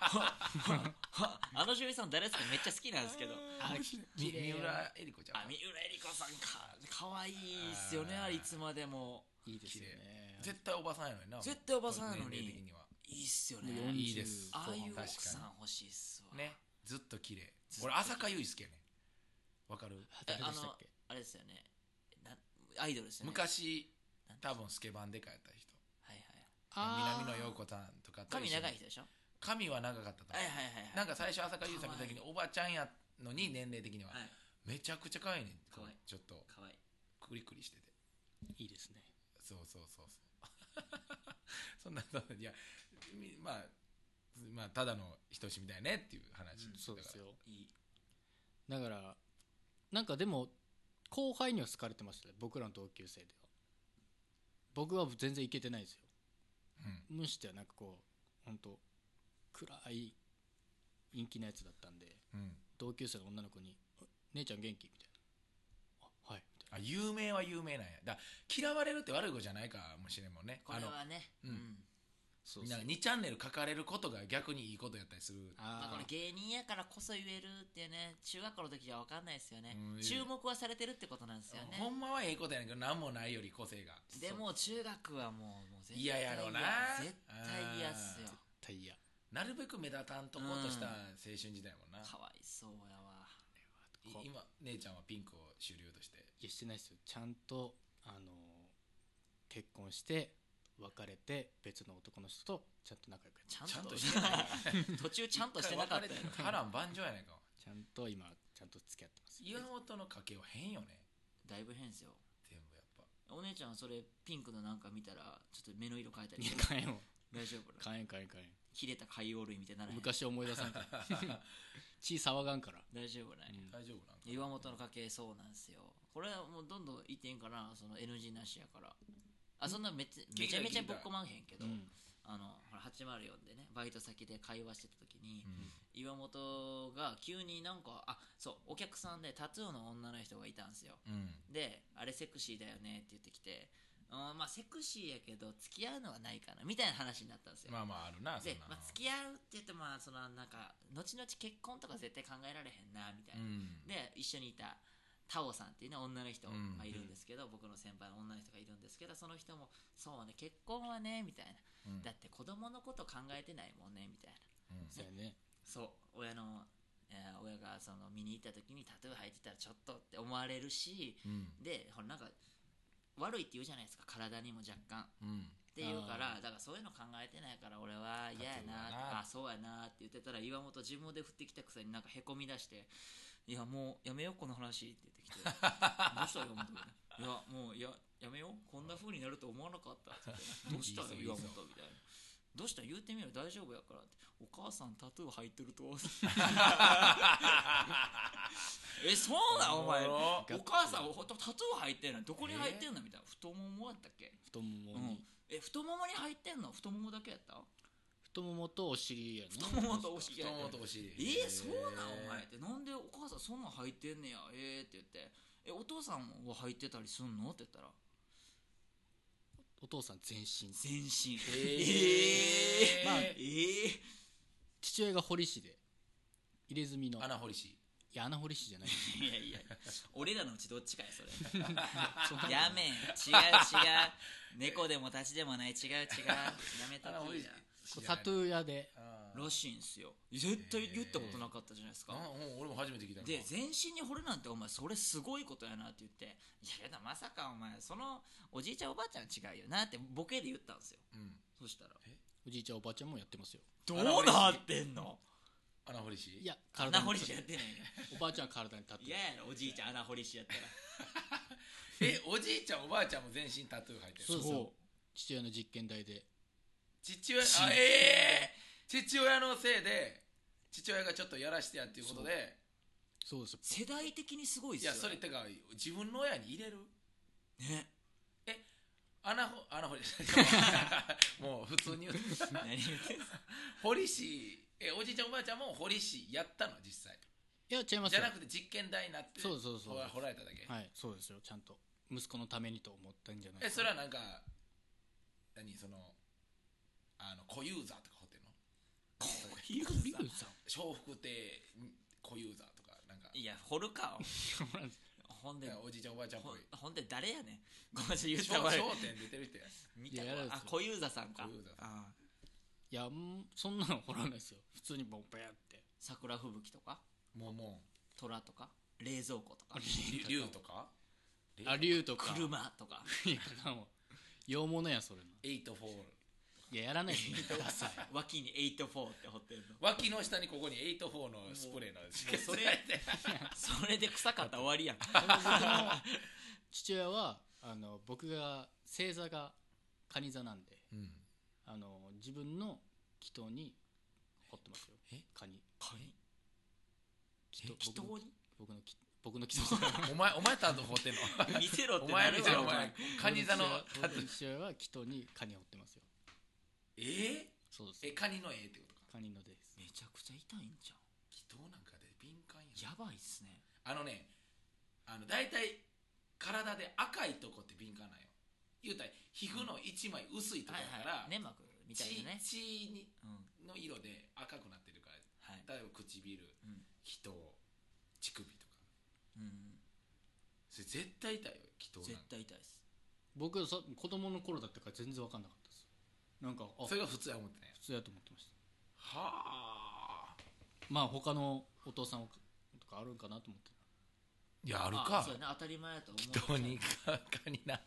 Speaker 1: はあの女優さん誰ですかめっちゃ好きなん ですけど
Speaker 3: あ
Speaker 2: み
Speaker 3: 綺麗
Speaker 2: 三
Speaker 3: よ
Speaker 2: 浦恵理子ちゃ
Speaker 1: あ
Speaker 2: ん
Speaker 1: 三浦恵理子さんか可愛いっすよね
Speaker 2: あー
Speaker 1: あれいつまでも
Speaker 3: いいですよね
Speaker 2: 絶対おばさんやのにな
Speaker 1: 絶対おばさんやのに
Speaker 2: 年齢的にはい
Speaker 1: いっすよ
Speaker 3: もう
Speaker 1: ね
Speaker 3: 40
Speaker 2: いいです
Speaker 1: ああいう
Speaker 2: 確か
Speaker 1: 奥
Speaker 2: に
Speaker 1: さん欲しいっすわ
Speaker 2: ねずっと綺麗
Speaker 1: ずっと
Speaker 2: 俺浅香唯介ねわかる
Speaker 3: あ誰でしたっけ
Speaker 1: あれですよねなアイドルですよね
Speaker 2: 昔
Speaker 1: なんて
Speaker 2: 多分スケバンでかやった人
Speaker 1: はいはい
Speaker 3: あー
Speaker 2: 南野陽子さんとかと一緒
Speaker 1: 髪
Speaker 2: に
Speaker 1: 長い人でしょ
Speaker 2: 髪は長かったと思
Speaker 1: は
Speaker 2: う
Speaker 1: いはいはいはい
Speaker 2: なんか最初浅香唯さん見た時に
Speaker 1: 可
Speaker 2: おばちゃんやのに年齢的には
Speaker 1: はい
Speaker 2: めちゃくちゃ可愛いねん
Speaker 1: 可愛い
Speaker 2: ちょっと
Speaker 1: 可愛い
Speaker 2: クリクリしてて
Speaker 3: いいですね
Speaker 2: そうそうそう そうそんなそんないやみまあまあただの人しみだよねっていう話、
Speaker 1: うん
Speaker 3: そうですよ
Speaker 1: いい
Speaker 3: だからなんかでも後輩には好かれてましたね僕らの同級生では僕は全然いけてないですよ
Speaker 2: だから、
Speaker 3: むしてはなんかこう本当暗い陰気なやつだったんで
Speaker 2: うんうん、
Speaker 3: 同級生の女の子にあ「姉ちゃん元気?」みたいな「あはい」みた
Speaker 2: あ
Speaker 3: い
Speaker 2: 有名は有名なんやだ嫌われるって悪いことじゃないかもしれんもんね
Speaker 1: これはね
Speaker 2: うん
Speaker 3: そ
Speaker 2: あのなんか2チャンネル書かれることが逆にいいことやったりする
Speaker 1: まあこ
Speaker 3: あ
Speaker 1: れ芸人やからこそ言えるってね中学校の時じゃ分かんないですよね
Speaker 2: うん
Speaker 1: 注目はされてるってことなんですよ
Speaker 2: ほ
Speaker 1: ね
Speaker 2: んまはええことやねんけど何もないより個性が
Speaker 1: でも中学はもうもう絶対
Speaker 2: 嫌やろな
Speaker 1: 絶対嫌っすよ
Speaker 2: あ
Speaker 3: 対嫌
Speaker 2: なるべく目立たんとこうとした青春時代やもんな、
Speaker 1: かわいそうやわ
Speaker 2: い今姉ちゃんはピンクを主流として
Speaker 3: いやしてないですよちゃんとあの結婚して別れて別の男の人とちゃんと仲良くやって
Speaker 1: ち
Speaker 3: る
Speaker 1: ゃん
Speaker 2: ちゃん
Speaker 1: と
Speaker 2: と
Speaker 1: し
Speaker 2: してて
Speaker 1: な
Speaker 2: ないい
Speaker 1: わ途中ちゃんとしてなかったよ
Speaker 2: 一回別れて波乱万丈やないか
Speaker 3: ちゃんと今ちゃんと付き合ってます
Speaker 2: 岩本の家系は変よね
Speaker 1: だいぶ変ですよ
Speaker 2: 全部やっぱ
Speaker 1: お姉ちゃんそれピンクのなんか見たらちょっと目の色変えたり
Speaker 3: いや
Speaker 1: して
Speaker 3: かんよ
Speaker 1: 大丈夫なの
Speaker 3: かんよかんよかんよ
Speaker 1: 切れた海洋類みたいにならへん
Speaker 3: 昔思い出さんから血騒がんから、
Speaker 1: 大丈夫ない、
Speaker 3: うん
Speaker 2: 大丈夫なんか
Speaker 1: 岩本の家系そうなんですよこれはもうどんどんいっていいんかなその NG なしやからあそんなめっちゃ
Speaker 2: 聞
Speaker 1: め
Speaker 2: い
Speaker 1: ち
Speaker 2: た
Speaker 1: ゃめちゃ
Speaker 2: 聞いた
Speaker 1: ぶっこまんへんけど、
Speaker 3: うん
Speaker 1: あのほら804でねバイト先で会話してた時に、
Speaker 2: うん
Speaker 1: 岩本が急になんかあそうお客さんでタトゥーの女の人がいたんですよ
Speaker 2: うん
Speaker 1: であれセクシーだよねって言ってきてうんまあセクシーやけど付き合うのはないかなみたいな話になったんですよ、
Speaker 2: まあまああるなそん
Speaker 1: で、
Speaker 2: な
Speaker 1: まあ、付き合うって言ってもまあそのなんか後々結婚とか絶対考えられへんなみたいな、
Speaker 2: うん
Speaker 1: で一緒にいたタオさんっていうね女の人
Speaker 2: うん
Speaker 1: がいるんですけど、僕の先輩の女の人がいるんですけどその人も「そうね結婚はね」みたいな、
Speaker 2: うん
Speaker 1: だって子供のこと考えてないもんね」みたいな
Speaker 2: うん
Speaker 3: そうやね
Speaker 1: そう親の、えー親がその見に行った時にタトゥー入ってたらちょっとって思われるし
Speaker 2: うん
Speaker 1: でほらなんか悪いって言うじゃないですか体にも若干
Speaker 2: うん
Speaker 1: っていうから
Speaker 3: あ
Speaker 1: だからそういうの考えてないから俺は嫌やな
Speaker 2: タトゥーはな
Speaker 1: あそうやなって言ってたら岩本自分で振ってきたくせになんかへこみ出して「いやもうやめようこの話」って言ってき て「どうした岩本」いやもうややめようこんな風になると思わなかった」って言って どうした
Speaker 2: いいぞ
Speaker 1: 岩
Speaker 2: いいぞ
Speaker 1: 本」みたいな。どうした言うてみろ大丈夫やからってお母さんタトゥー入ってると えそうなんお前
Speaker 2: おもろ
Speaker 1: お母さんほんとタトゥー入ってんのどこに入ってんのみたいな太ももやったっけ
Speaker 3: 太ももに、
Speaker 1: え太ももに入ってんの太ももだけやった
Speaker 3: 太ももとお尻やね
Speaker 1: 太ももとお尻
Speaker 2: 太ももとお尻
Speaker 1: えー、そうなんお前ってなんでお母さんそんなん入ってんねやえー、って言ってえお父さんは入ってたりすんのって言ったら
Speaker 3: お父さん全身
Speaker 1: 全身
Speaker 2: え
Speaker 1: え
Speaker 2: ー
Speaker 1: まあ
Speaker 2: え
Speaker 1: えー、
Speaker 3: 父親が堀市で入れ墨の
Speaker 2: 穴掘りし
Speaker 3: いや穴堀市じゃない
Speaker 1: いやいや俺らのうちどっちかやそれ
Speaker 3: そん な
Speaker 1: やめん違う違う猫でも立ちでもない違う違うやめた
Speaker 2: 穴
Speaker 1: 方
Speaker 2: 掘
Speaker 1: がい
Speaker 2: り
Speaker 1: い
Speaker 2: し
Speaker 1: な
Speaker 3: こうタトゥー屋で
Speaker 1: らしいんすよ絶対言ったことなかったじゃないですか、
Speaker 2: あうん俺も初めて聞いたな
Speaker 1: で全身に掘るなんてお前それすごいことやなって言っていややだまさかお前そのおじいちゃんおばあちゃん違うよなってボケで言ったんですよ
Speaker 2: うん
Speaker 1: そしたら
Speaker 3: おじいちゃんおばあちゃんもやってますよ
Speaker 1: ど
Speaker 2: 穴掘
Speaker 1: う
Speaker 2: り
Speaker 1: なってんの
Speaker 2: 穴掘りし
Speaker 3: いや
Speaker 1: 穴
Speaker 3: 体に
Speaker 1: 掘り師やってない よ
Speaker 3: おばあちゃんは体に立って
Speaker 1: 嫌
Speaker 3: る
Speaker 1: やろおじいちゃん穴掘り師やったら
Speaker 2: えおじいちゃんおばあちゃんも全身タトゥー入ってる
Speaker 3: そうそう
Speaker 1: そ
Speaker 3: 父親の実験台で
Speaker 2: 父親あええ父親のせいで父親がちょっとやらしてやっていうことで
Speaker 3: そうですよ
Speaker 1: 世代的にすごいっ
Speaker 2: い
Speaker 1: すよ
Speaker 2: やそれてか自分の親に入れる
Speaker 1: ね
Speaker 2: 穴掘穴掘り もう普通に言う
Speaker 1: 何言ってん の
Speaker 2: 掘り師えおじいちゃんおばあちゃんも掘り師やったの実際
Speaker 3: いや違います
Speaker 2: じゃ
Speaker 3: よ
Speaker 2: なくて実験台になって
Speaker 3: そうそうそう
Speaker 2: ほら掘られただけ、
Speaker 3: はいそうですよちゃんと息子のためにと思ったんじゃない
Speaker 2: え
Speaker 3: です
Speaker 2: そ
Speaker 3: か
Speaker 2: れはなんか何そのあの固有座とか掘ってんの
Speaker 1: いや
Speaker 3: ビルさん
Speaker 2: 笑福亭固有座とかなんか
Speaker 1: いや掘るかほんで
Speaker 2: おじいちゃんおばあちゃんっぽ
Speaker 1: ほ
Speaker 2: い
Speaker 1: ほんで誰やねんごめんなさい言った
Speaker 2: 笑
Speaker 1: わ
Speaker 2: 笑点出てる人や
Speaker 1: 見た
Speaker 3: いややだ
Speaker 1: わあ
Speaker 3: それ
Speaker 1: 小遊三さんか
Speaker 2: 小遊三さ
Speaker 1: あー
Speaker 3: いやんそんなの掘らないですよ普通にボンペアって
Speaker 1: 桜吹雪とか
Speaker 2: もうも
Speaker 1: 虎とか冷蔵庫とか
Speaker 2: う竜とか
Speaker 3: あ竜とか
Speaker 1: 車とか
Speaker 3: いやなんも洋物やそれの
Speaker 2: エイトフォー
Speaker 3: いややらないですよダサい
Speaker 1: 脇に84って掘ってるの
Speaker 2: 脇の下にここにエイトフォーのスプレーの
Speaker 1: それ それで臭かったら終わりやん
Speaker 3: 父親はあの僕が星座が蟹座なんで
Speaker 2: うん
Speaker 3: あの自分の祈祷に彫ってますよ
Speaker 2: え
Speaker 3: カニ
Speaker 1: 適当に
Speaker 3: 僕のき僕 の祈祷じゃない
Speaker 2: お前お前タトゥー 掘ってんの
Speaker 1: 見せろって
Speaker 2: お
Speaker 1: な
Speaker 2: 前
Speaker 1: る
Speaker 2: 見てろ
Speaker 1: わ
Speaker 2: お前カニ座の
Speaker 3: 僕
Speaker 2: タ
Speaker 3: の
Speaker 2: トゥー
Speaker 3: 父親僕の父親は祈祷にカニを彫ってますよ
Speaker 2: えー、
Speaker 3: そうです
Speaker 2: えカニの絵ってことか
Speaker 3: カニのです
Speaker 1: めちゃくちゃ痛いんじゃ
Speaker 2: 祈祷なんかで敏感やなん
Speaker 1: やばいっすね
Speaker 2: あのねあの大体体で赤いとこって敏感なんよ言うたら皮膚の一枚薄いとこ
Speaker 1: は
Speaker 2: や
Speaker 1: い
Speaker 2: から、
Speaker 1: はい粘膜みたいなね
Speaker 2: 血血に
Speaker 1: うん
Speaker 2: の色で赤くなってるから
Speaker 1: はい
Speaker 2: 例えば唇
Speaker 1: うん
Speaker 2: 気頭乳首とか
Speaker 1: うん
Speaker 2: それ絶対痛いよ気頭なん
Speaker 1: 絶
Speaker 2: か
Speaker 1: 対痛いっす
Speaker 3: 僕そ子供の頃だったから全然分かんなかったですなんかあ
Speaker 2: それが普通や思ってね
Speaker 3: 普通やと思ってました
Speaker 2: はあ
Speaker 3: まあ他のお父さんとかあるんかなと思って
Speaker 2: いやある
Speaker 1: あ
Speaker 2: か
Speaker 1: そうやな当たり前やと思う
Speaker 2: どうにかかになんか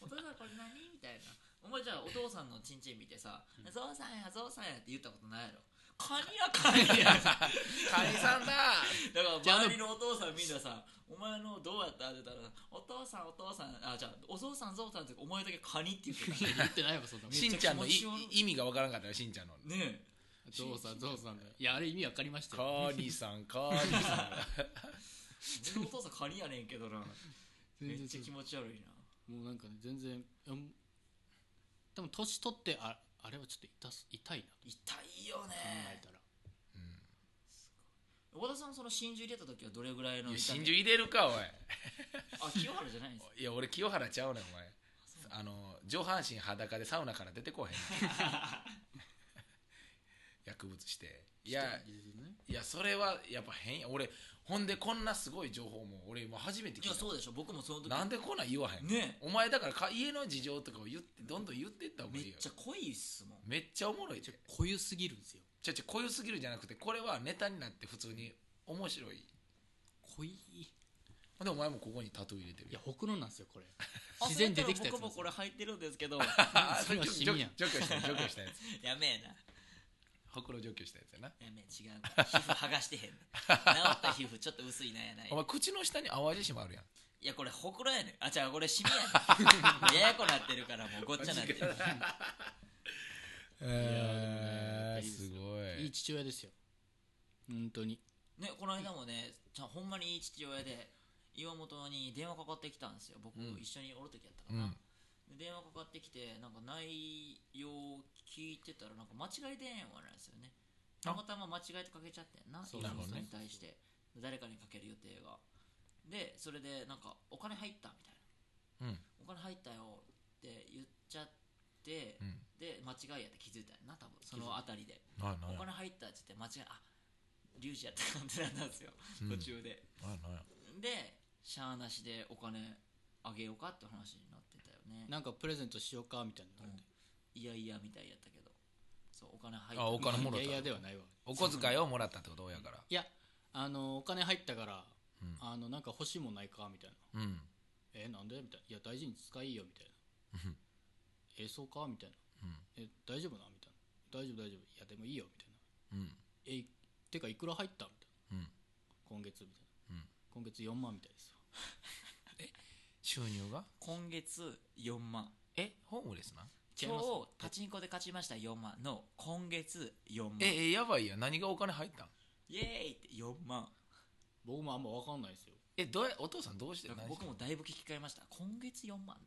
Speaker 1: お父さんこれ何みたいなお前じゃあお父さんのチンチン見てさ「ゾウさんやゾウさんや」って言ったことないやろカニやカニやだか
Speaker 2: 解散だ
Speaker 1: ら周りのお父さんみんなさ「お前のどうやった?」って言ったら「お父さんお父さんあじゃあお父さんゾウさん」ってお前だけカニって言ってた
Speaker 3: 言ってないわそんなもん
Speaker 2: しんちゃんのい
Speaker 1: めっちゃ気持ち悪
Speaker 2: 意味がわからんかったよしんちゃんの
Speaker 1: ね
Speaker 3: ゾウさんゾウさんだよいやあれ意味わかりましたよ
Speaker 2: カーニ さんカーニさん
Speaker 1: え俺のお父さんカニやねんけどなめっ
Speaker 3: 全
Speaker 1: ちゃ気
Speaker 3: 然
Speaker 1: 持ち悪いな
Speaker 3: もうなんかね全然うんでも年取ってああれはちょっと痛す痛いなと
Speaker 1: 痛いよ
Speaker 3: 考え
Speaker 1: ね
Speaker 3: たら
Speaker 1: 小田さんその真珠入れた時はどれぐらい
Speaker 2: うん
Speaker 1: の
Speaker 2: いや
Speaker 1: 痛
Speaker 2: 真
Speaker 1: み
Speaker 2: 珠入れるかおい
Speaker 1: あ清原じゃないん ですか
Speaker 2: いや俺清原ちゃうねんお前あの上半身裸でサウナから出てこへ ん薬物していや
Speaker 3: 人ですね
Speaker 2: いやそれはやっぱ変や俺ほんでこんなすごい情報も俺今初めて
Speaker 1: い
Speaker 2: 聞
Speaker 1: や
Speaker 2: いた
Speaker 1: そうでしょ僕もその時
Speaker 2: なんでこんなん言わへんの
Speaker 1: ね
Speaker 2: お前だからか家の事情とかを言ってどんどん言ってった方が
Speaker 1: め
Speaker 2: いい
Speaker 1: っ
Speaker 2: よ
Speaker 1: ちゃ濃いっす もん
Speaker 2: めっちゃおもろいって
Speaker 3: 濃ゆすぎるんですよ
Speaker 2: ちょちょこういうすぎるじゃなくてこれはネタになって普通に面白い
Speaker 3: 濃いい
Speaker 2: ほんでお前もここにタトゥー入れてる
Speaker 3: や
Speaker 2: よ
Speaker 3: ほくろなんですよこれ 自然に出てきたやつ
Speaker 1: 僕もこれ入ってるんです けど
Speaker 2: あ
Speaker 3: それは
Speaker 2: 除去
Speaker 3: シミや
Speaker 2: 除去したやつ除去したやつ
Speaker 1: やめえな
Speaker 2: ほくろ除去したやつやな
Speaker 1: やめえ違うから皮膚剥がしてへんねん治った皮膚ちょっと薄いなんやない
Speaker 2: お前口の下に淡路島あるやん
Speaker 1: いやこれほくろやねんあ違うこれシミ やねんややこなってるからもうごっちゃなってる
Speaker 2: え
Speaker 3: いやー
Speaker 2: ー、すご
Speaker 3: いい
Speaker 2: い
Speaker 3: 父親ですよ本当に
Speaker 1: ねこの間もねちゃほんまにいい父親で岩本に電話かかってきたんですよ僕、
Speaker 2: うん
Speaker 1: 一緒におる時やった
Speaker 2: う
Speaker 1: かな、
Speaker 2: ん
Speaker 1: で電話かかってきてなんか内容聞いてたらなんか間違い電話なんですよねたまたま間違えてかけちゃってんな
Speaker 3: そう
Speaker 2: なるほどね
Speaker 1: に対して誰かにかける予定がでそれでなんかお金入ったみたいな
Speaker 2: うん
Speaker 1: お金入ったよって言っちゃって、
Speaker 2: うん
Speaker 1: で間違いやって気づいたんやな多分その
Speaker 3: 気づいた
Speaker 1: 辺りで
Speaker 2: ないな
Speaker 1: お
Speaker 2: い
Speaker 1: 金入ったって言って間違いあリュウジやった感じなんですよ、
Speaker 2: うん
Speaker 1: 途中で
Speaker 2: ないない
Speaker 1: でしゃあなしでお金あげようかって話になってたよね
Speaker 3: なんかプレゼントしようかみたいな
Speaker 1: うんいやいやみたいやったけどそうお金入
Speaker 2: あお
Speaker 1: っ
Speaker 2: 金もろた
Speaker 3: いやいやではないわ
Speaker 2: お小遣いをもらったってこと親から
Speaker 3: いやあのお金入ったから
Speaker 2: うん
Speaker 3: あのなんか欲しいもんないかみたいな
Speaker 2: うん
Speaker 3: えなんでみたいないや大事に使いよみたいな
Speaker 2: うん
Speaker 3: えそうかみたいなえ大丈夫なみたいな大丈夫大丈夫いやでもいいよみたいな
Speaker 2: うん
Speaker 3: えいてかいくら入ったみたい
Speaker 2: うん
Speaker 3: な今月みたい
Speaker 2: うん
Speaker 3: な今月4万みたいですよ
Speaker 2: 収入が
Speaker 1: 今月4万
Speaker 2: えホームレスな
Speaker 3: 違い
Speaker 1: 今
Speaker 3: ます
Speaker 1: 日パチンコで勝ちました4万の今月4万
Speaker 2: ええやばいやん何がお金入ったん
Speaker 1: イエーイって4万
Speaker 3: 僕もあんま分かんないですよ
Speaker 2: えどうやお父さんどうして
Speaker 1: だから
Speaker 2: 何し
Speaker 1: 僕
Speaker 2: て
Speaker 1: もだいぶ聞き換えました今月4万なんで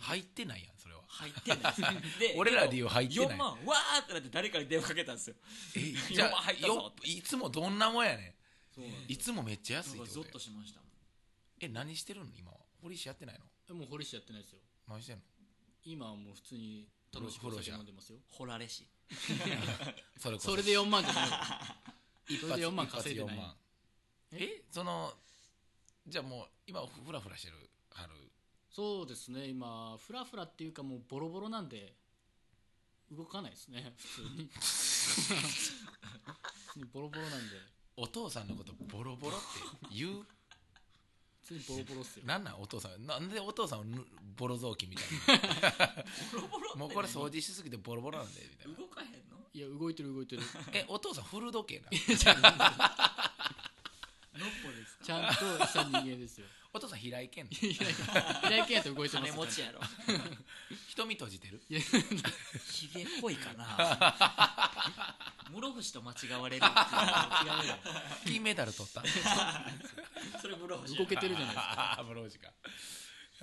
Speaker 2: 入ってないやんそれは
Speaker 1: 入ってないですで
Speaker 2: 俺らで言う入ってな
Speaker 1: 4
Speaker 2: い
Speaker 1: 万わーってなって誰かに電話かけたんですよ
Speaker 2: え
Speaker 1: 4
Speaker 2: じゃ
Speaker 1: 万
Speaker 2: あ
Speaker 1: 入ったぞ
Speaker 2: よいつもどんなもんやね
Speaker 3: そうな
Speaker 2: ん
Speaker 3: ん
Speaker 2: い
Speaker 3: です
Speaker 2: つもめっちゃ
Speaker 1: な
Speaker 2: 安
Speaker 1: ん
Speaker 2: いっ
Speaker 1: か
Speaker 2: て
Speaker 1: ゾ
Speaker 2: こ
Speaker 1: ッと
Speaker 2: とや
Speaker 1: しましたもん
Speaker 2: え何してるの今は堀市やってないの
Speaker 3: よもう堀市やってないですよ
Speaker 2: 何してんの
Speaker 3: 今はもう普通に楽しくお酒飲んでますよ
Speaker 1: 掘られし
Speaker 2: それこ
Speaker 3: それで4万じゃないわ
Speaker 2: 一
Speaker 3: そ
Speaker 2: 発
Speaker 3: れで4万
Speaker 2: 一発
Speaker 3: 稼いでない
Speaker 2: 4万えそのじゃあもう今フラフラしてる春
Speaker 3: そうですね今フラフラっていうかもうボロボロなんで動かないですね 普 通に普通にボロボロなんで
Speaker 2: お父さんのことボロボロって言う
Speaker 3: 普通にボロボロっすよ
Speaker 2: なんなんお父さんなんでお父さんをぬボロ雑巾みたい
Speaker 1: ボロボロ
Speaker 2: なもうこれ掃除しすぎてボロボロなんでみたいな
Speaker 1: 動かへんの
Speaker 3: いや動いてる動いてる
Speaker 2: えお父さん古時計な
Speaker 1: ノッポですか
Speaker 3: ちゃんとした人間ですよ
Speaker 2: お父さん平井堅ない
Speaker 3: やいやいや動いてます
Speaker 1: 金持ちやろ
Speaker 2: 瞳閉じてる
Speaker 3: いや
Speaker 1: ひげ濃いかな室伏と間違われるって
Speaker 2: 金メダル取った
Speaker 1: いうそれ室伏や
Speaker 3: 動けてるじゃないですか
Speaker 2: ああブロージか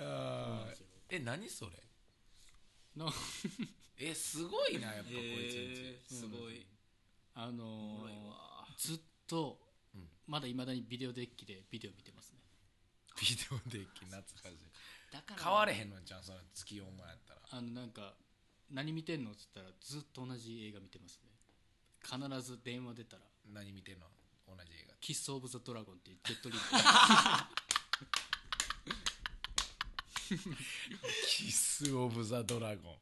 Speaker 2: あーえ何それ
Speaker 3: な
Speaker 2: えすごいなやっぱこいつんち
Speaker 1: へーすごい
Speaker 3: あのー
Speaker 1: おもろいわ
Speaker 3: ずっと、
Speaker 2: うん
Speaker 3: まだいまだにビデオデッキでビデオ見てますね
Speaker 2: ビデオデッキ懐かしい
Speaker 1: だから
Speaker 2: 変われへんのじゃんその月4万やったら
Speaker 3: あのなんか何見てんのっつったらずっと同じ映画見てますね必ず電話出たら
Speaker 2: 何見てんの同じ映画
Speaker 3: 「キス・オブ・ザ・ドラゴン」っていうジェットリー
Speaker 2: キス・オブ・ザ・ドラゴン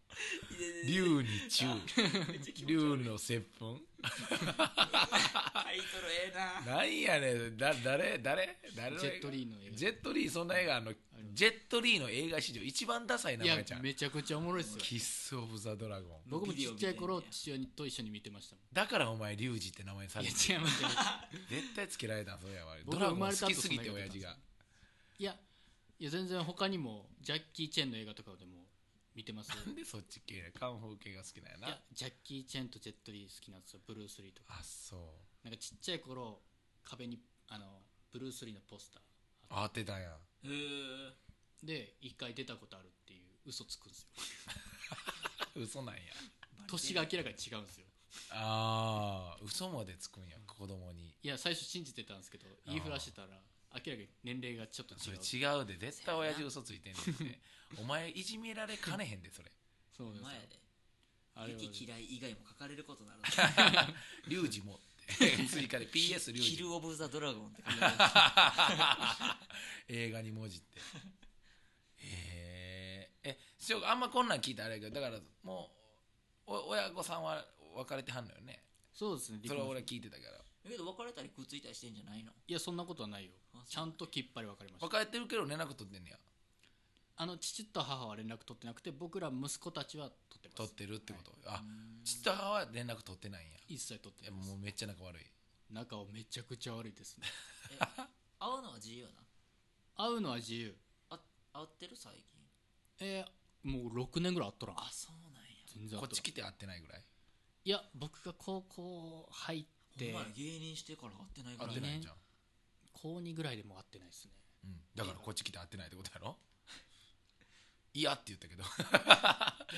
Speaker 1: いやいやいや
Speaker 2: 竜に宙
Speaker 1: めっちゃ気持ち悪い
Speaker 2: 竜の接吻
Speaker 1: タイトルええ な
Speaker 2: なんやねんだ誰誰誰の映画
Speaker 3: ジェットリーの映画
Speaker 2: ジェットリーそんな映画あんのジェットリーの映画史上一番ダサい名
Speaker 3: いや
Speaker 2: 前じゃん
Speaker 3: めちゃくちゃおもろいっすよ
Speaker 2: キッス・オブ・ザ・ドラゴン
Speaker 3: 僕もちっちゃい頃
Speaker 1: ビデオみたいな
Speaker 3: 父親と一緒に見てましたも
Speaker 2: だからお前リュウジって名前にさ
Speaker 3: んい
Speaker 2: れ
Speaker 3: や
Speaker 2: てる
Speaker 3: 違います違います
Speaker 2: 絶対つけられたんそれやわド
Speaker 3: 僕
Speaker 2: ラ
Speaker 3: が
Speaker 2: ゴ
Speaker 3: 生
Speaker 2: ン
Speaker 3: ま
Speaker 2: 好
Speaker 3: れた後
Speaker 2: きすぎて
Speaker 3: そんな
Speaker 2: 親
Speaker 3: 言うてたん
Speaker 2: 父
Speaker 3: です
Speaker 2: が
Speaker 3: いやいや全然他にもジャッキー・チェンの映画とかでも見てます
Speaker 2: なんでそっち系だカンフー系が好きなんや
Speaker 3: い
Speaker 2: な
Speaker 3: やジャッキー・チェンとジェットリー好きなんですよブルース・リーとか
Speaker 2: あそう
Speaker 3: なんかちっちゃい頃壁にあのブルース・リーのポスター
Speaker 2: あ当てたやん
Speaker 1: へー
Speaker 3: で一回出たことあるっていう嘘つくんですよ
Speaker 2: 嘘なんや
Speaker 3: 年が明らかに違うんですよ
Speaker 2: ああ嘘までつくんや子供に
Speaker 3: いや最初信じてたんですけど
Speaker 2: ー
Speaker 3: 言いふらしてたら明らかに年齢がちょっと
Speaker 2: そ
Speaker 3: 違
Speaker 2: れ
Speaker 3: う
Speaker 2: 違うで絶対親父嘘ついてんねん てお前いじめられかねへんでそれ
Speaker 3: そうなんです
Speaker 1: 前
Speaker 3: よ
Speaker 1: で
Speaker 3: あれは
Speaker 1: 敵嫌い以外も書かれることになる
Speaker 2: リュウジもって 追加で PS リ
Speaker 1: キ
Speaker 2: ュウジ
Speaker 1: ル・オブ・ザ・ドラゴンって書いて
Speaker 2: 映画に文字ってへええしょうあんまこんなん聞いたらあれやけどだからもうお親御さんは別れてはんのよね
Speaker 3: そうですね
Speaker 2: それは俺聞いてたから
Speaker 1: あるけど別れたりくっついたりしてんじゃ ないの
Speaker 3: いやそんなことはないよ
Speaker 1: あそう
Speaker 3: ちゃんときっぱり分かりました
Speaker 2: 別れてるけど連絡取ってんねや
Speaker 3: あの父と母は連絡取ってなくて僕ら息子たちは取ってま
Speaker 2: 取っ
Speaker 3: す
Speaker 2: てるってこと、あちっと母は連絡取ってないんや
Speaker 3: 一切取って
Speaker 2: え
Speaker 3: ないです
Speaker 2: もうめっちゃ仲悪い
Speaker 3: 仲をめちゃくちゃ悪いですね
Speaker 1: え会うのは自由な
Speaker 3: 会うのは自由
Speaker 1: あ会ってる最近
Speaker 3: えーもう6年ぐらい会っとらん
Speaker 1: あそうなんや
Speaker 3: 全然
Speaker 2: こっ
Speaker 3: 会っ
Speaker 2: ち
Speaker 3: と
Speaker 2: 来て会ってないぐらい
Speaker 3: らんいや僕が高校入っ
Speaker 1: ほん
Speaker 3: て
Speaker 1: まや芸人してから会ってないから
Speaker 2: 会っ
Speaker 1: ね
Speaker 2: てないんじゃん、
Speaker 3: 高2ぐらいでもう会ってないですね
Speaker 2: うん、だからこっち来て会ってないってこと やろいやって言ったけど
Speaker 3: で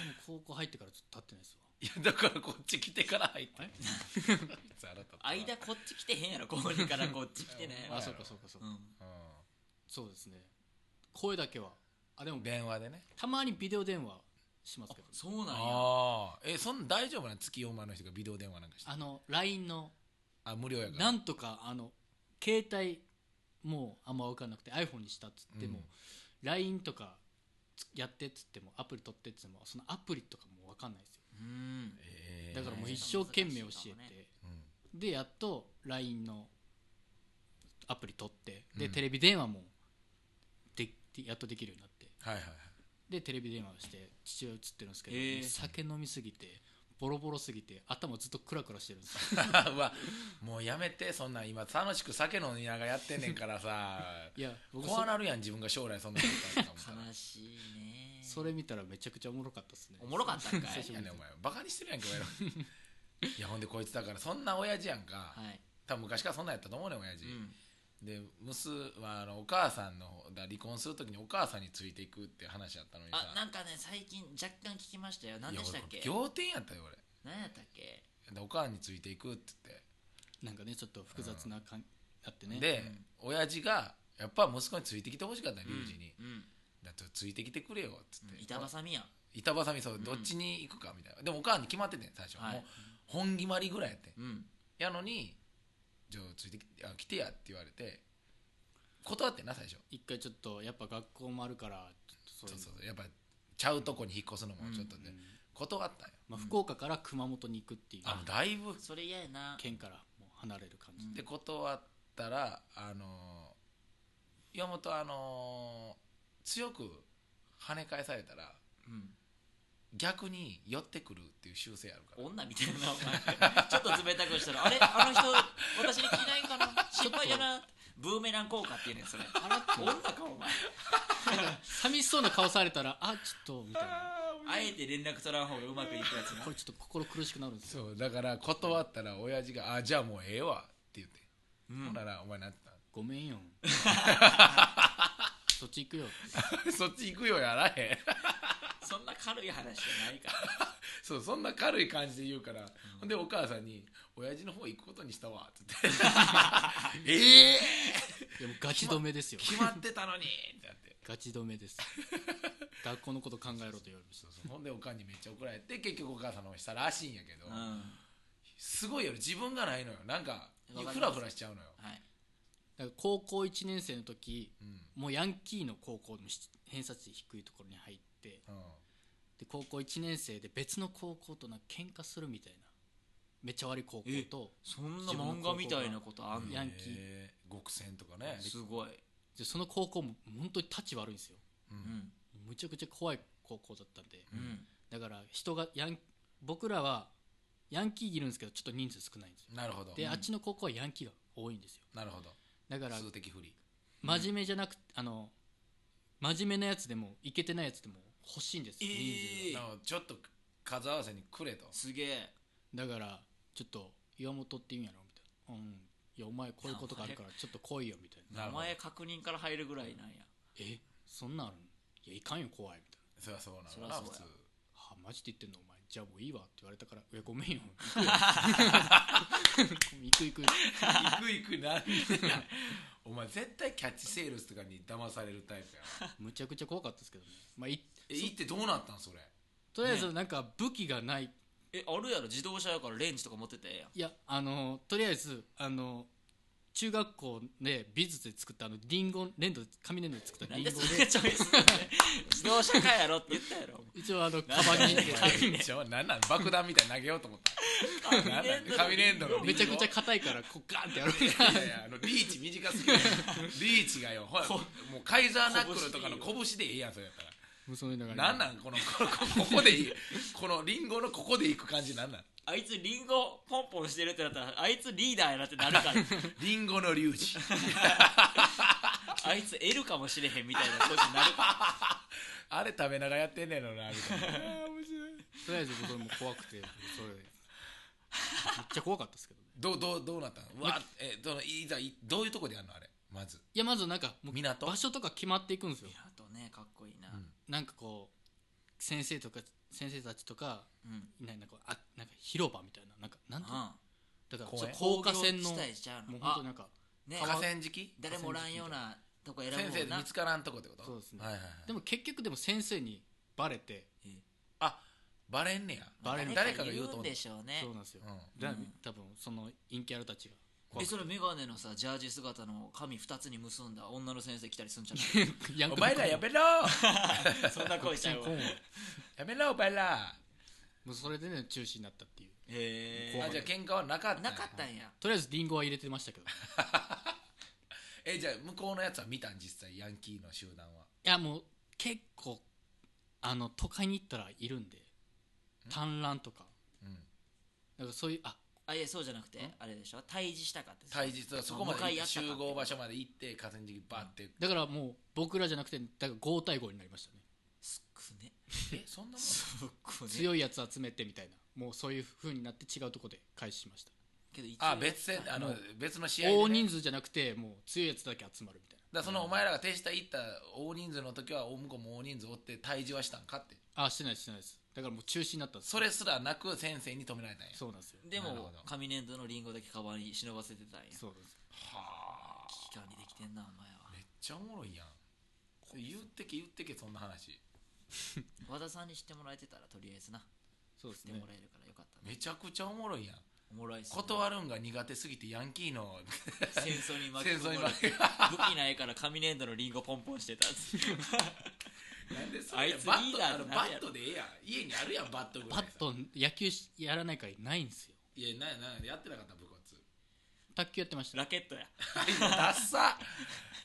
Speaker 3: も高校入ってからずっと会ってないですわ
Speaker 2: いやだからこっち来てから入って
Speaker 3: え
Speaker 2: さあなたとは
Speaker 1: 間こっち来てへんやろここにからこっち来てない
Speaker 2: ほんまや
Speaker 3: あ
Speaker 1: や
Speaker 2: ろ
Speaker 3: そうかそうかそう
Speaker 1: ろう
Speaker 3: か、
Speaker 1: ん
Speaker 2: う
Speaker 3: そうですね声だけはあでも
Speaker 2: ん、電話でね
Speaker 3: たまにビデオ電話します
Speaker 1: あ
Speaker 3: けど
Speaker 1: そうなんや
Speaker 2: ああえそんなん大丈夫な月4万の人がビデオ電話なんかして
Speaker 3: あの LINE の
Speaker 2: あ無料やから
Speaker 3: なんとかあの携帯もうあんま分かんなくて iPhone にしたっつっても、
Speaker 2: うん
Speaker 3: LINE とかつやってっつってもアプリ取ってっつってもそのアプリとかも分かんないですよ
Speaker 1: うん
Speaker 2: えー
Speaker 3: だからもう
Speaker 1: いい
Speaker 3: 一生懸命教えて、
Speaker 2: うん
Speaker 3: でやっと LINE のアプリ取ってで、
Speaker 2: うん
Speaker 3: テレビ電話もででやっとできるようになって
Speaker 2: はいはいはい
Speaker 3: でテレビ電話をして父親映ってるんですけど、
Speaker 1: えー
Speaker 3: もう酒飲みすぎてボロボロすぎて頭ずっとクラクラしてるんですよ
Speaker 2: うわもうやめてそんなん今楽しく酒飲みながらやってんねんからさ
Speaker 3: いや僕そ
Speaker 2: 怖なるやん自分が将来そんなことあるかも さ
Speaker 1: 悲しいね
Speaker 3: それ見たらめちゃくちゃおもろかったですね
Speaker 1: おもろかったんかい
Speaker 3: 久し
Speaker 2: い
Speaker 3: ぶ
Speaker 2: や
Speaker 3: り
Speaker 2: ねお前バカにしてるやんけお前らいやほんでこいつだからそんな親父やんか、
Speaker 1: はい、
Speaker 2: 多分昔からそんなんやったと思うねん親
Speaker 1: う
Speaker 2: 父、
Speaker 1: ん、
Speaker 2: で娘はあのお母さんの方だ離婚するときにお母さんについていくって話やったのにさ
Speaker 1: あなんかね最近若干聞きましたよ何でしたっけ
Speaker 2: いや俺仰天やったよ俺
Speaker 1: 何やったっけ
Speaker 2: でお母さんについていくって言って
Speaker 3: なんかねちょっと複雑な感じあってね
Speaker 2: で、親父がやっぱ息子についてきてほしかった
Speaker 1: う
Speaker 2: 龍
Speaker 1: ん
Speaker 2: 二に、
Speaker 1: うん
Speaker 2: だってついてきてくれよっつって、
Speaker 1: 板挟みやん
Speaker 2: 板挟みそう、どっちに行くかみたいなでもお母さんに決まっててん最初、
Speaker 1: はい
Speaker 2: もう本決まりぐらいやってん
Speaker 1: うん
Speaker 2: やのに「じゃあついてきあ来てや」って言われて断ってんな最初
Speaker 3: 一回ちょっとやっぱ学校もあるからちょっ
Speaker 2: そ
Speaker 3: と
Speaker 2: うそううそうやっぱちゃうとこに引っ越すのもちょっとね、
Speaker 3: ん
Speaker 2: 断ったんよ
Speaker 3: まあ、福岡から熊本に行くっていう
Speaker 2: あもうだいぶ
Speaker 1: それ嫌やな
Speaker 3: 県からもう離れる感じ
Speaker 2: で断ったらあのー岩本あのー強く跳ね返されたら
Speaker 1: うん
Speaker 2: 逆に寄ってくるっていう習性あるから
Speaker 1: 女みたいなお前ちょっと冷たくしたらあれあの人私に着ないかな心配やなブーメラン効果っていうねんそれ
Speaker 3: あらって
Speaker 1: 女かお前
Speaker 3: 寂しそうな顔されたらあちょっとみたいな
Speaker 1: あえて連絡取らん方がうまくいくやつな
Speaker 3: これちょっと心苦しくなるんですよ
Speaker 2: そうだから断ったら親父が「あじゃあもうええわ」って言って、ほんならお前なってた
Speaker 3: ごめんよそっち行くよ
Speaker 2: そっち行くよやらへん
Speaker 1: そんな軽い話じゃないから
Speaker 2: そうそんな軽い感じで言うから、ほんでお母さんに「親父の方行くことにしたわ」って言って ええ
Speaker 3: いやもうガチ止めですよ
Speaker 2: 決まってたのにってなって
Speaker 3: ガチ止めです学校のこと考えろと言われまし
Speaker 2: そ
Speaker 3: た
Speaker 2: うそうほんでおかんにめっちゃ怒られて結局お母さんの方にしたらしいんやけど、
Speaker 1: うん
Speaker 2: すごいよね自分がないのよなんか
Speaker 1: わかります
Speaker 2: フラフラしちゃうのよ、
Speaker 1: はい
Speaker 3: だから高校1年生の時
Speaker 2: うん
Speaker 3: もうヤンキーの高校のし偏差値低いところに入って
Speaker 2: うん、
Speaker 3: で高校1年生で別の高校となんか喧嘩するみたいなめっちゃ悪い高校
Speaker 1: え
Speaker 3: と
Speaker 1: そんな漫画みたいなことあんの
Speaker 3: ヤンキー
Speaker 2: ー極戦とかね
Speaker 1: すごい、
Speaker 3: でその高校も本当に立ち悪いんですよ
Speaker 2: う
Speaker 1: うんん
Speaker 3: むちゃくちゃ怖い高校だったんで
Speaker 1: うん
Speaker 3: だから人がヤン僕らはヤンキーいるんですけどちょっと人数少ないんですよ
Speaker 2: なるほど
Speaker 3: で、
Speaker 1: うん
Speaker 3: あっちの高校はヤンキーが多いんですよ
Speaker 2: なるほど
Speaker 3: だから
Speaker 2: 数的不利
Speaker 3: 真面目じゃなくあの真面目なやつでもイケてないやつでも欲しいんですよ、
Speaker 1: えー
Speaker 3: 人数
Speaker 2: な
Speaker 3: が
Speaker 2: るほどちょっと数合わせにくれと
Speaker 1: すげえ
Speaker 3: だからちょっと岩本って言うんやろみたいなうんいやお前こういうことがあるからちょっと来いよみたい
Speaker 2: な
Speaker 3: な
Speaker 1: 名
Speaker 2: るほど
Speaker 1: 前確認から入るぐらいなんや
Speaker 3: えそんなんあるのいやいかんよ怖いみたいな
Speaker 2: そりゃそうな
Speaker 1: そ
Speaker 2: の
Speaker 1: り
Speaker 2: な
Speaker 1: ゃそう
Speaker 2: 普
Speaker 1: や
Speaker 2: 通
Speaker 3: はあマジで言ってんのお前じゃあもういいわって言われたからいやごめんよ
Speaker 2: 行く行く
Speaker 3: 行くよ行く行く
Speaker 2: なんでやお前絶対キャッチセールスとかに騙されるタイプやわ
Speaker 3: むちゃくちゃ怖かったですけどね、まあ、い
Speaker 2: え行ってどうなったんそれ
Speaker 3: とりあえずなんか武器がない、
Speaker 1: えあるやろ自動車やからレンジとか持ってたらええやん
Speaker 3: いやあのとりあえずあの中学校で美術で作ったあのリンゴ粘土で紙粘土で作った
Speaker 1: なん
Speaker 3: リン
Speaker 1: で
Speaker 3: ゴで
Speaker 1: そんなチョイスなの自動車かやろって言ったやろ
Speaker 3: 一応あのカバンに
Speaker 1: なんで
Speaker 3: カバン に
Speaker 2: じゃあ何なん爆弾みたいな投げようと思ったなんなん紙粘土の
Speaker 3: めちゃくちゃ硬いからこうガーンってやる
Speaker 2: いやいやあのリーチ短すぎるリーチがよほらもうカイザーナックルとかの拳でいいやんそれやったら
Speaker 3: 無双のながら
Speaker 2: なんなんこのここここでいいこのリンゴのここでいく感じなんなん
Speaker 1: あいつリンゴポンポンしてるってなったらあいつリーダーやなってなるから
Speaker 2: リンゴのリュウジ
Speaker 1: あいつ L かもしれへんみたいなことになるか
Speaker 2: あれ食べながらやってんねんのなみたいな
Speaker 3: とりあえず僕も怖くてもうそれでめっちゃ怖かったですけどね
Speaker 2: どうどうどうなったのわえどのいざいどういうとこでやるのあれまず
Speaker 3: いやまずなんかもう
Speaker 2: 港
Speaker 3: 場所とか決まっていくんですよ
Speaker 1: らあとねかっこいいな
Speaker 3: なんかこう先生とか先生たちとか
Speaker 1: うん、
Speaker 3: なんかこうあなんか広場みたいななんかなんていうのだから
Speaker 2: 公園
Speaker 3: そう高架線の
Speaker 1: 工
Speaker 3: も
Speaker 1: 業地帯ちゃうの
Speaker 3: う本当になんか
Speaker 1: ね
Speaker 2: 河川敷
Speaker 1: 誰もおらんようなとこ選ぶもん
Speaker 2: 先
Speaker 1: な
Speaker 2: 生で見つからんとこってこと
Speaker 3: そうですね
Speaker 2: はいはいはい
Speaker 3: でも結局でも先生にバレて
Speaker 1: え
Speaker 2: あバレんねや
Speaker 1: まあ
Speaker 3: バレる
Speaker 1: 誰
Speaker 2: 誰
Speaker 1: か
Speaker 2: か
Speaker 1: が
Speaker 2: が
Speaker 1: 言
Speaker 2: 言う
Speaker 1: う
Speaker 2: と
Speaker 1: ん
Speaker 2: 思う
Speaker 1: でしょうね
Speaker 3: そうなんですよ
Speaker 2: うん
Speaker 3: で
Speaker 1: うん
Speaker 3: 多分その陰キャラたちが
Speaker 1: えそれメガネのさジャージ姿の髪二つに結んだ女の先生来たりすんじゃな
Speaker 3: ヤン
Speaker 2: お
Speaker 3: グ
Speaker 2: 前らやめろ
Speaker 1: い そんな声しちゃうわ
Speaker 3: コンは
Speaker 2: やめろお前ら
Speaker 3: もうそれでね中止になったっていう
Speaker 1: へ
Speaker 2: あじゃあ喧嘩はなかったんや
Speaker 1: なかったんや
Speaker 3: とりあえずリンゴは入れてましたけどい
Speaker 2: えじゃあ向こうのやつは見たん実際ヤンキーの集団は
Speaker 3: やもう結構あの都会に行ったらいるんで単乱とか
Speaker 2: うん
Speaker 3: なんかそういうあ
Speaker 1: あいやそうじゃなくてあれでしょ退治したかって
Speaker 2: 対日はそこまで
Speaker 1: 向か
Speaker 2: 行っ
Speaker 1: い合
Speaker 2: て
Speaker 1: ったか
Speaker 2: 集合場所まで行って河川敷バーって
Speaker 3: だからもう僕らじゃなくてだから5対5になりましたね
Speaker 1: すっくね
Speaker 2: えそんなもん
Speaker 1: すっくね
Speaker 3: 強いやつ集めてみたいなもうそういう風になって違うとこで開始しました
Speaker 1: けど一応
Speaker 2: あ別戦あの
Speaker 3: もう
Speaker 2: 別の試合でね
Speaker 3: 大人数じゃなくてもう強いやつだけ集まるみたい
Speaker 2: だからそのお前らが手下行った大人数の時はお向こうも大人数おって退治はしたんかって
Speaker 3: なあしてないですしてないですだからもう中止になったんです
Speaker 2: それすらなく先生に止められたんや
Speaker 3: そうなんですよ
Speaker 1: で
Speaker 2: なるほ
Speaker 1: も
Speaker 2: ど
Speaker 1: 紙粘土のリンゴだけカバンに忍ばせてたんや
Speaker 3: そうなんですよ
Speaker 2: はあ
Speaker 1: 期間にできてんなお前は
Speaker 2: めっちゃおもろいやん言ってけ言ってけそんな話
Speaker 1: 和田さんに知ってもらえてたらとりあえずな
Speaker 3: そうです
Speaker 1: 知って
Speaker 3: ね
Speaker 1: もらえるからよかったね
Speaker 2: めちゃくちゃおもろいやん
Speaker 1: おもろいっすね
Speaker 2: 断るんが苦手すぎてヤンキーの
Speaker 1: 戦争に負け
Speaker 2: 戦争に負け
Speaker 1: 武器ないから紙粘土のリンゴポンポンしてたんです
Speaker 2: なんでそ
Speaker 1: あ
Speaker 2: れ
Speaker 1: いつ
Speaker 2: バ
Speaker 1: リ
Speaker 2: ッ
Speaker 1: ー
Speaker 2: ト
Speaker 1: ダー
Speaker 2: あの
Speaker 1: にな
Speaker 2: バ
Speaker 1: るや
Speaker 2: ッ
Speaker 1: ろ
Speaker 2: トでええやん家にあるやんバットぐらい
Speaker 3: パ
Speaker 2: さ
Speaker 3: ッと野球しやらないからないんですよ
Speaker 2: いやなんやなんややってなかった部活
Speaker 3: 卓球やってました
Speaker 1: ラケットや
Speaker 2: ダッサ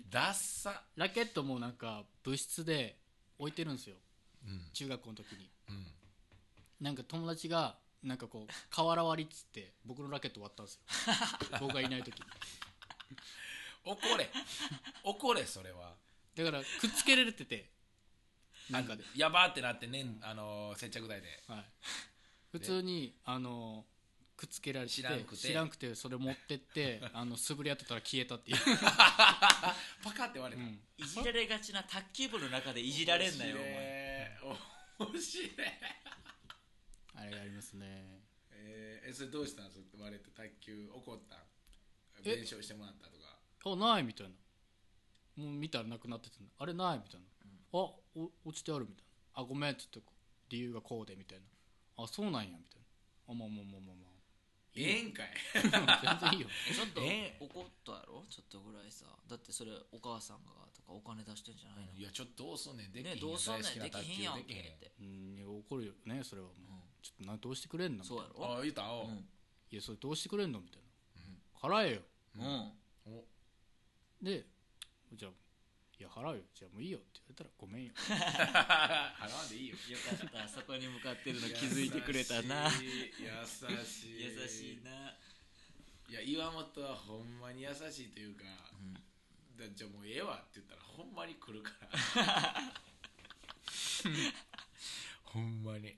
Speaker 2: ダッサ
Speaker 3: ラケットもなんか部室で置いてるんですよ
Speaker 2: うん
Speaker 3: 中学校の時に
Speaker 2: うん
Speaker 3: なんか友達がなんかこう瓦割りっつって僕のラケット割ったん ですよ僕がいない時に
Speaker 2: 怒れ怒れそれは
Speaker 3: だからくっつけられててなんかで、
Speaker 2: やばーってなってねんあのー接着剤で
Speaker 3: はい、普通にあのくっつけられて
Speaker 2: 知らんくて
Speaker 3: 知らんくてそれ持ってってあの素振りやってたら消えたって いう、
Speaker 2: パカって割れ
Speaker 3: う
Speaker 2: た、
Speaker 3: ん
Speaker 1: いじられがちな卓球部の中でいじられんなよお前
Speaker 2: お前面白い
Speaker 3: あれありますね
Speaker 2: えー、えそれどうしたんそれ割れて卓球怒ったん
Speaker 3: え
Speaker 2: 弁償してもらったとか
Speaker 3: あないみたいなもう見たらなくなっててあれないみたいな、あお落ちてあるみたいなあごめんっつってこう理由がこうでみたいなあそうなんやみたいなあまあまあまあまあまあいいよ
Speaker 2: ええんかい
Speaker 3: 全然いいよ
Speaker 1: ちょっと
Speaker 2: え
Speaker 1: 怒ったやろちょっとぐらいさだってそれお母さんがとかお金出してんじゃないの
Speaker 2: いやちょっとどうすんねんでき
Speaker 1: ね
Speaker 2: ひん
Speaker 1: どうすんねん
Speaker 2: 大好きな
Speaker 1: でき
Speaker 2: 卓
Speaker 1: へん
Speaker 2: 球
Speaker 1: やん
Speaker 2: で
Speaker 1: け
Speaker 2: きへん
Speaker 1: って
Speaker 3: うんいや怒るよねそれはもう、
Speaker 1: ん
Speaker 3: ちょっとなどうしてくれんのみた
Speaker 1: そ
Speaker 3: い
Speaker 1: う
Speaker 3: な
Speaker 1: やろ
Speaker 2: ああ言うたおう
Speaker 1: うん
Speaker 3: いいやそれどうしてくれんのみたいな
Speaker 2: うん
Speaker 3: 「払えよ
Speaker 1: うん、
Speaker 2: お」
Speaker 3: でじゃあ「いや払うよじゃあもういいよ」って言われたら「ごめんよ」
Speaker 2: 払わんでいいよ
Speaker 1: よかったそこに向かってるの気づいてくれたな
Speaker 2: 優しい
Speaker 1: 優しいない
Speaker 2: や岩本はほんまに優しいというか、
Speaker 1: ん
Speaker 2: だじゃあもうええわって言ったらほんまに来るから ほんまに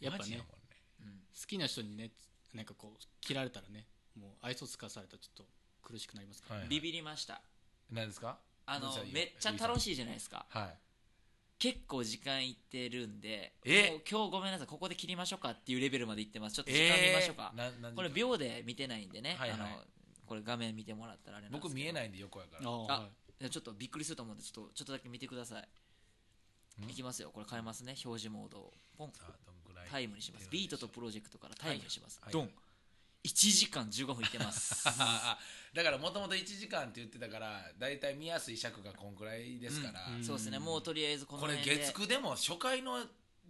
Speaker 3: やっぱ
Speaker 2: マジ
Speaker 3: ね
Speaker 2: や
Speaker 3: 好
Speaker 2: もんね
Speaker 1: うん
Speaker 3: きな人にねなんかこう切られたらねもう愛想つかされたらちょっと苦しくなりますから、
Speaker 2: はい
Speaker 1: ビビりました
Speaker 2: 何ですか
Speaker 1: あの
Speaker 2: どうした
Speaker 1: めっちゃ楽しいじゃないですか
Speaker 2: はい
Speaker 1: 結構時間いってるんで
Speaker 2: え
Speaker 1: もう今日ごめんなさいここで切りましょうかっていうレベルまでいってますちょっと時間見ましょうか、
Speaker 2: えーな何時間
Speaker 1: これ秒で見てないんでね、
Speaker 2: はいはい
Speaker 1: あのこれ画面見てもらったらあれなんですけ
Speaker 2: 僕
Speaker 1: ど
Speaker 2: 見えないんで横やから
Speaker 3: ああ、
Speaker 1: あ
Speaker 3: はい
Speaker 1: いやちょっとびっくりすると思うんでちょっとちょっとだけ見てくださ
Speaker 2: うん
Speaker 1: いいきますよこれ変えますね表示モードをポン
Speaker 2: さあどんぐらい
Speaker 1: タイムにしますビートとプロジェクトからタイムにします、
Speaker 2: はい
Speaker 1: ドン1時間15分いってます
Speaker 2: ああだからもともと1時間って言ってたから大体見やすい尺がこんくらいですから、
Speaker 3: うん
Speaker 1: そうですねもうとりあえずこの
Speaker 2: これ
Speaker 1: 辺で
Speaker 2: 月9でも初回の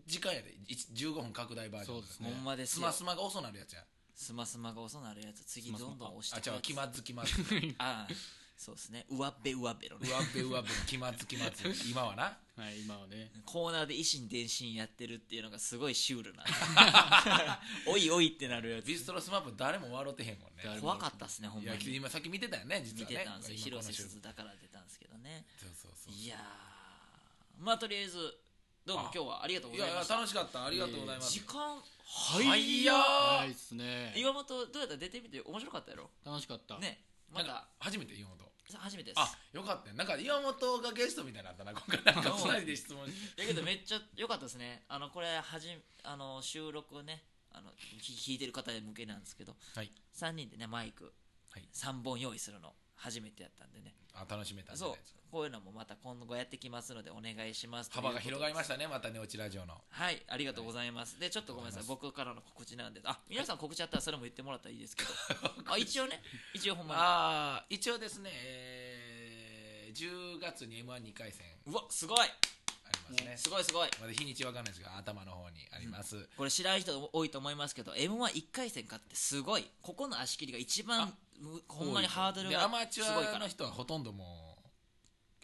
Speaker 2: 時間やでいち15分拡大バージョン
Speaker 3: そうです
Speaker 1: ほ
Speaker 3: ね
Speaker 1: んまです
Speaker 2: ス
Speaker 1: よ
Speaker 2: マスマが遅なるやつや
Speaker 1: スマスマが遅なるやつ次どんどん押して
Speaker 2: あ
Speaker 1: く
Speaker 2: じゃ
Speaker 1: や
Speaker 2: あ
Speaker 1: つ
Speaker 2: 気まず気ま ず
Speaker 1: ああそうですねうわっべうわっべのね
Speaker 2: うわっべうわっべ気まず気 まず今はな
Speaker 3: はい、今はね
Speaker 1: コーナーで維新伝心やってるっていうのがすごいシュール なおいおいってなるや
Speaker 2: ビストロスマップ誰も笑ってへんもんね
Speaker 3: 誰
Speaker 1: つ
Speaker 3: も
Speaker 1: 怖かったっすねほん
Speaker 2: い
Speaker 1: ま
Speaker 2: や
Speaker 1: に
Speaker 2: 今さっき見てたよね実
Speaker 1: 見
Speaker 2: はね
Speaker 1: てたんですよ
Speaker 2: 今こ
Speaker 1: 広瀬
Speaker 2: の収
Speaker 1: す
Speaker 2: 録
Speaker 1: ずだから出たんですけどね
Speaker 2: そうそうそう
Speaker 1: いやーまあとりあえずどうも
Speaker 2: あ
Speaker 1: 今日はありがとうご
Speaker 2: い
Speaker 1: ざ
Speaker 2: や
Speaker 1: い
Speaker 2: いや
Speaker 1: ました
Speaker 2: 楽しかったありがとうございます、
Speaker 1: 時間
Speaker 2: は
Speaker 1: はい
Speaker 2: い
Speaker 1: や
Speaker 2: や
Speaker 3: は
Speaker 2: ー
Speaker 3: いっすね
Speaker 1: 岩本どうやった出てみて面白かったやろ
Speaker 3: 楽しかった、
Speaker 1: ねま
Speaker 2: なん
Speaker 1: た
Speaker 2: か初めて岩本
Speaker 1: さ初めてです
Speaker 2: あよかったよなんか岩本がゲストみたいになったな今回な んか2人で質問して
Speaker 1: だけどめっちゃ良かったですねあのこれはじあの収録をねあの聞聞いてる方向けなんですけど、
Speaker 2: はい
Speaker 1: 3人でねマイク
Speaker 2: はい
Speaker 1: 3本用意するの初めてやったんでね
Speaker 2: あ楽しめたんじ
Speaker 1: そ
Speaker 2: ゃ
Speaker 1: う
Speaker 2: ないですか
Speaker 1: こういうのもまた今後やってきますのでお願いします
Speaker 2: 幅が広がりましたたねまたねおちラジオの
Speaker 1: はいありがとうございます、でちょっとごめんなさい
Speaker 2: ありが
Speaker 1: 僕からの告知なんであ皆さん告知あったらそれも言ってもらったらいいですけ どあ一応ね一応ほんまに
Speaker 2: ああ一応ですね、えー10月に m 1 2回戦
Speaker 1: うわすごい
Speaker 2: ありますね、
Speaker 1: すごいすごい
Speaker 2: まだ日にちわかんないですが頭の方にあります、
Speaker 1: これ知らない人多いと思いますけど m 1 1回戦勝ってすごいここの足切りが一番うほんまにハードル
Speaker 2: で
Speaker 1: が
Speaker 2: アマチ
Speaker 1: すごい
Speaker 2: ュ
Speaker 1: か
Speaker 2: アの
Speaker 1: ら
Speaker 2: 人はほとんどもう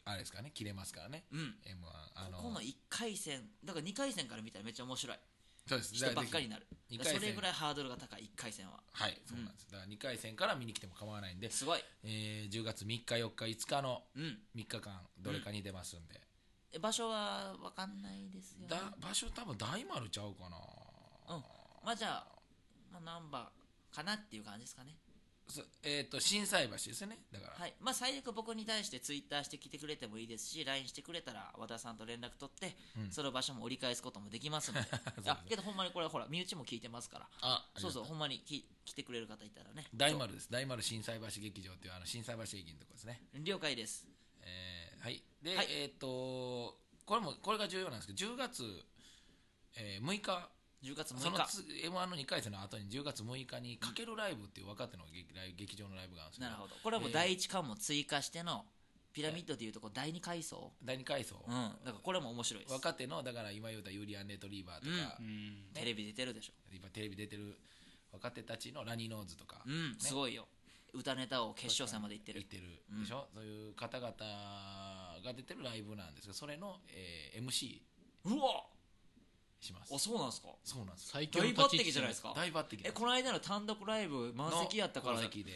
Speaker 2: あれですからね切れますからね
Speaker 1: うん
Speaker 2: m 1あの
Speaker 1: ここの1回戦だから2回戦から見たらめっちゃ面白い
Speaker 2: そうです
Speaker 1: 人ばっかりに
Speaker 2: だ
Speaker 1: なる
Speaker 2: 二
Speaker 1: だ
Speaker 2: 回
Speaker 1: から
Speaker 2: 戦
Speaker 1: それぐらいハードルが高い1回戦は
Speaker 2: らぜひはいそうなんです、だから2回戦から見に来ても構わないんで、
Speaker 1: すごい、
Speaker 2: えー10月3日4日5日の
Speaker 1: うん、
Speaker 2: 3日間どれかに出ますんで、
Speaker 1: え場所は分かんないですよ、ね、
Speaker 2: だ場所多分大丸ちゃうかな
Speaker 1: うんまあじゃあ、まあ、ナンバーかなっていう感じですかね
Speaker 2: そえっ、と心斎橋ですねだから、
Speaker 1: はいまあ最悪僕に対してツイッターしてきてくれてもいいですし LINE してくれたら和田さんと連絡取って、
Speaker 2: うん
Speaker 1: その場所も折り返すこともできます ので
Speaker 2: そう
Speaker 1: あけどほんまにこれほら身内も聞いてますから
Speaker 2: あ
Speaker 1: そうそううほんまにき来てくれる方いたらね
Speaker 2: 大丸です大丸心斎橋劇場っていうあの心斎橋駅のとこですね、
Speaker 1: 了解です
Speaker 2: えーはいで、
Speaker 1: はい
Speaker 2: えっ、とこれもこれが重要なんですけど10月、えー6日
Speaker 1: 10月6
Speaker 2: その
Speaker 1: 日
Speaker 2: m 1の2回戦の後に10月6日に「かけるライブ」っていう若手の劇ライブ劇場のライブがあるんですけ
Speaker 1: な
Speaker 2: ど
Speaker 1: るほどこれはもう第一巻も追加してのピラミッドでいうとこ第二階層
Speaker 2: 第2回層、
Speaker 1: うんだからこれも面白いです
Speaker 2: 若手のだから今言うたユリアン・レトリーバーとか、
Speaker 3: うん
Speaker 1: テレビ出てるでしょ
Speaker 2: 今テレビ出てる若手たちのラニーノーズとか、
Speaker 1: うんすごいよ歌ネタを決勝戦まで行ってる
Speaker 2: 行ってるでしょ、そういう方々が出てるライブなんですけどそれの、えー MC
Speaker 1: うわ
Speaker 2: します
Speaker 1: あそうなんですか
Speaker 2: そうなんですよ
Speaker 3: 最強
Speaker 1: 大
Speaker 3: の
Speaker 1: 抜
Speaker 3: 立ち位
Speaker 1: 擢
Speaker 3: 置
Speaker 1: じゃないですか
Speaker 2: 大抜擢
Speaker 1: えこの間の単独ライブ満席やったから
Speaker 2: の功績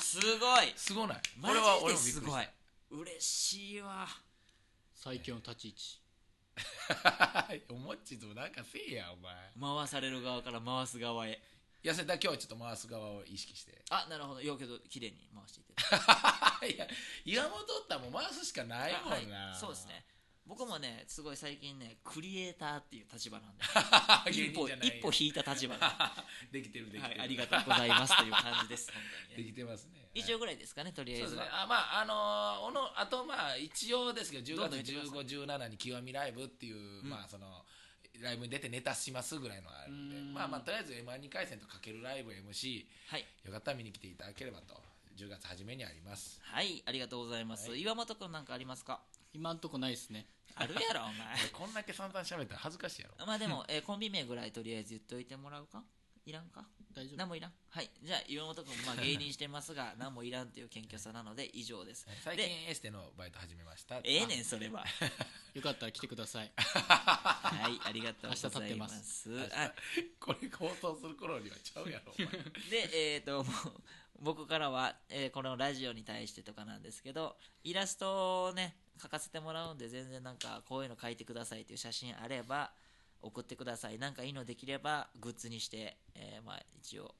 Speaker 1: すごい
Speaker 2: ですごない
Speaker 1: マ
Speaker 2: これは
Speaker 1: ジで
Speaker 2: 俺もびっ
Speaker 1: す
Speaker 2: くり
Speaker 1: ご
Speaker 2: し
Speaker 1: い嬉しいわ
Speaker 3: 最強の立ち位置
Speaker 2: た おもっちとなんかせえやお前
Speaker 1: 回される側から回す側へ
Speaker 2: いやそれだけはちょっと回す側を意識して
Speaker 1: あなるほどよけど綺麗に回していってる
Speaker 2: いや岩本ったらもう回すしかないもんな、
Speaker 1: はいそうですね僕もねすごい最近ねクリエイターっていう立場なんで一
Speaker 2: 芸人
Speaker 1: 歩
Speaker 2: じゃない
Speaker 1: 一歩引いた立場なんで
Speaker 2: できてるできてる、
Speaker 1: はい、ありがとうございますという感じです、本当
Speaker 2: で
Speaker 1: にね。
Speaker 2: きてますね
Speaker 1: 以上ぐらいですかね、とりあえ
Speaker 2: そう
Speaker 1: ず
Speaker 2: です
Speaker 1: は。
Speaker 2: ね、あまああのーおのあとまあ一応ですけど
Speaker 1: どん
Speaker 2: 10
Speaker 1: どん
Speaker 2: 月
Speaker 1: 言ってく
Speaker 2: 1517に「極みライブ」っていう、
Speaker 1: うん
Speaker 2: まあそのライブに出てネタしますぐらいのがあるんで
Speaker 3: うん
Speaker 2: まあまあとりあえず m 1 2回戦とかけるライブ MC
Speaker 1: はい、
Speaker 2: よかったら見に来ていただければと10月初めにあります
Speaker 1: はい、ありがとうございます。
Speaker 2: は
Speaker 1: 岩本くんなんかありますか
Speaker 3: 今んとこないですね
Speaker 1: あるやろ、お前。
Speaker 2: こんだけ散々喋ったら恥ずかしいやろ
Speaker 1: まあでも、えーコンビ名ぐらいとりあえず言っておいてもらうかいらんか
Speaker 3: 大丈 夫
Speaker 1: 何もいらんはいじゃあ岩本君 まあ芸人してますが何もいらんという謙虚さなので以上です
Speaker 2: 最近エステのバイト始めました
Speaker 1: ええねんそれ は
Speaker 3: よかったら来てください
Speaker 1: はいありがとうござ
Speaker 3: 明日経っ
Speaker 1: い
Speaker 3: て
Speaker 1: ま
Speaker 3: ますす
Speaker 1: あ
Speaker 2: これ放送する頃にはちゃうやろお前
Speaker 1: でえっ、とも う僕からは、えーこのラジオに対してとかなんですけどイラストをね描かせてもらうんで全然なんかこういうの描いてくださいという写真あれば送ってくださいなんかいいのできればグッズにして、えーまあ一応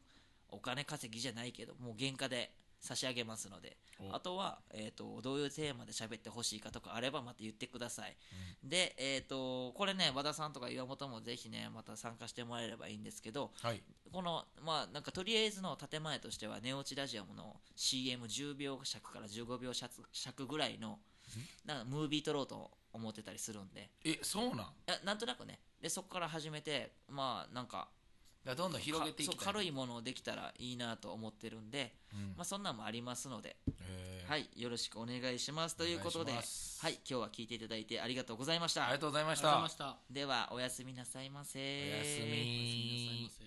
Speaker 1: お金稼ぎじゃないけどもう原価で差し上げますので
Speaker 2: お
Speaker 1: あとは、えー、とどういうテーマで喋ってほしいかとかあればまた言ってください、で、えー、とこれね和田さんとか岩本もぜひねまた参加してもらえればいいんですけど
Speaker 2: はい
Speaker 1: このまあなんかとりあえずの建前としては「ネオチラジアム」の CM10 秒尺から15秒尺尺ぐらいのなんかムービー撮ろうと思ってたりするんで
Speaker 2: えそうなんだか
Speaker 1: いやなんとなくねでそこから始めてまあなんから
Speaker 2: どんどん広げてい
Speaker 1: そう
Speaker 2: きたい
Speaker 1: 軽いものできたらいいなと思ってるんで、
Speaker 2: うん
Speaker 1: まあ、そんなんもありますので、
Speaker 2: えー
Speaker 1: はい、よろしくお願いしますということで、
Speaker 2: お
Speaker 1: は
Speaker 2: 願
Speaker 1: い
Speaker 2: いします、
Speaker 1: 今日は聞いていただいてありがとうございまし
Speaker 2: あ
Speaker 1: た
Speaker 2: りが。とうございま
Speaker 3: あり
Speaker 2: し
Speaker 3: がとうござい
Speaker 2: た
Speaker 3: ました
Speaker 1: では、おやすみなさいませ。
Speaker 2: おやすみ
Speaker 3: おやすみなさいませ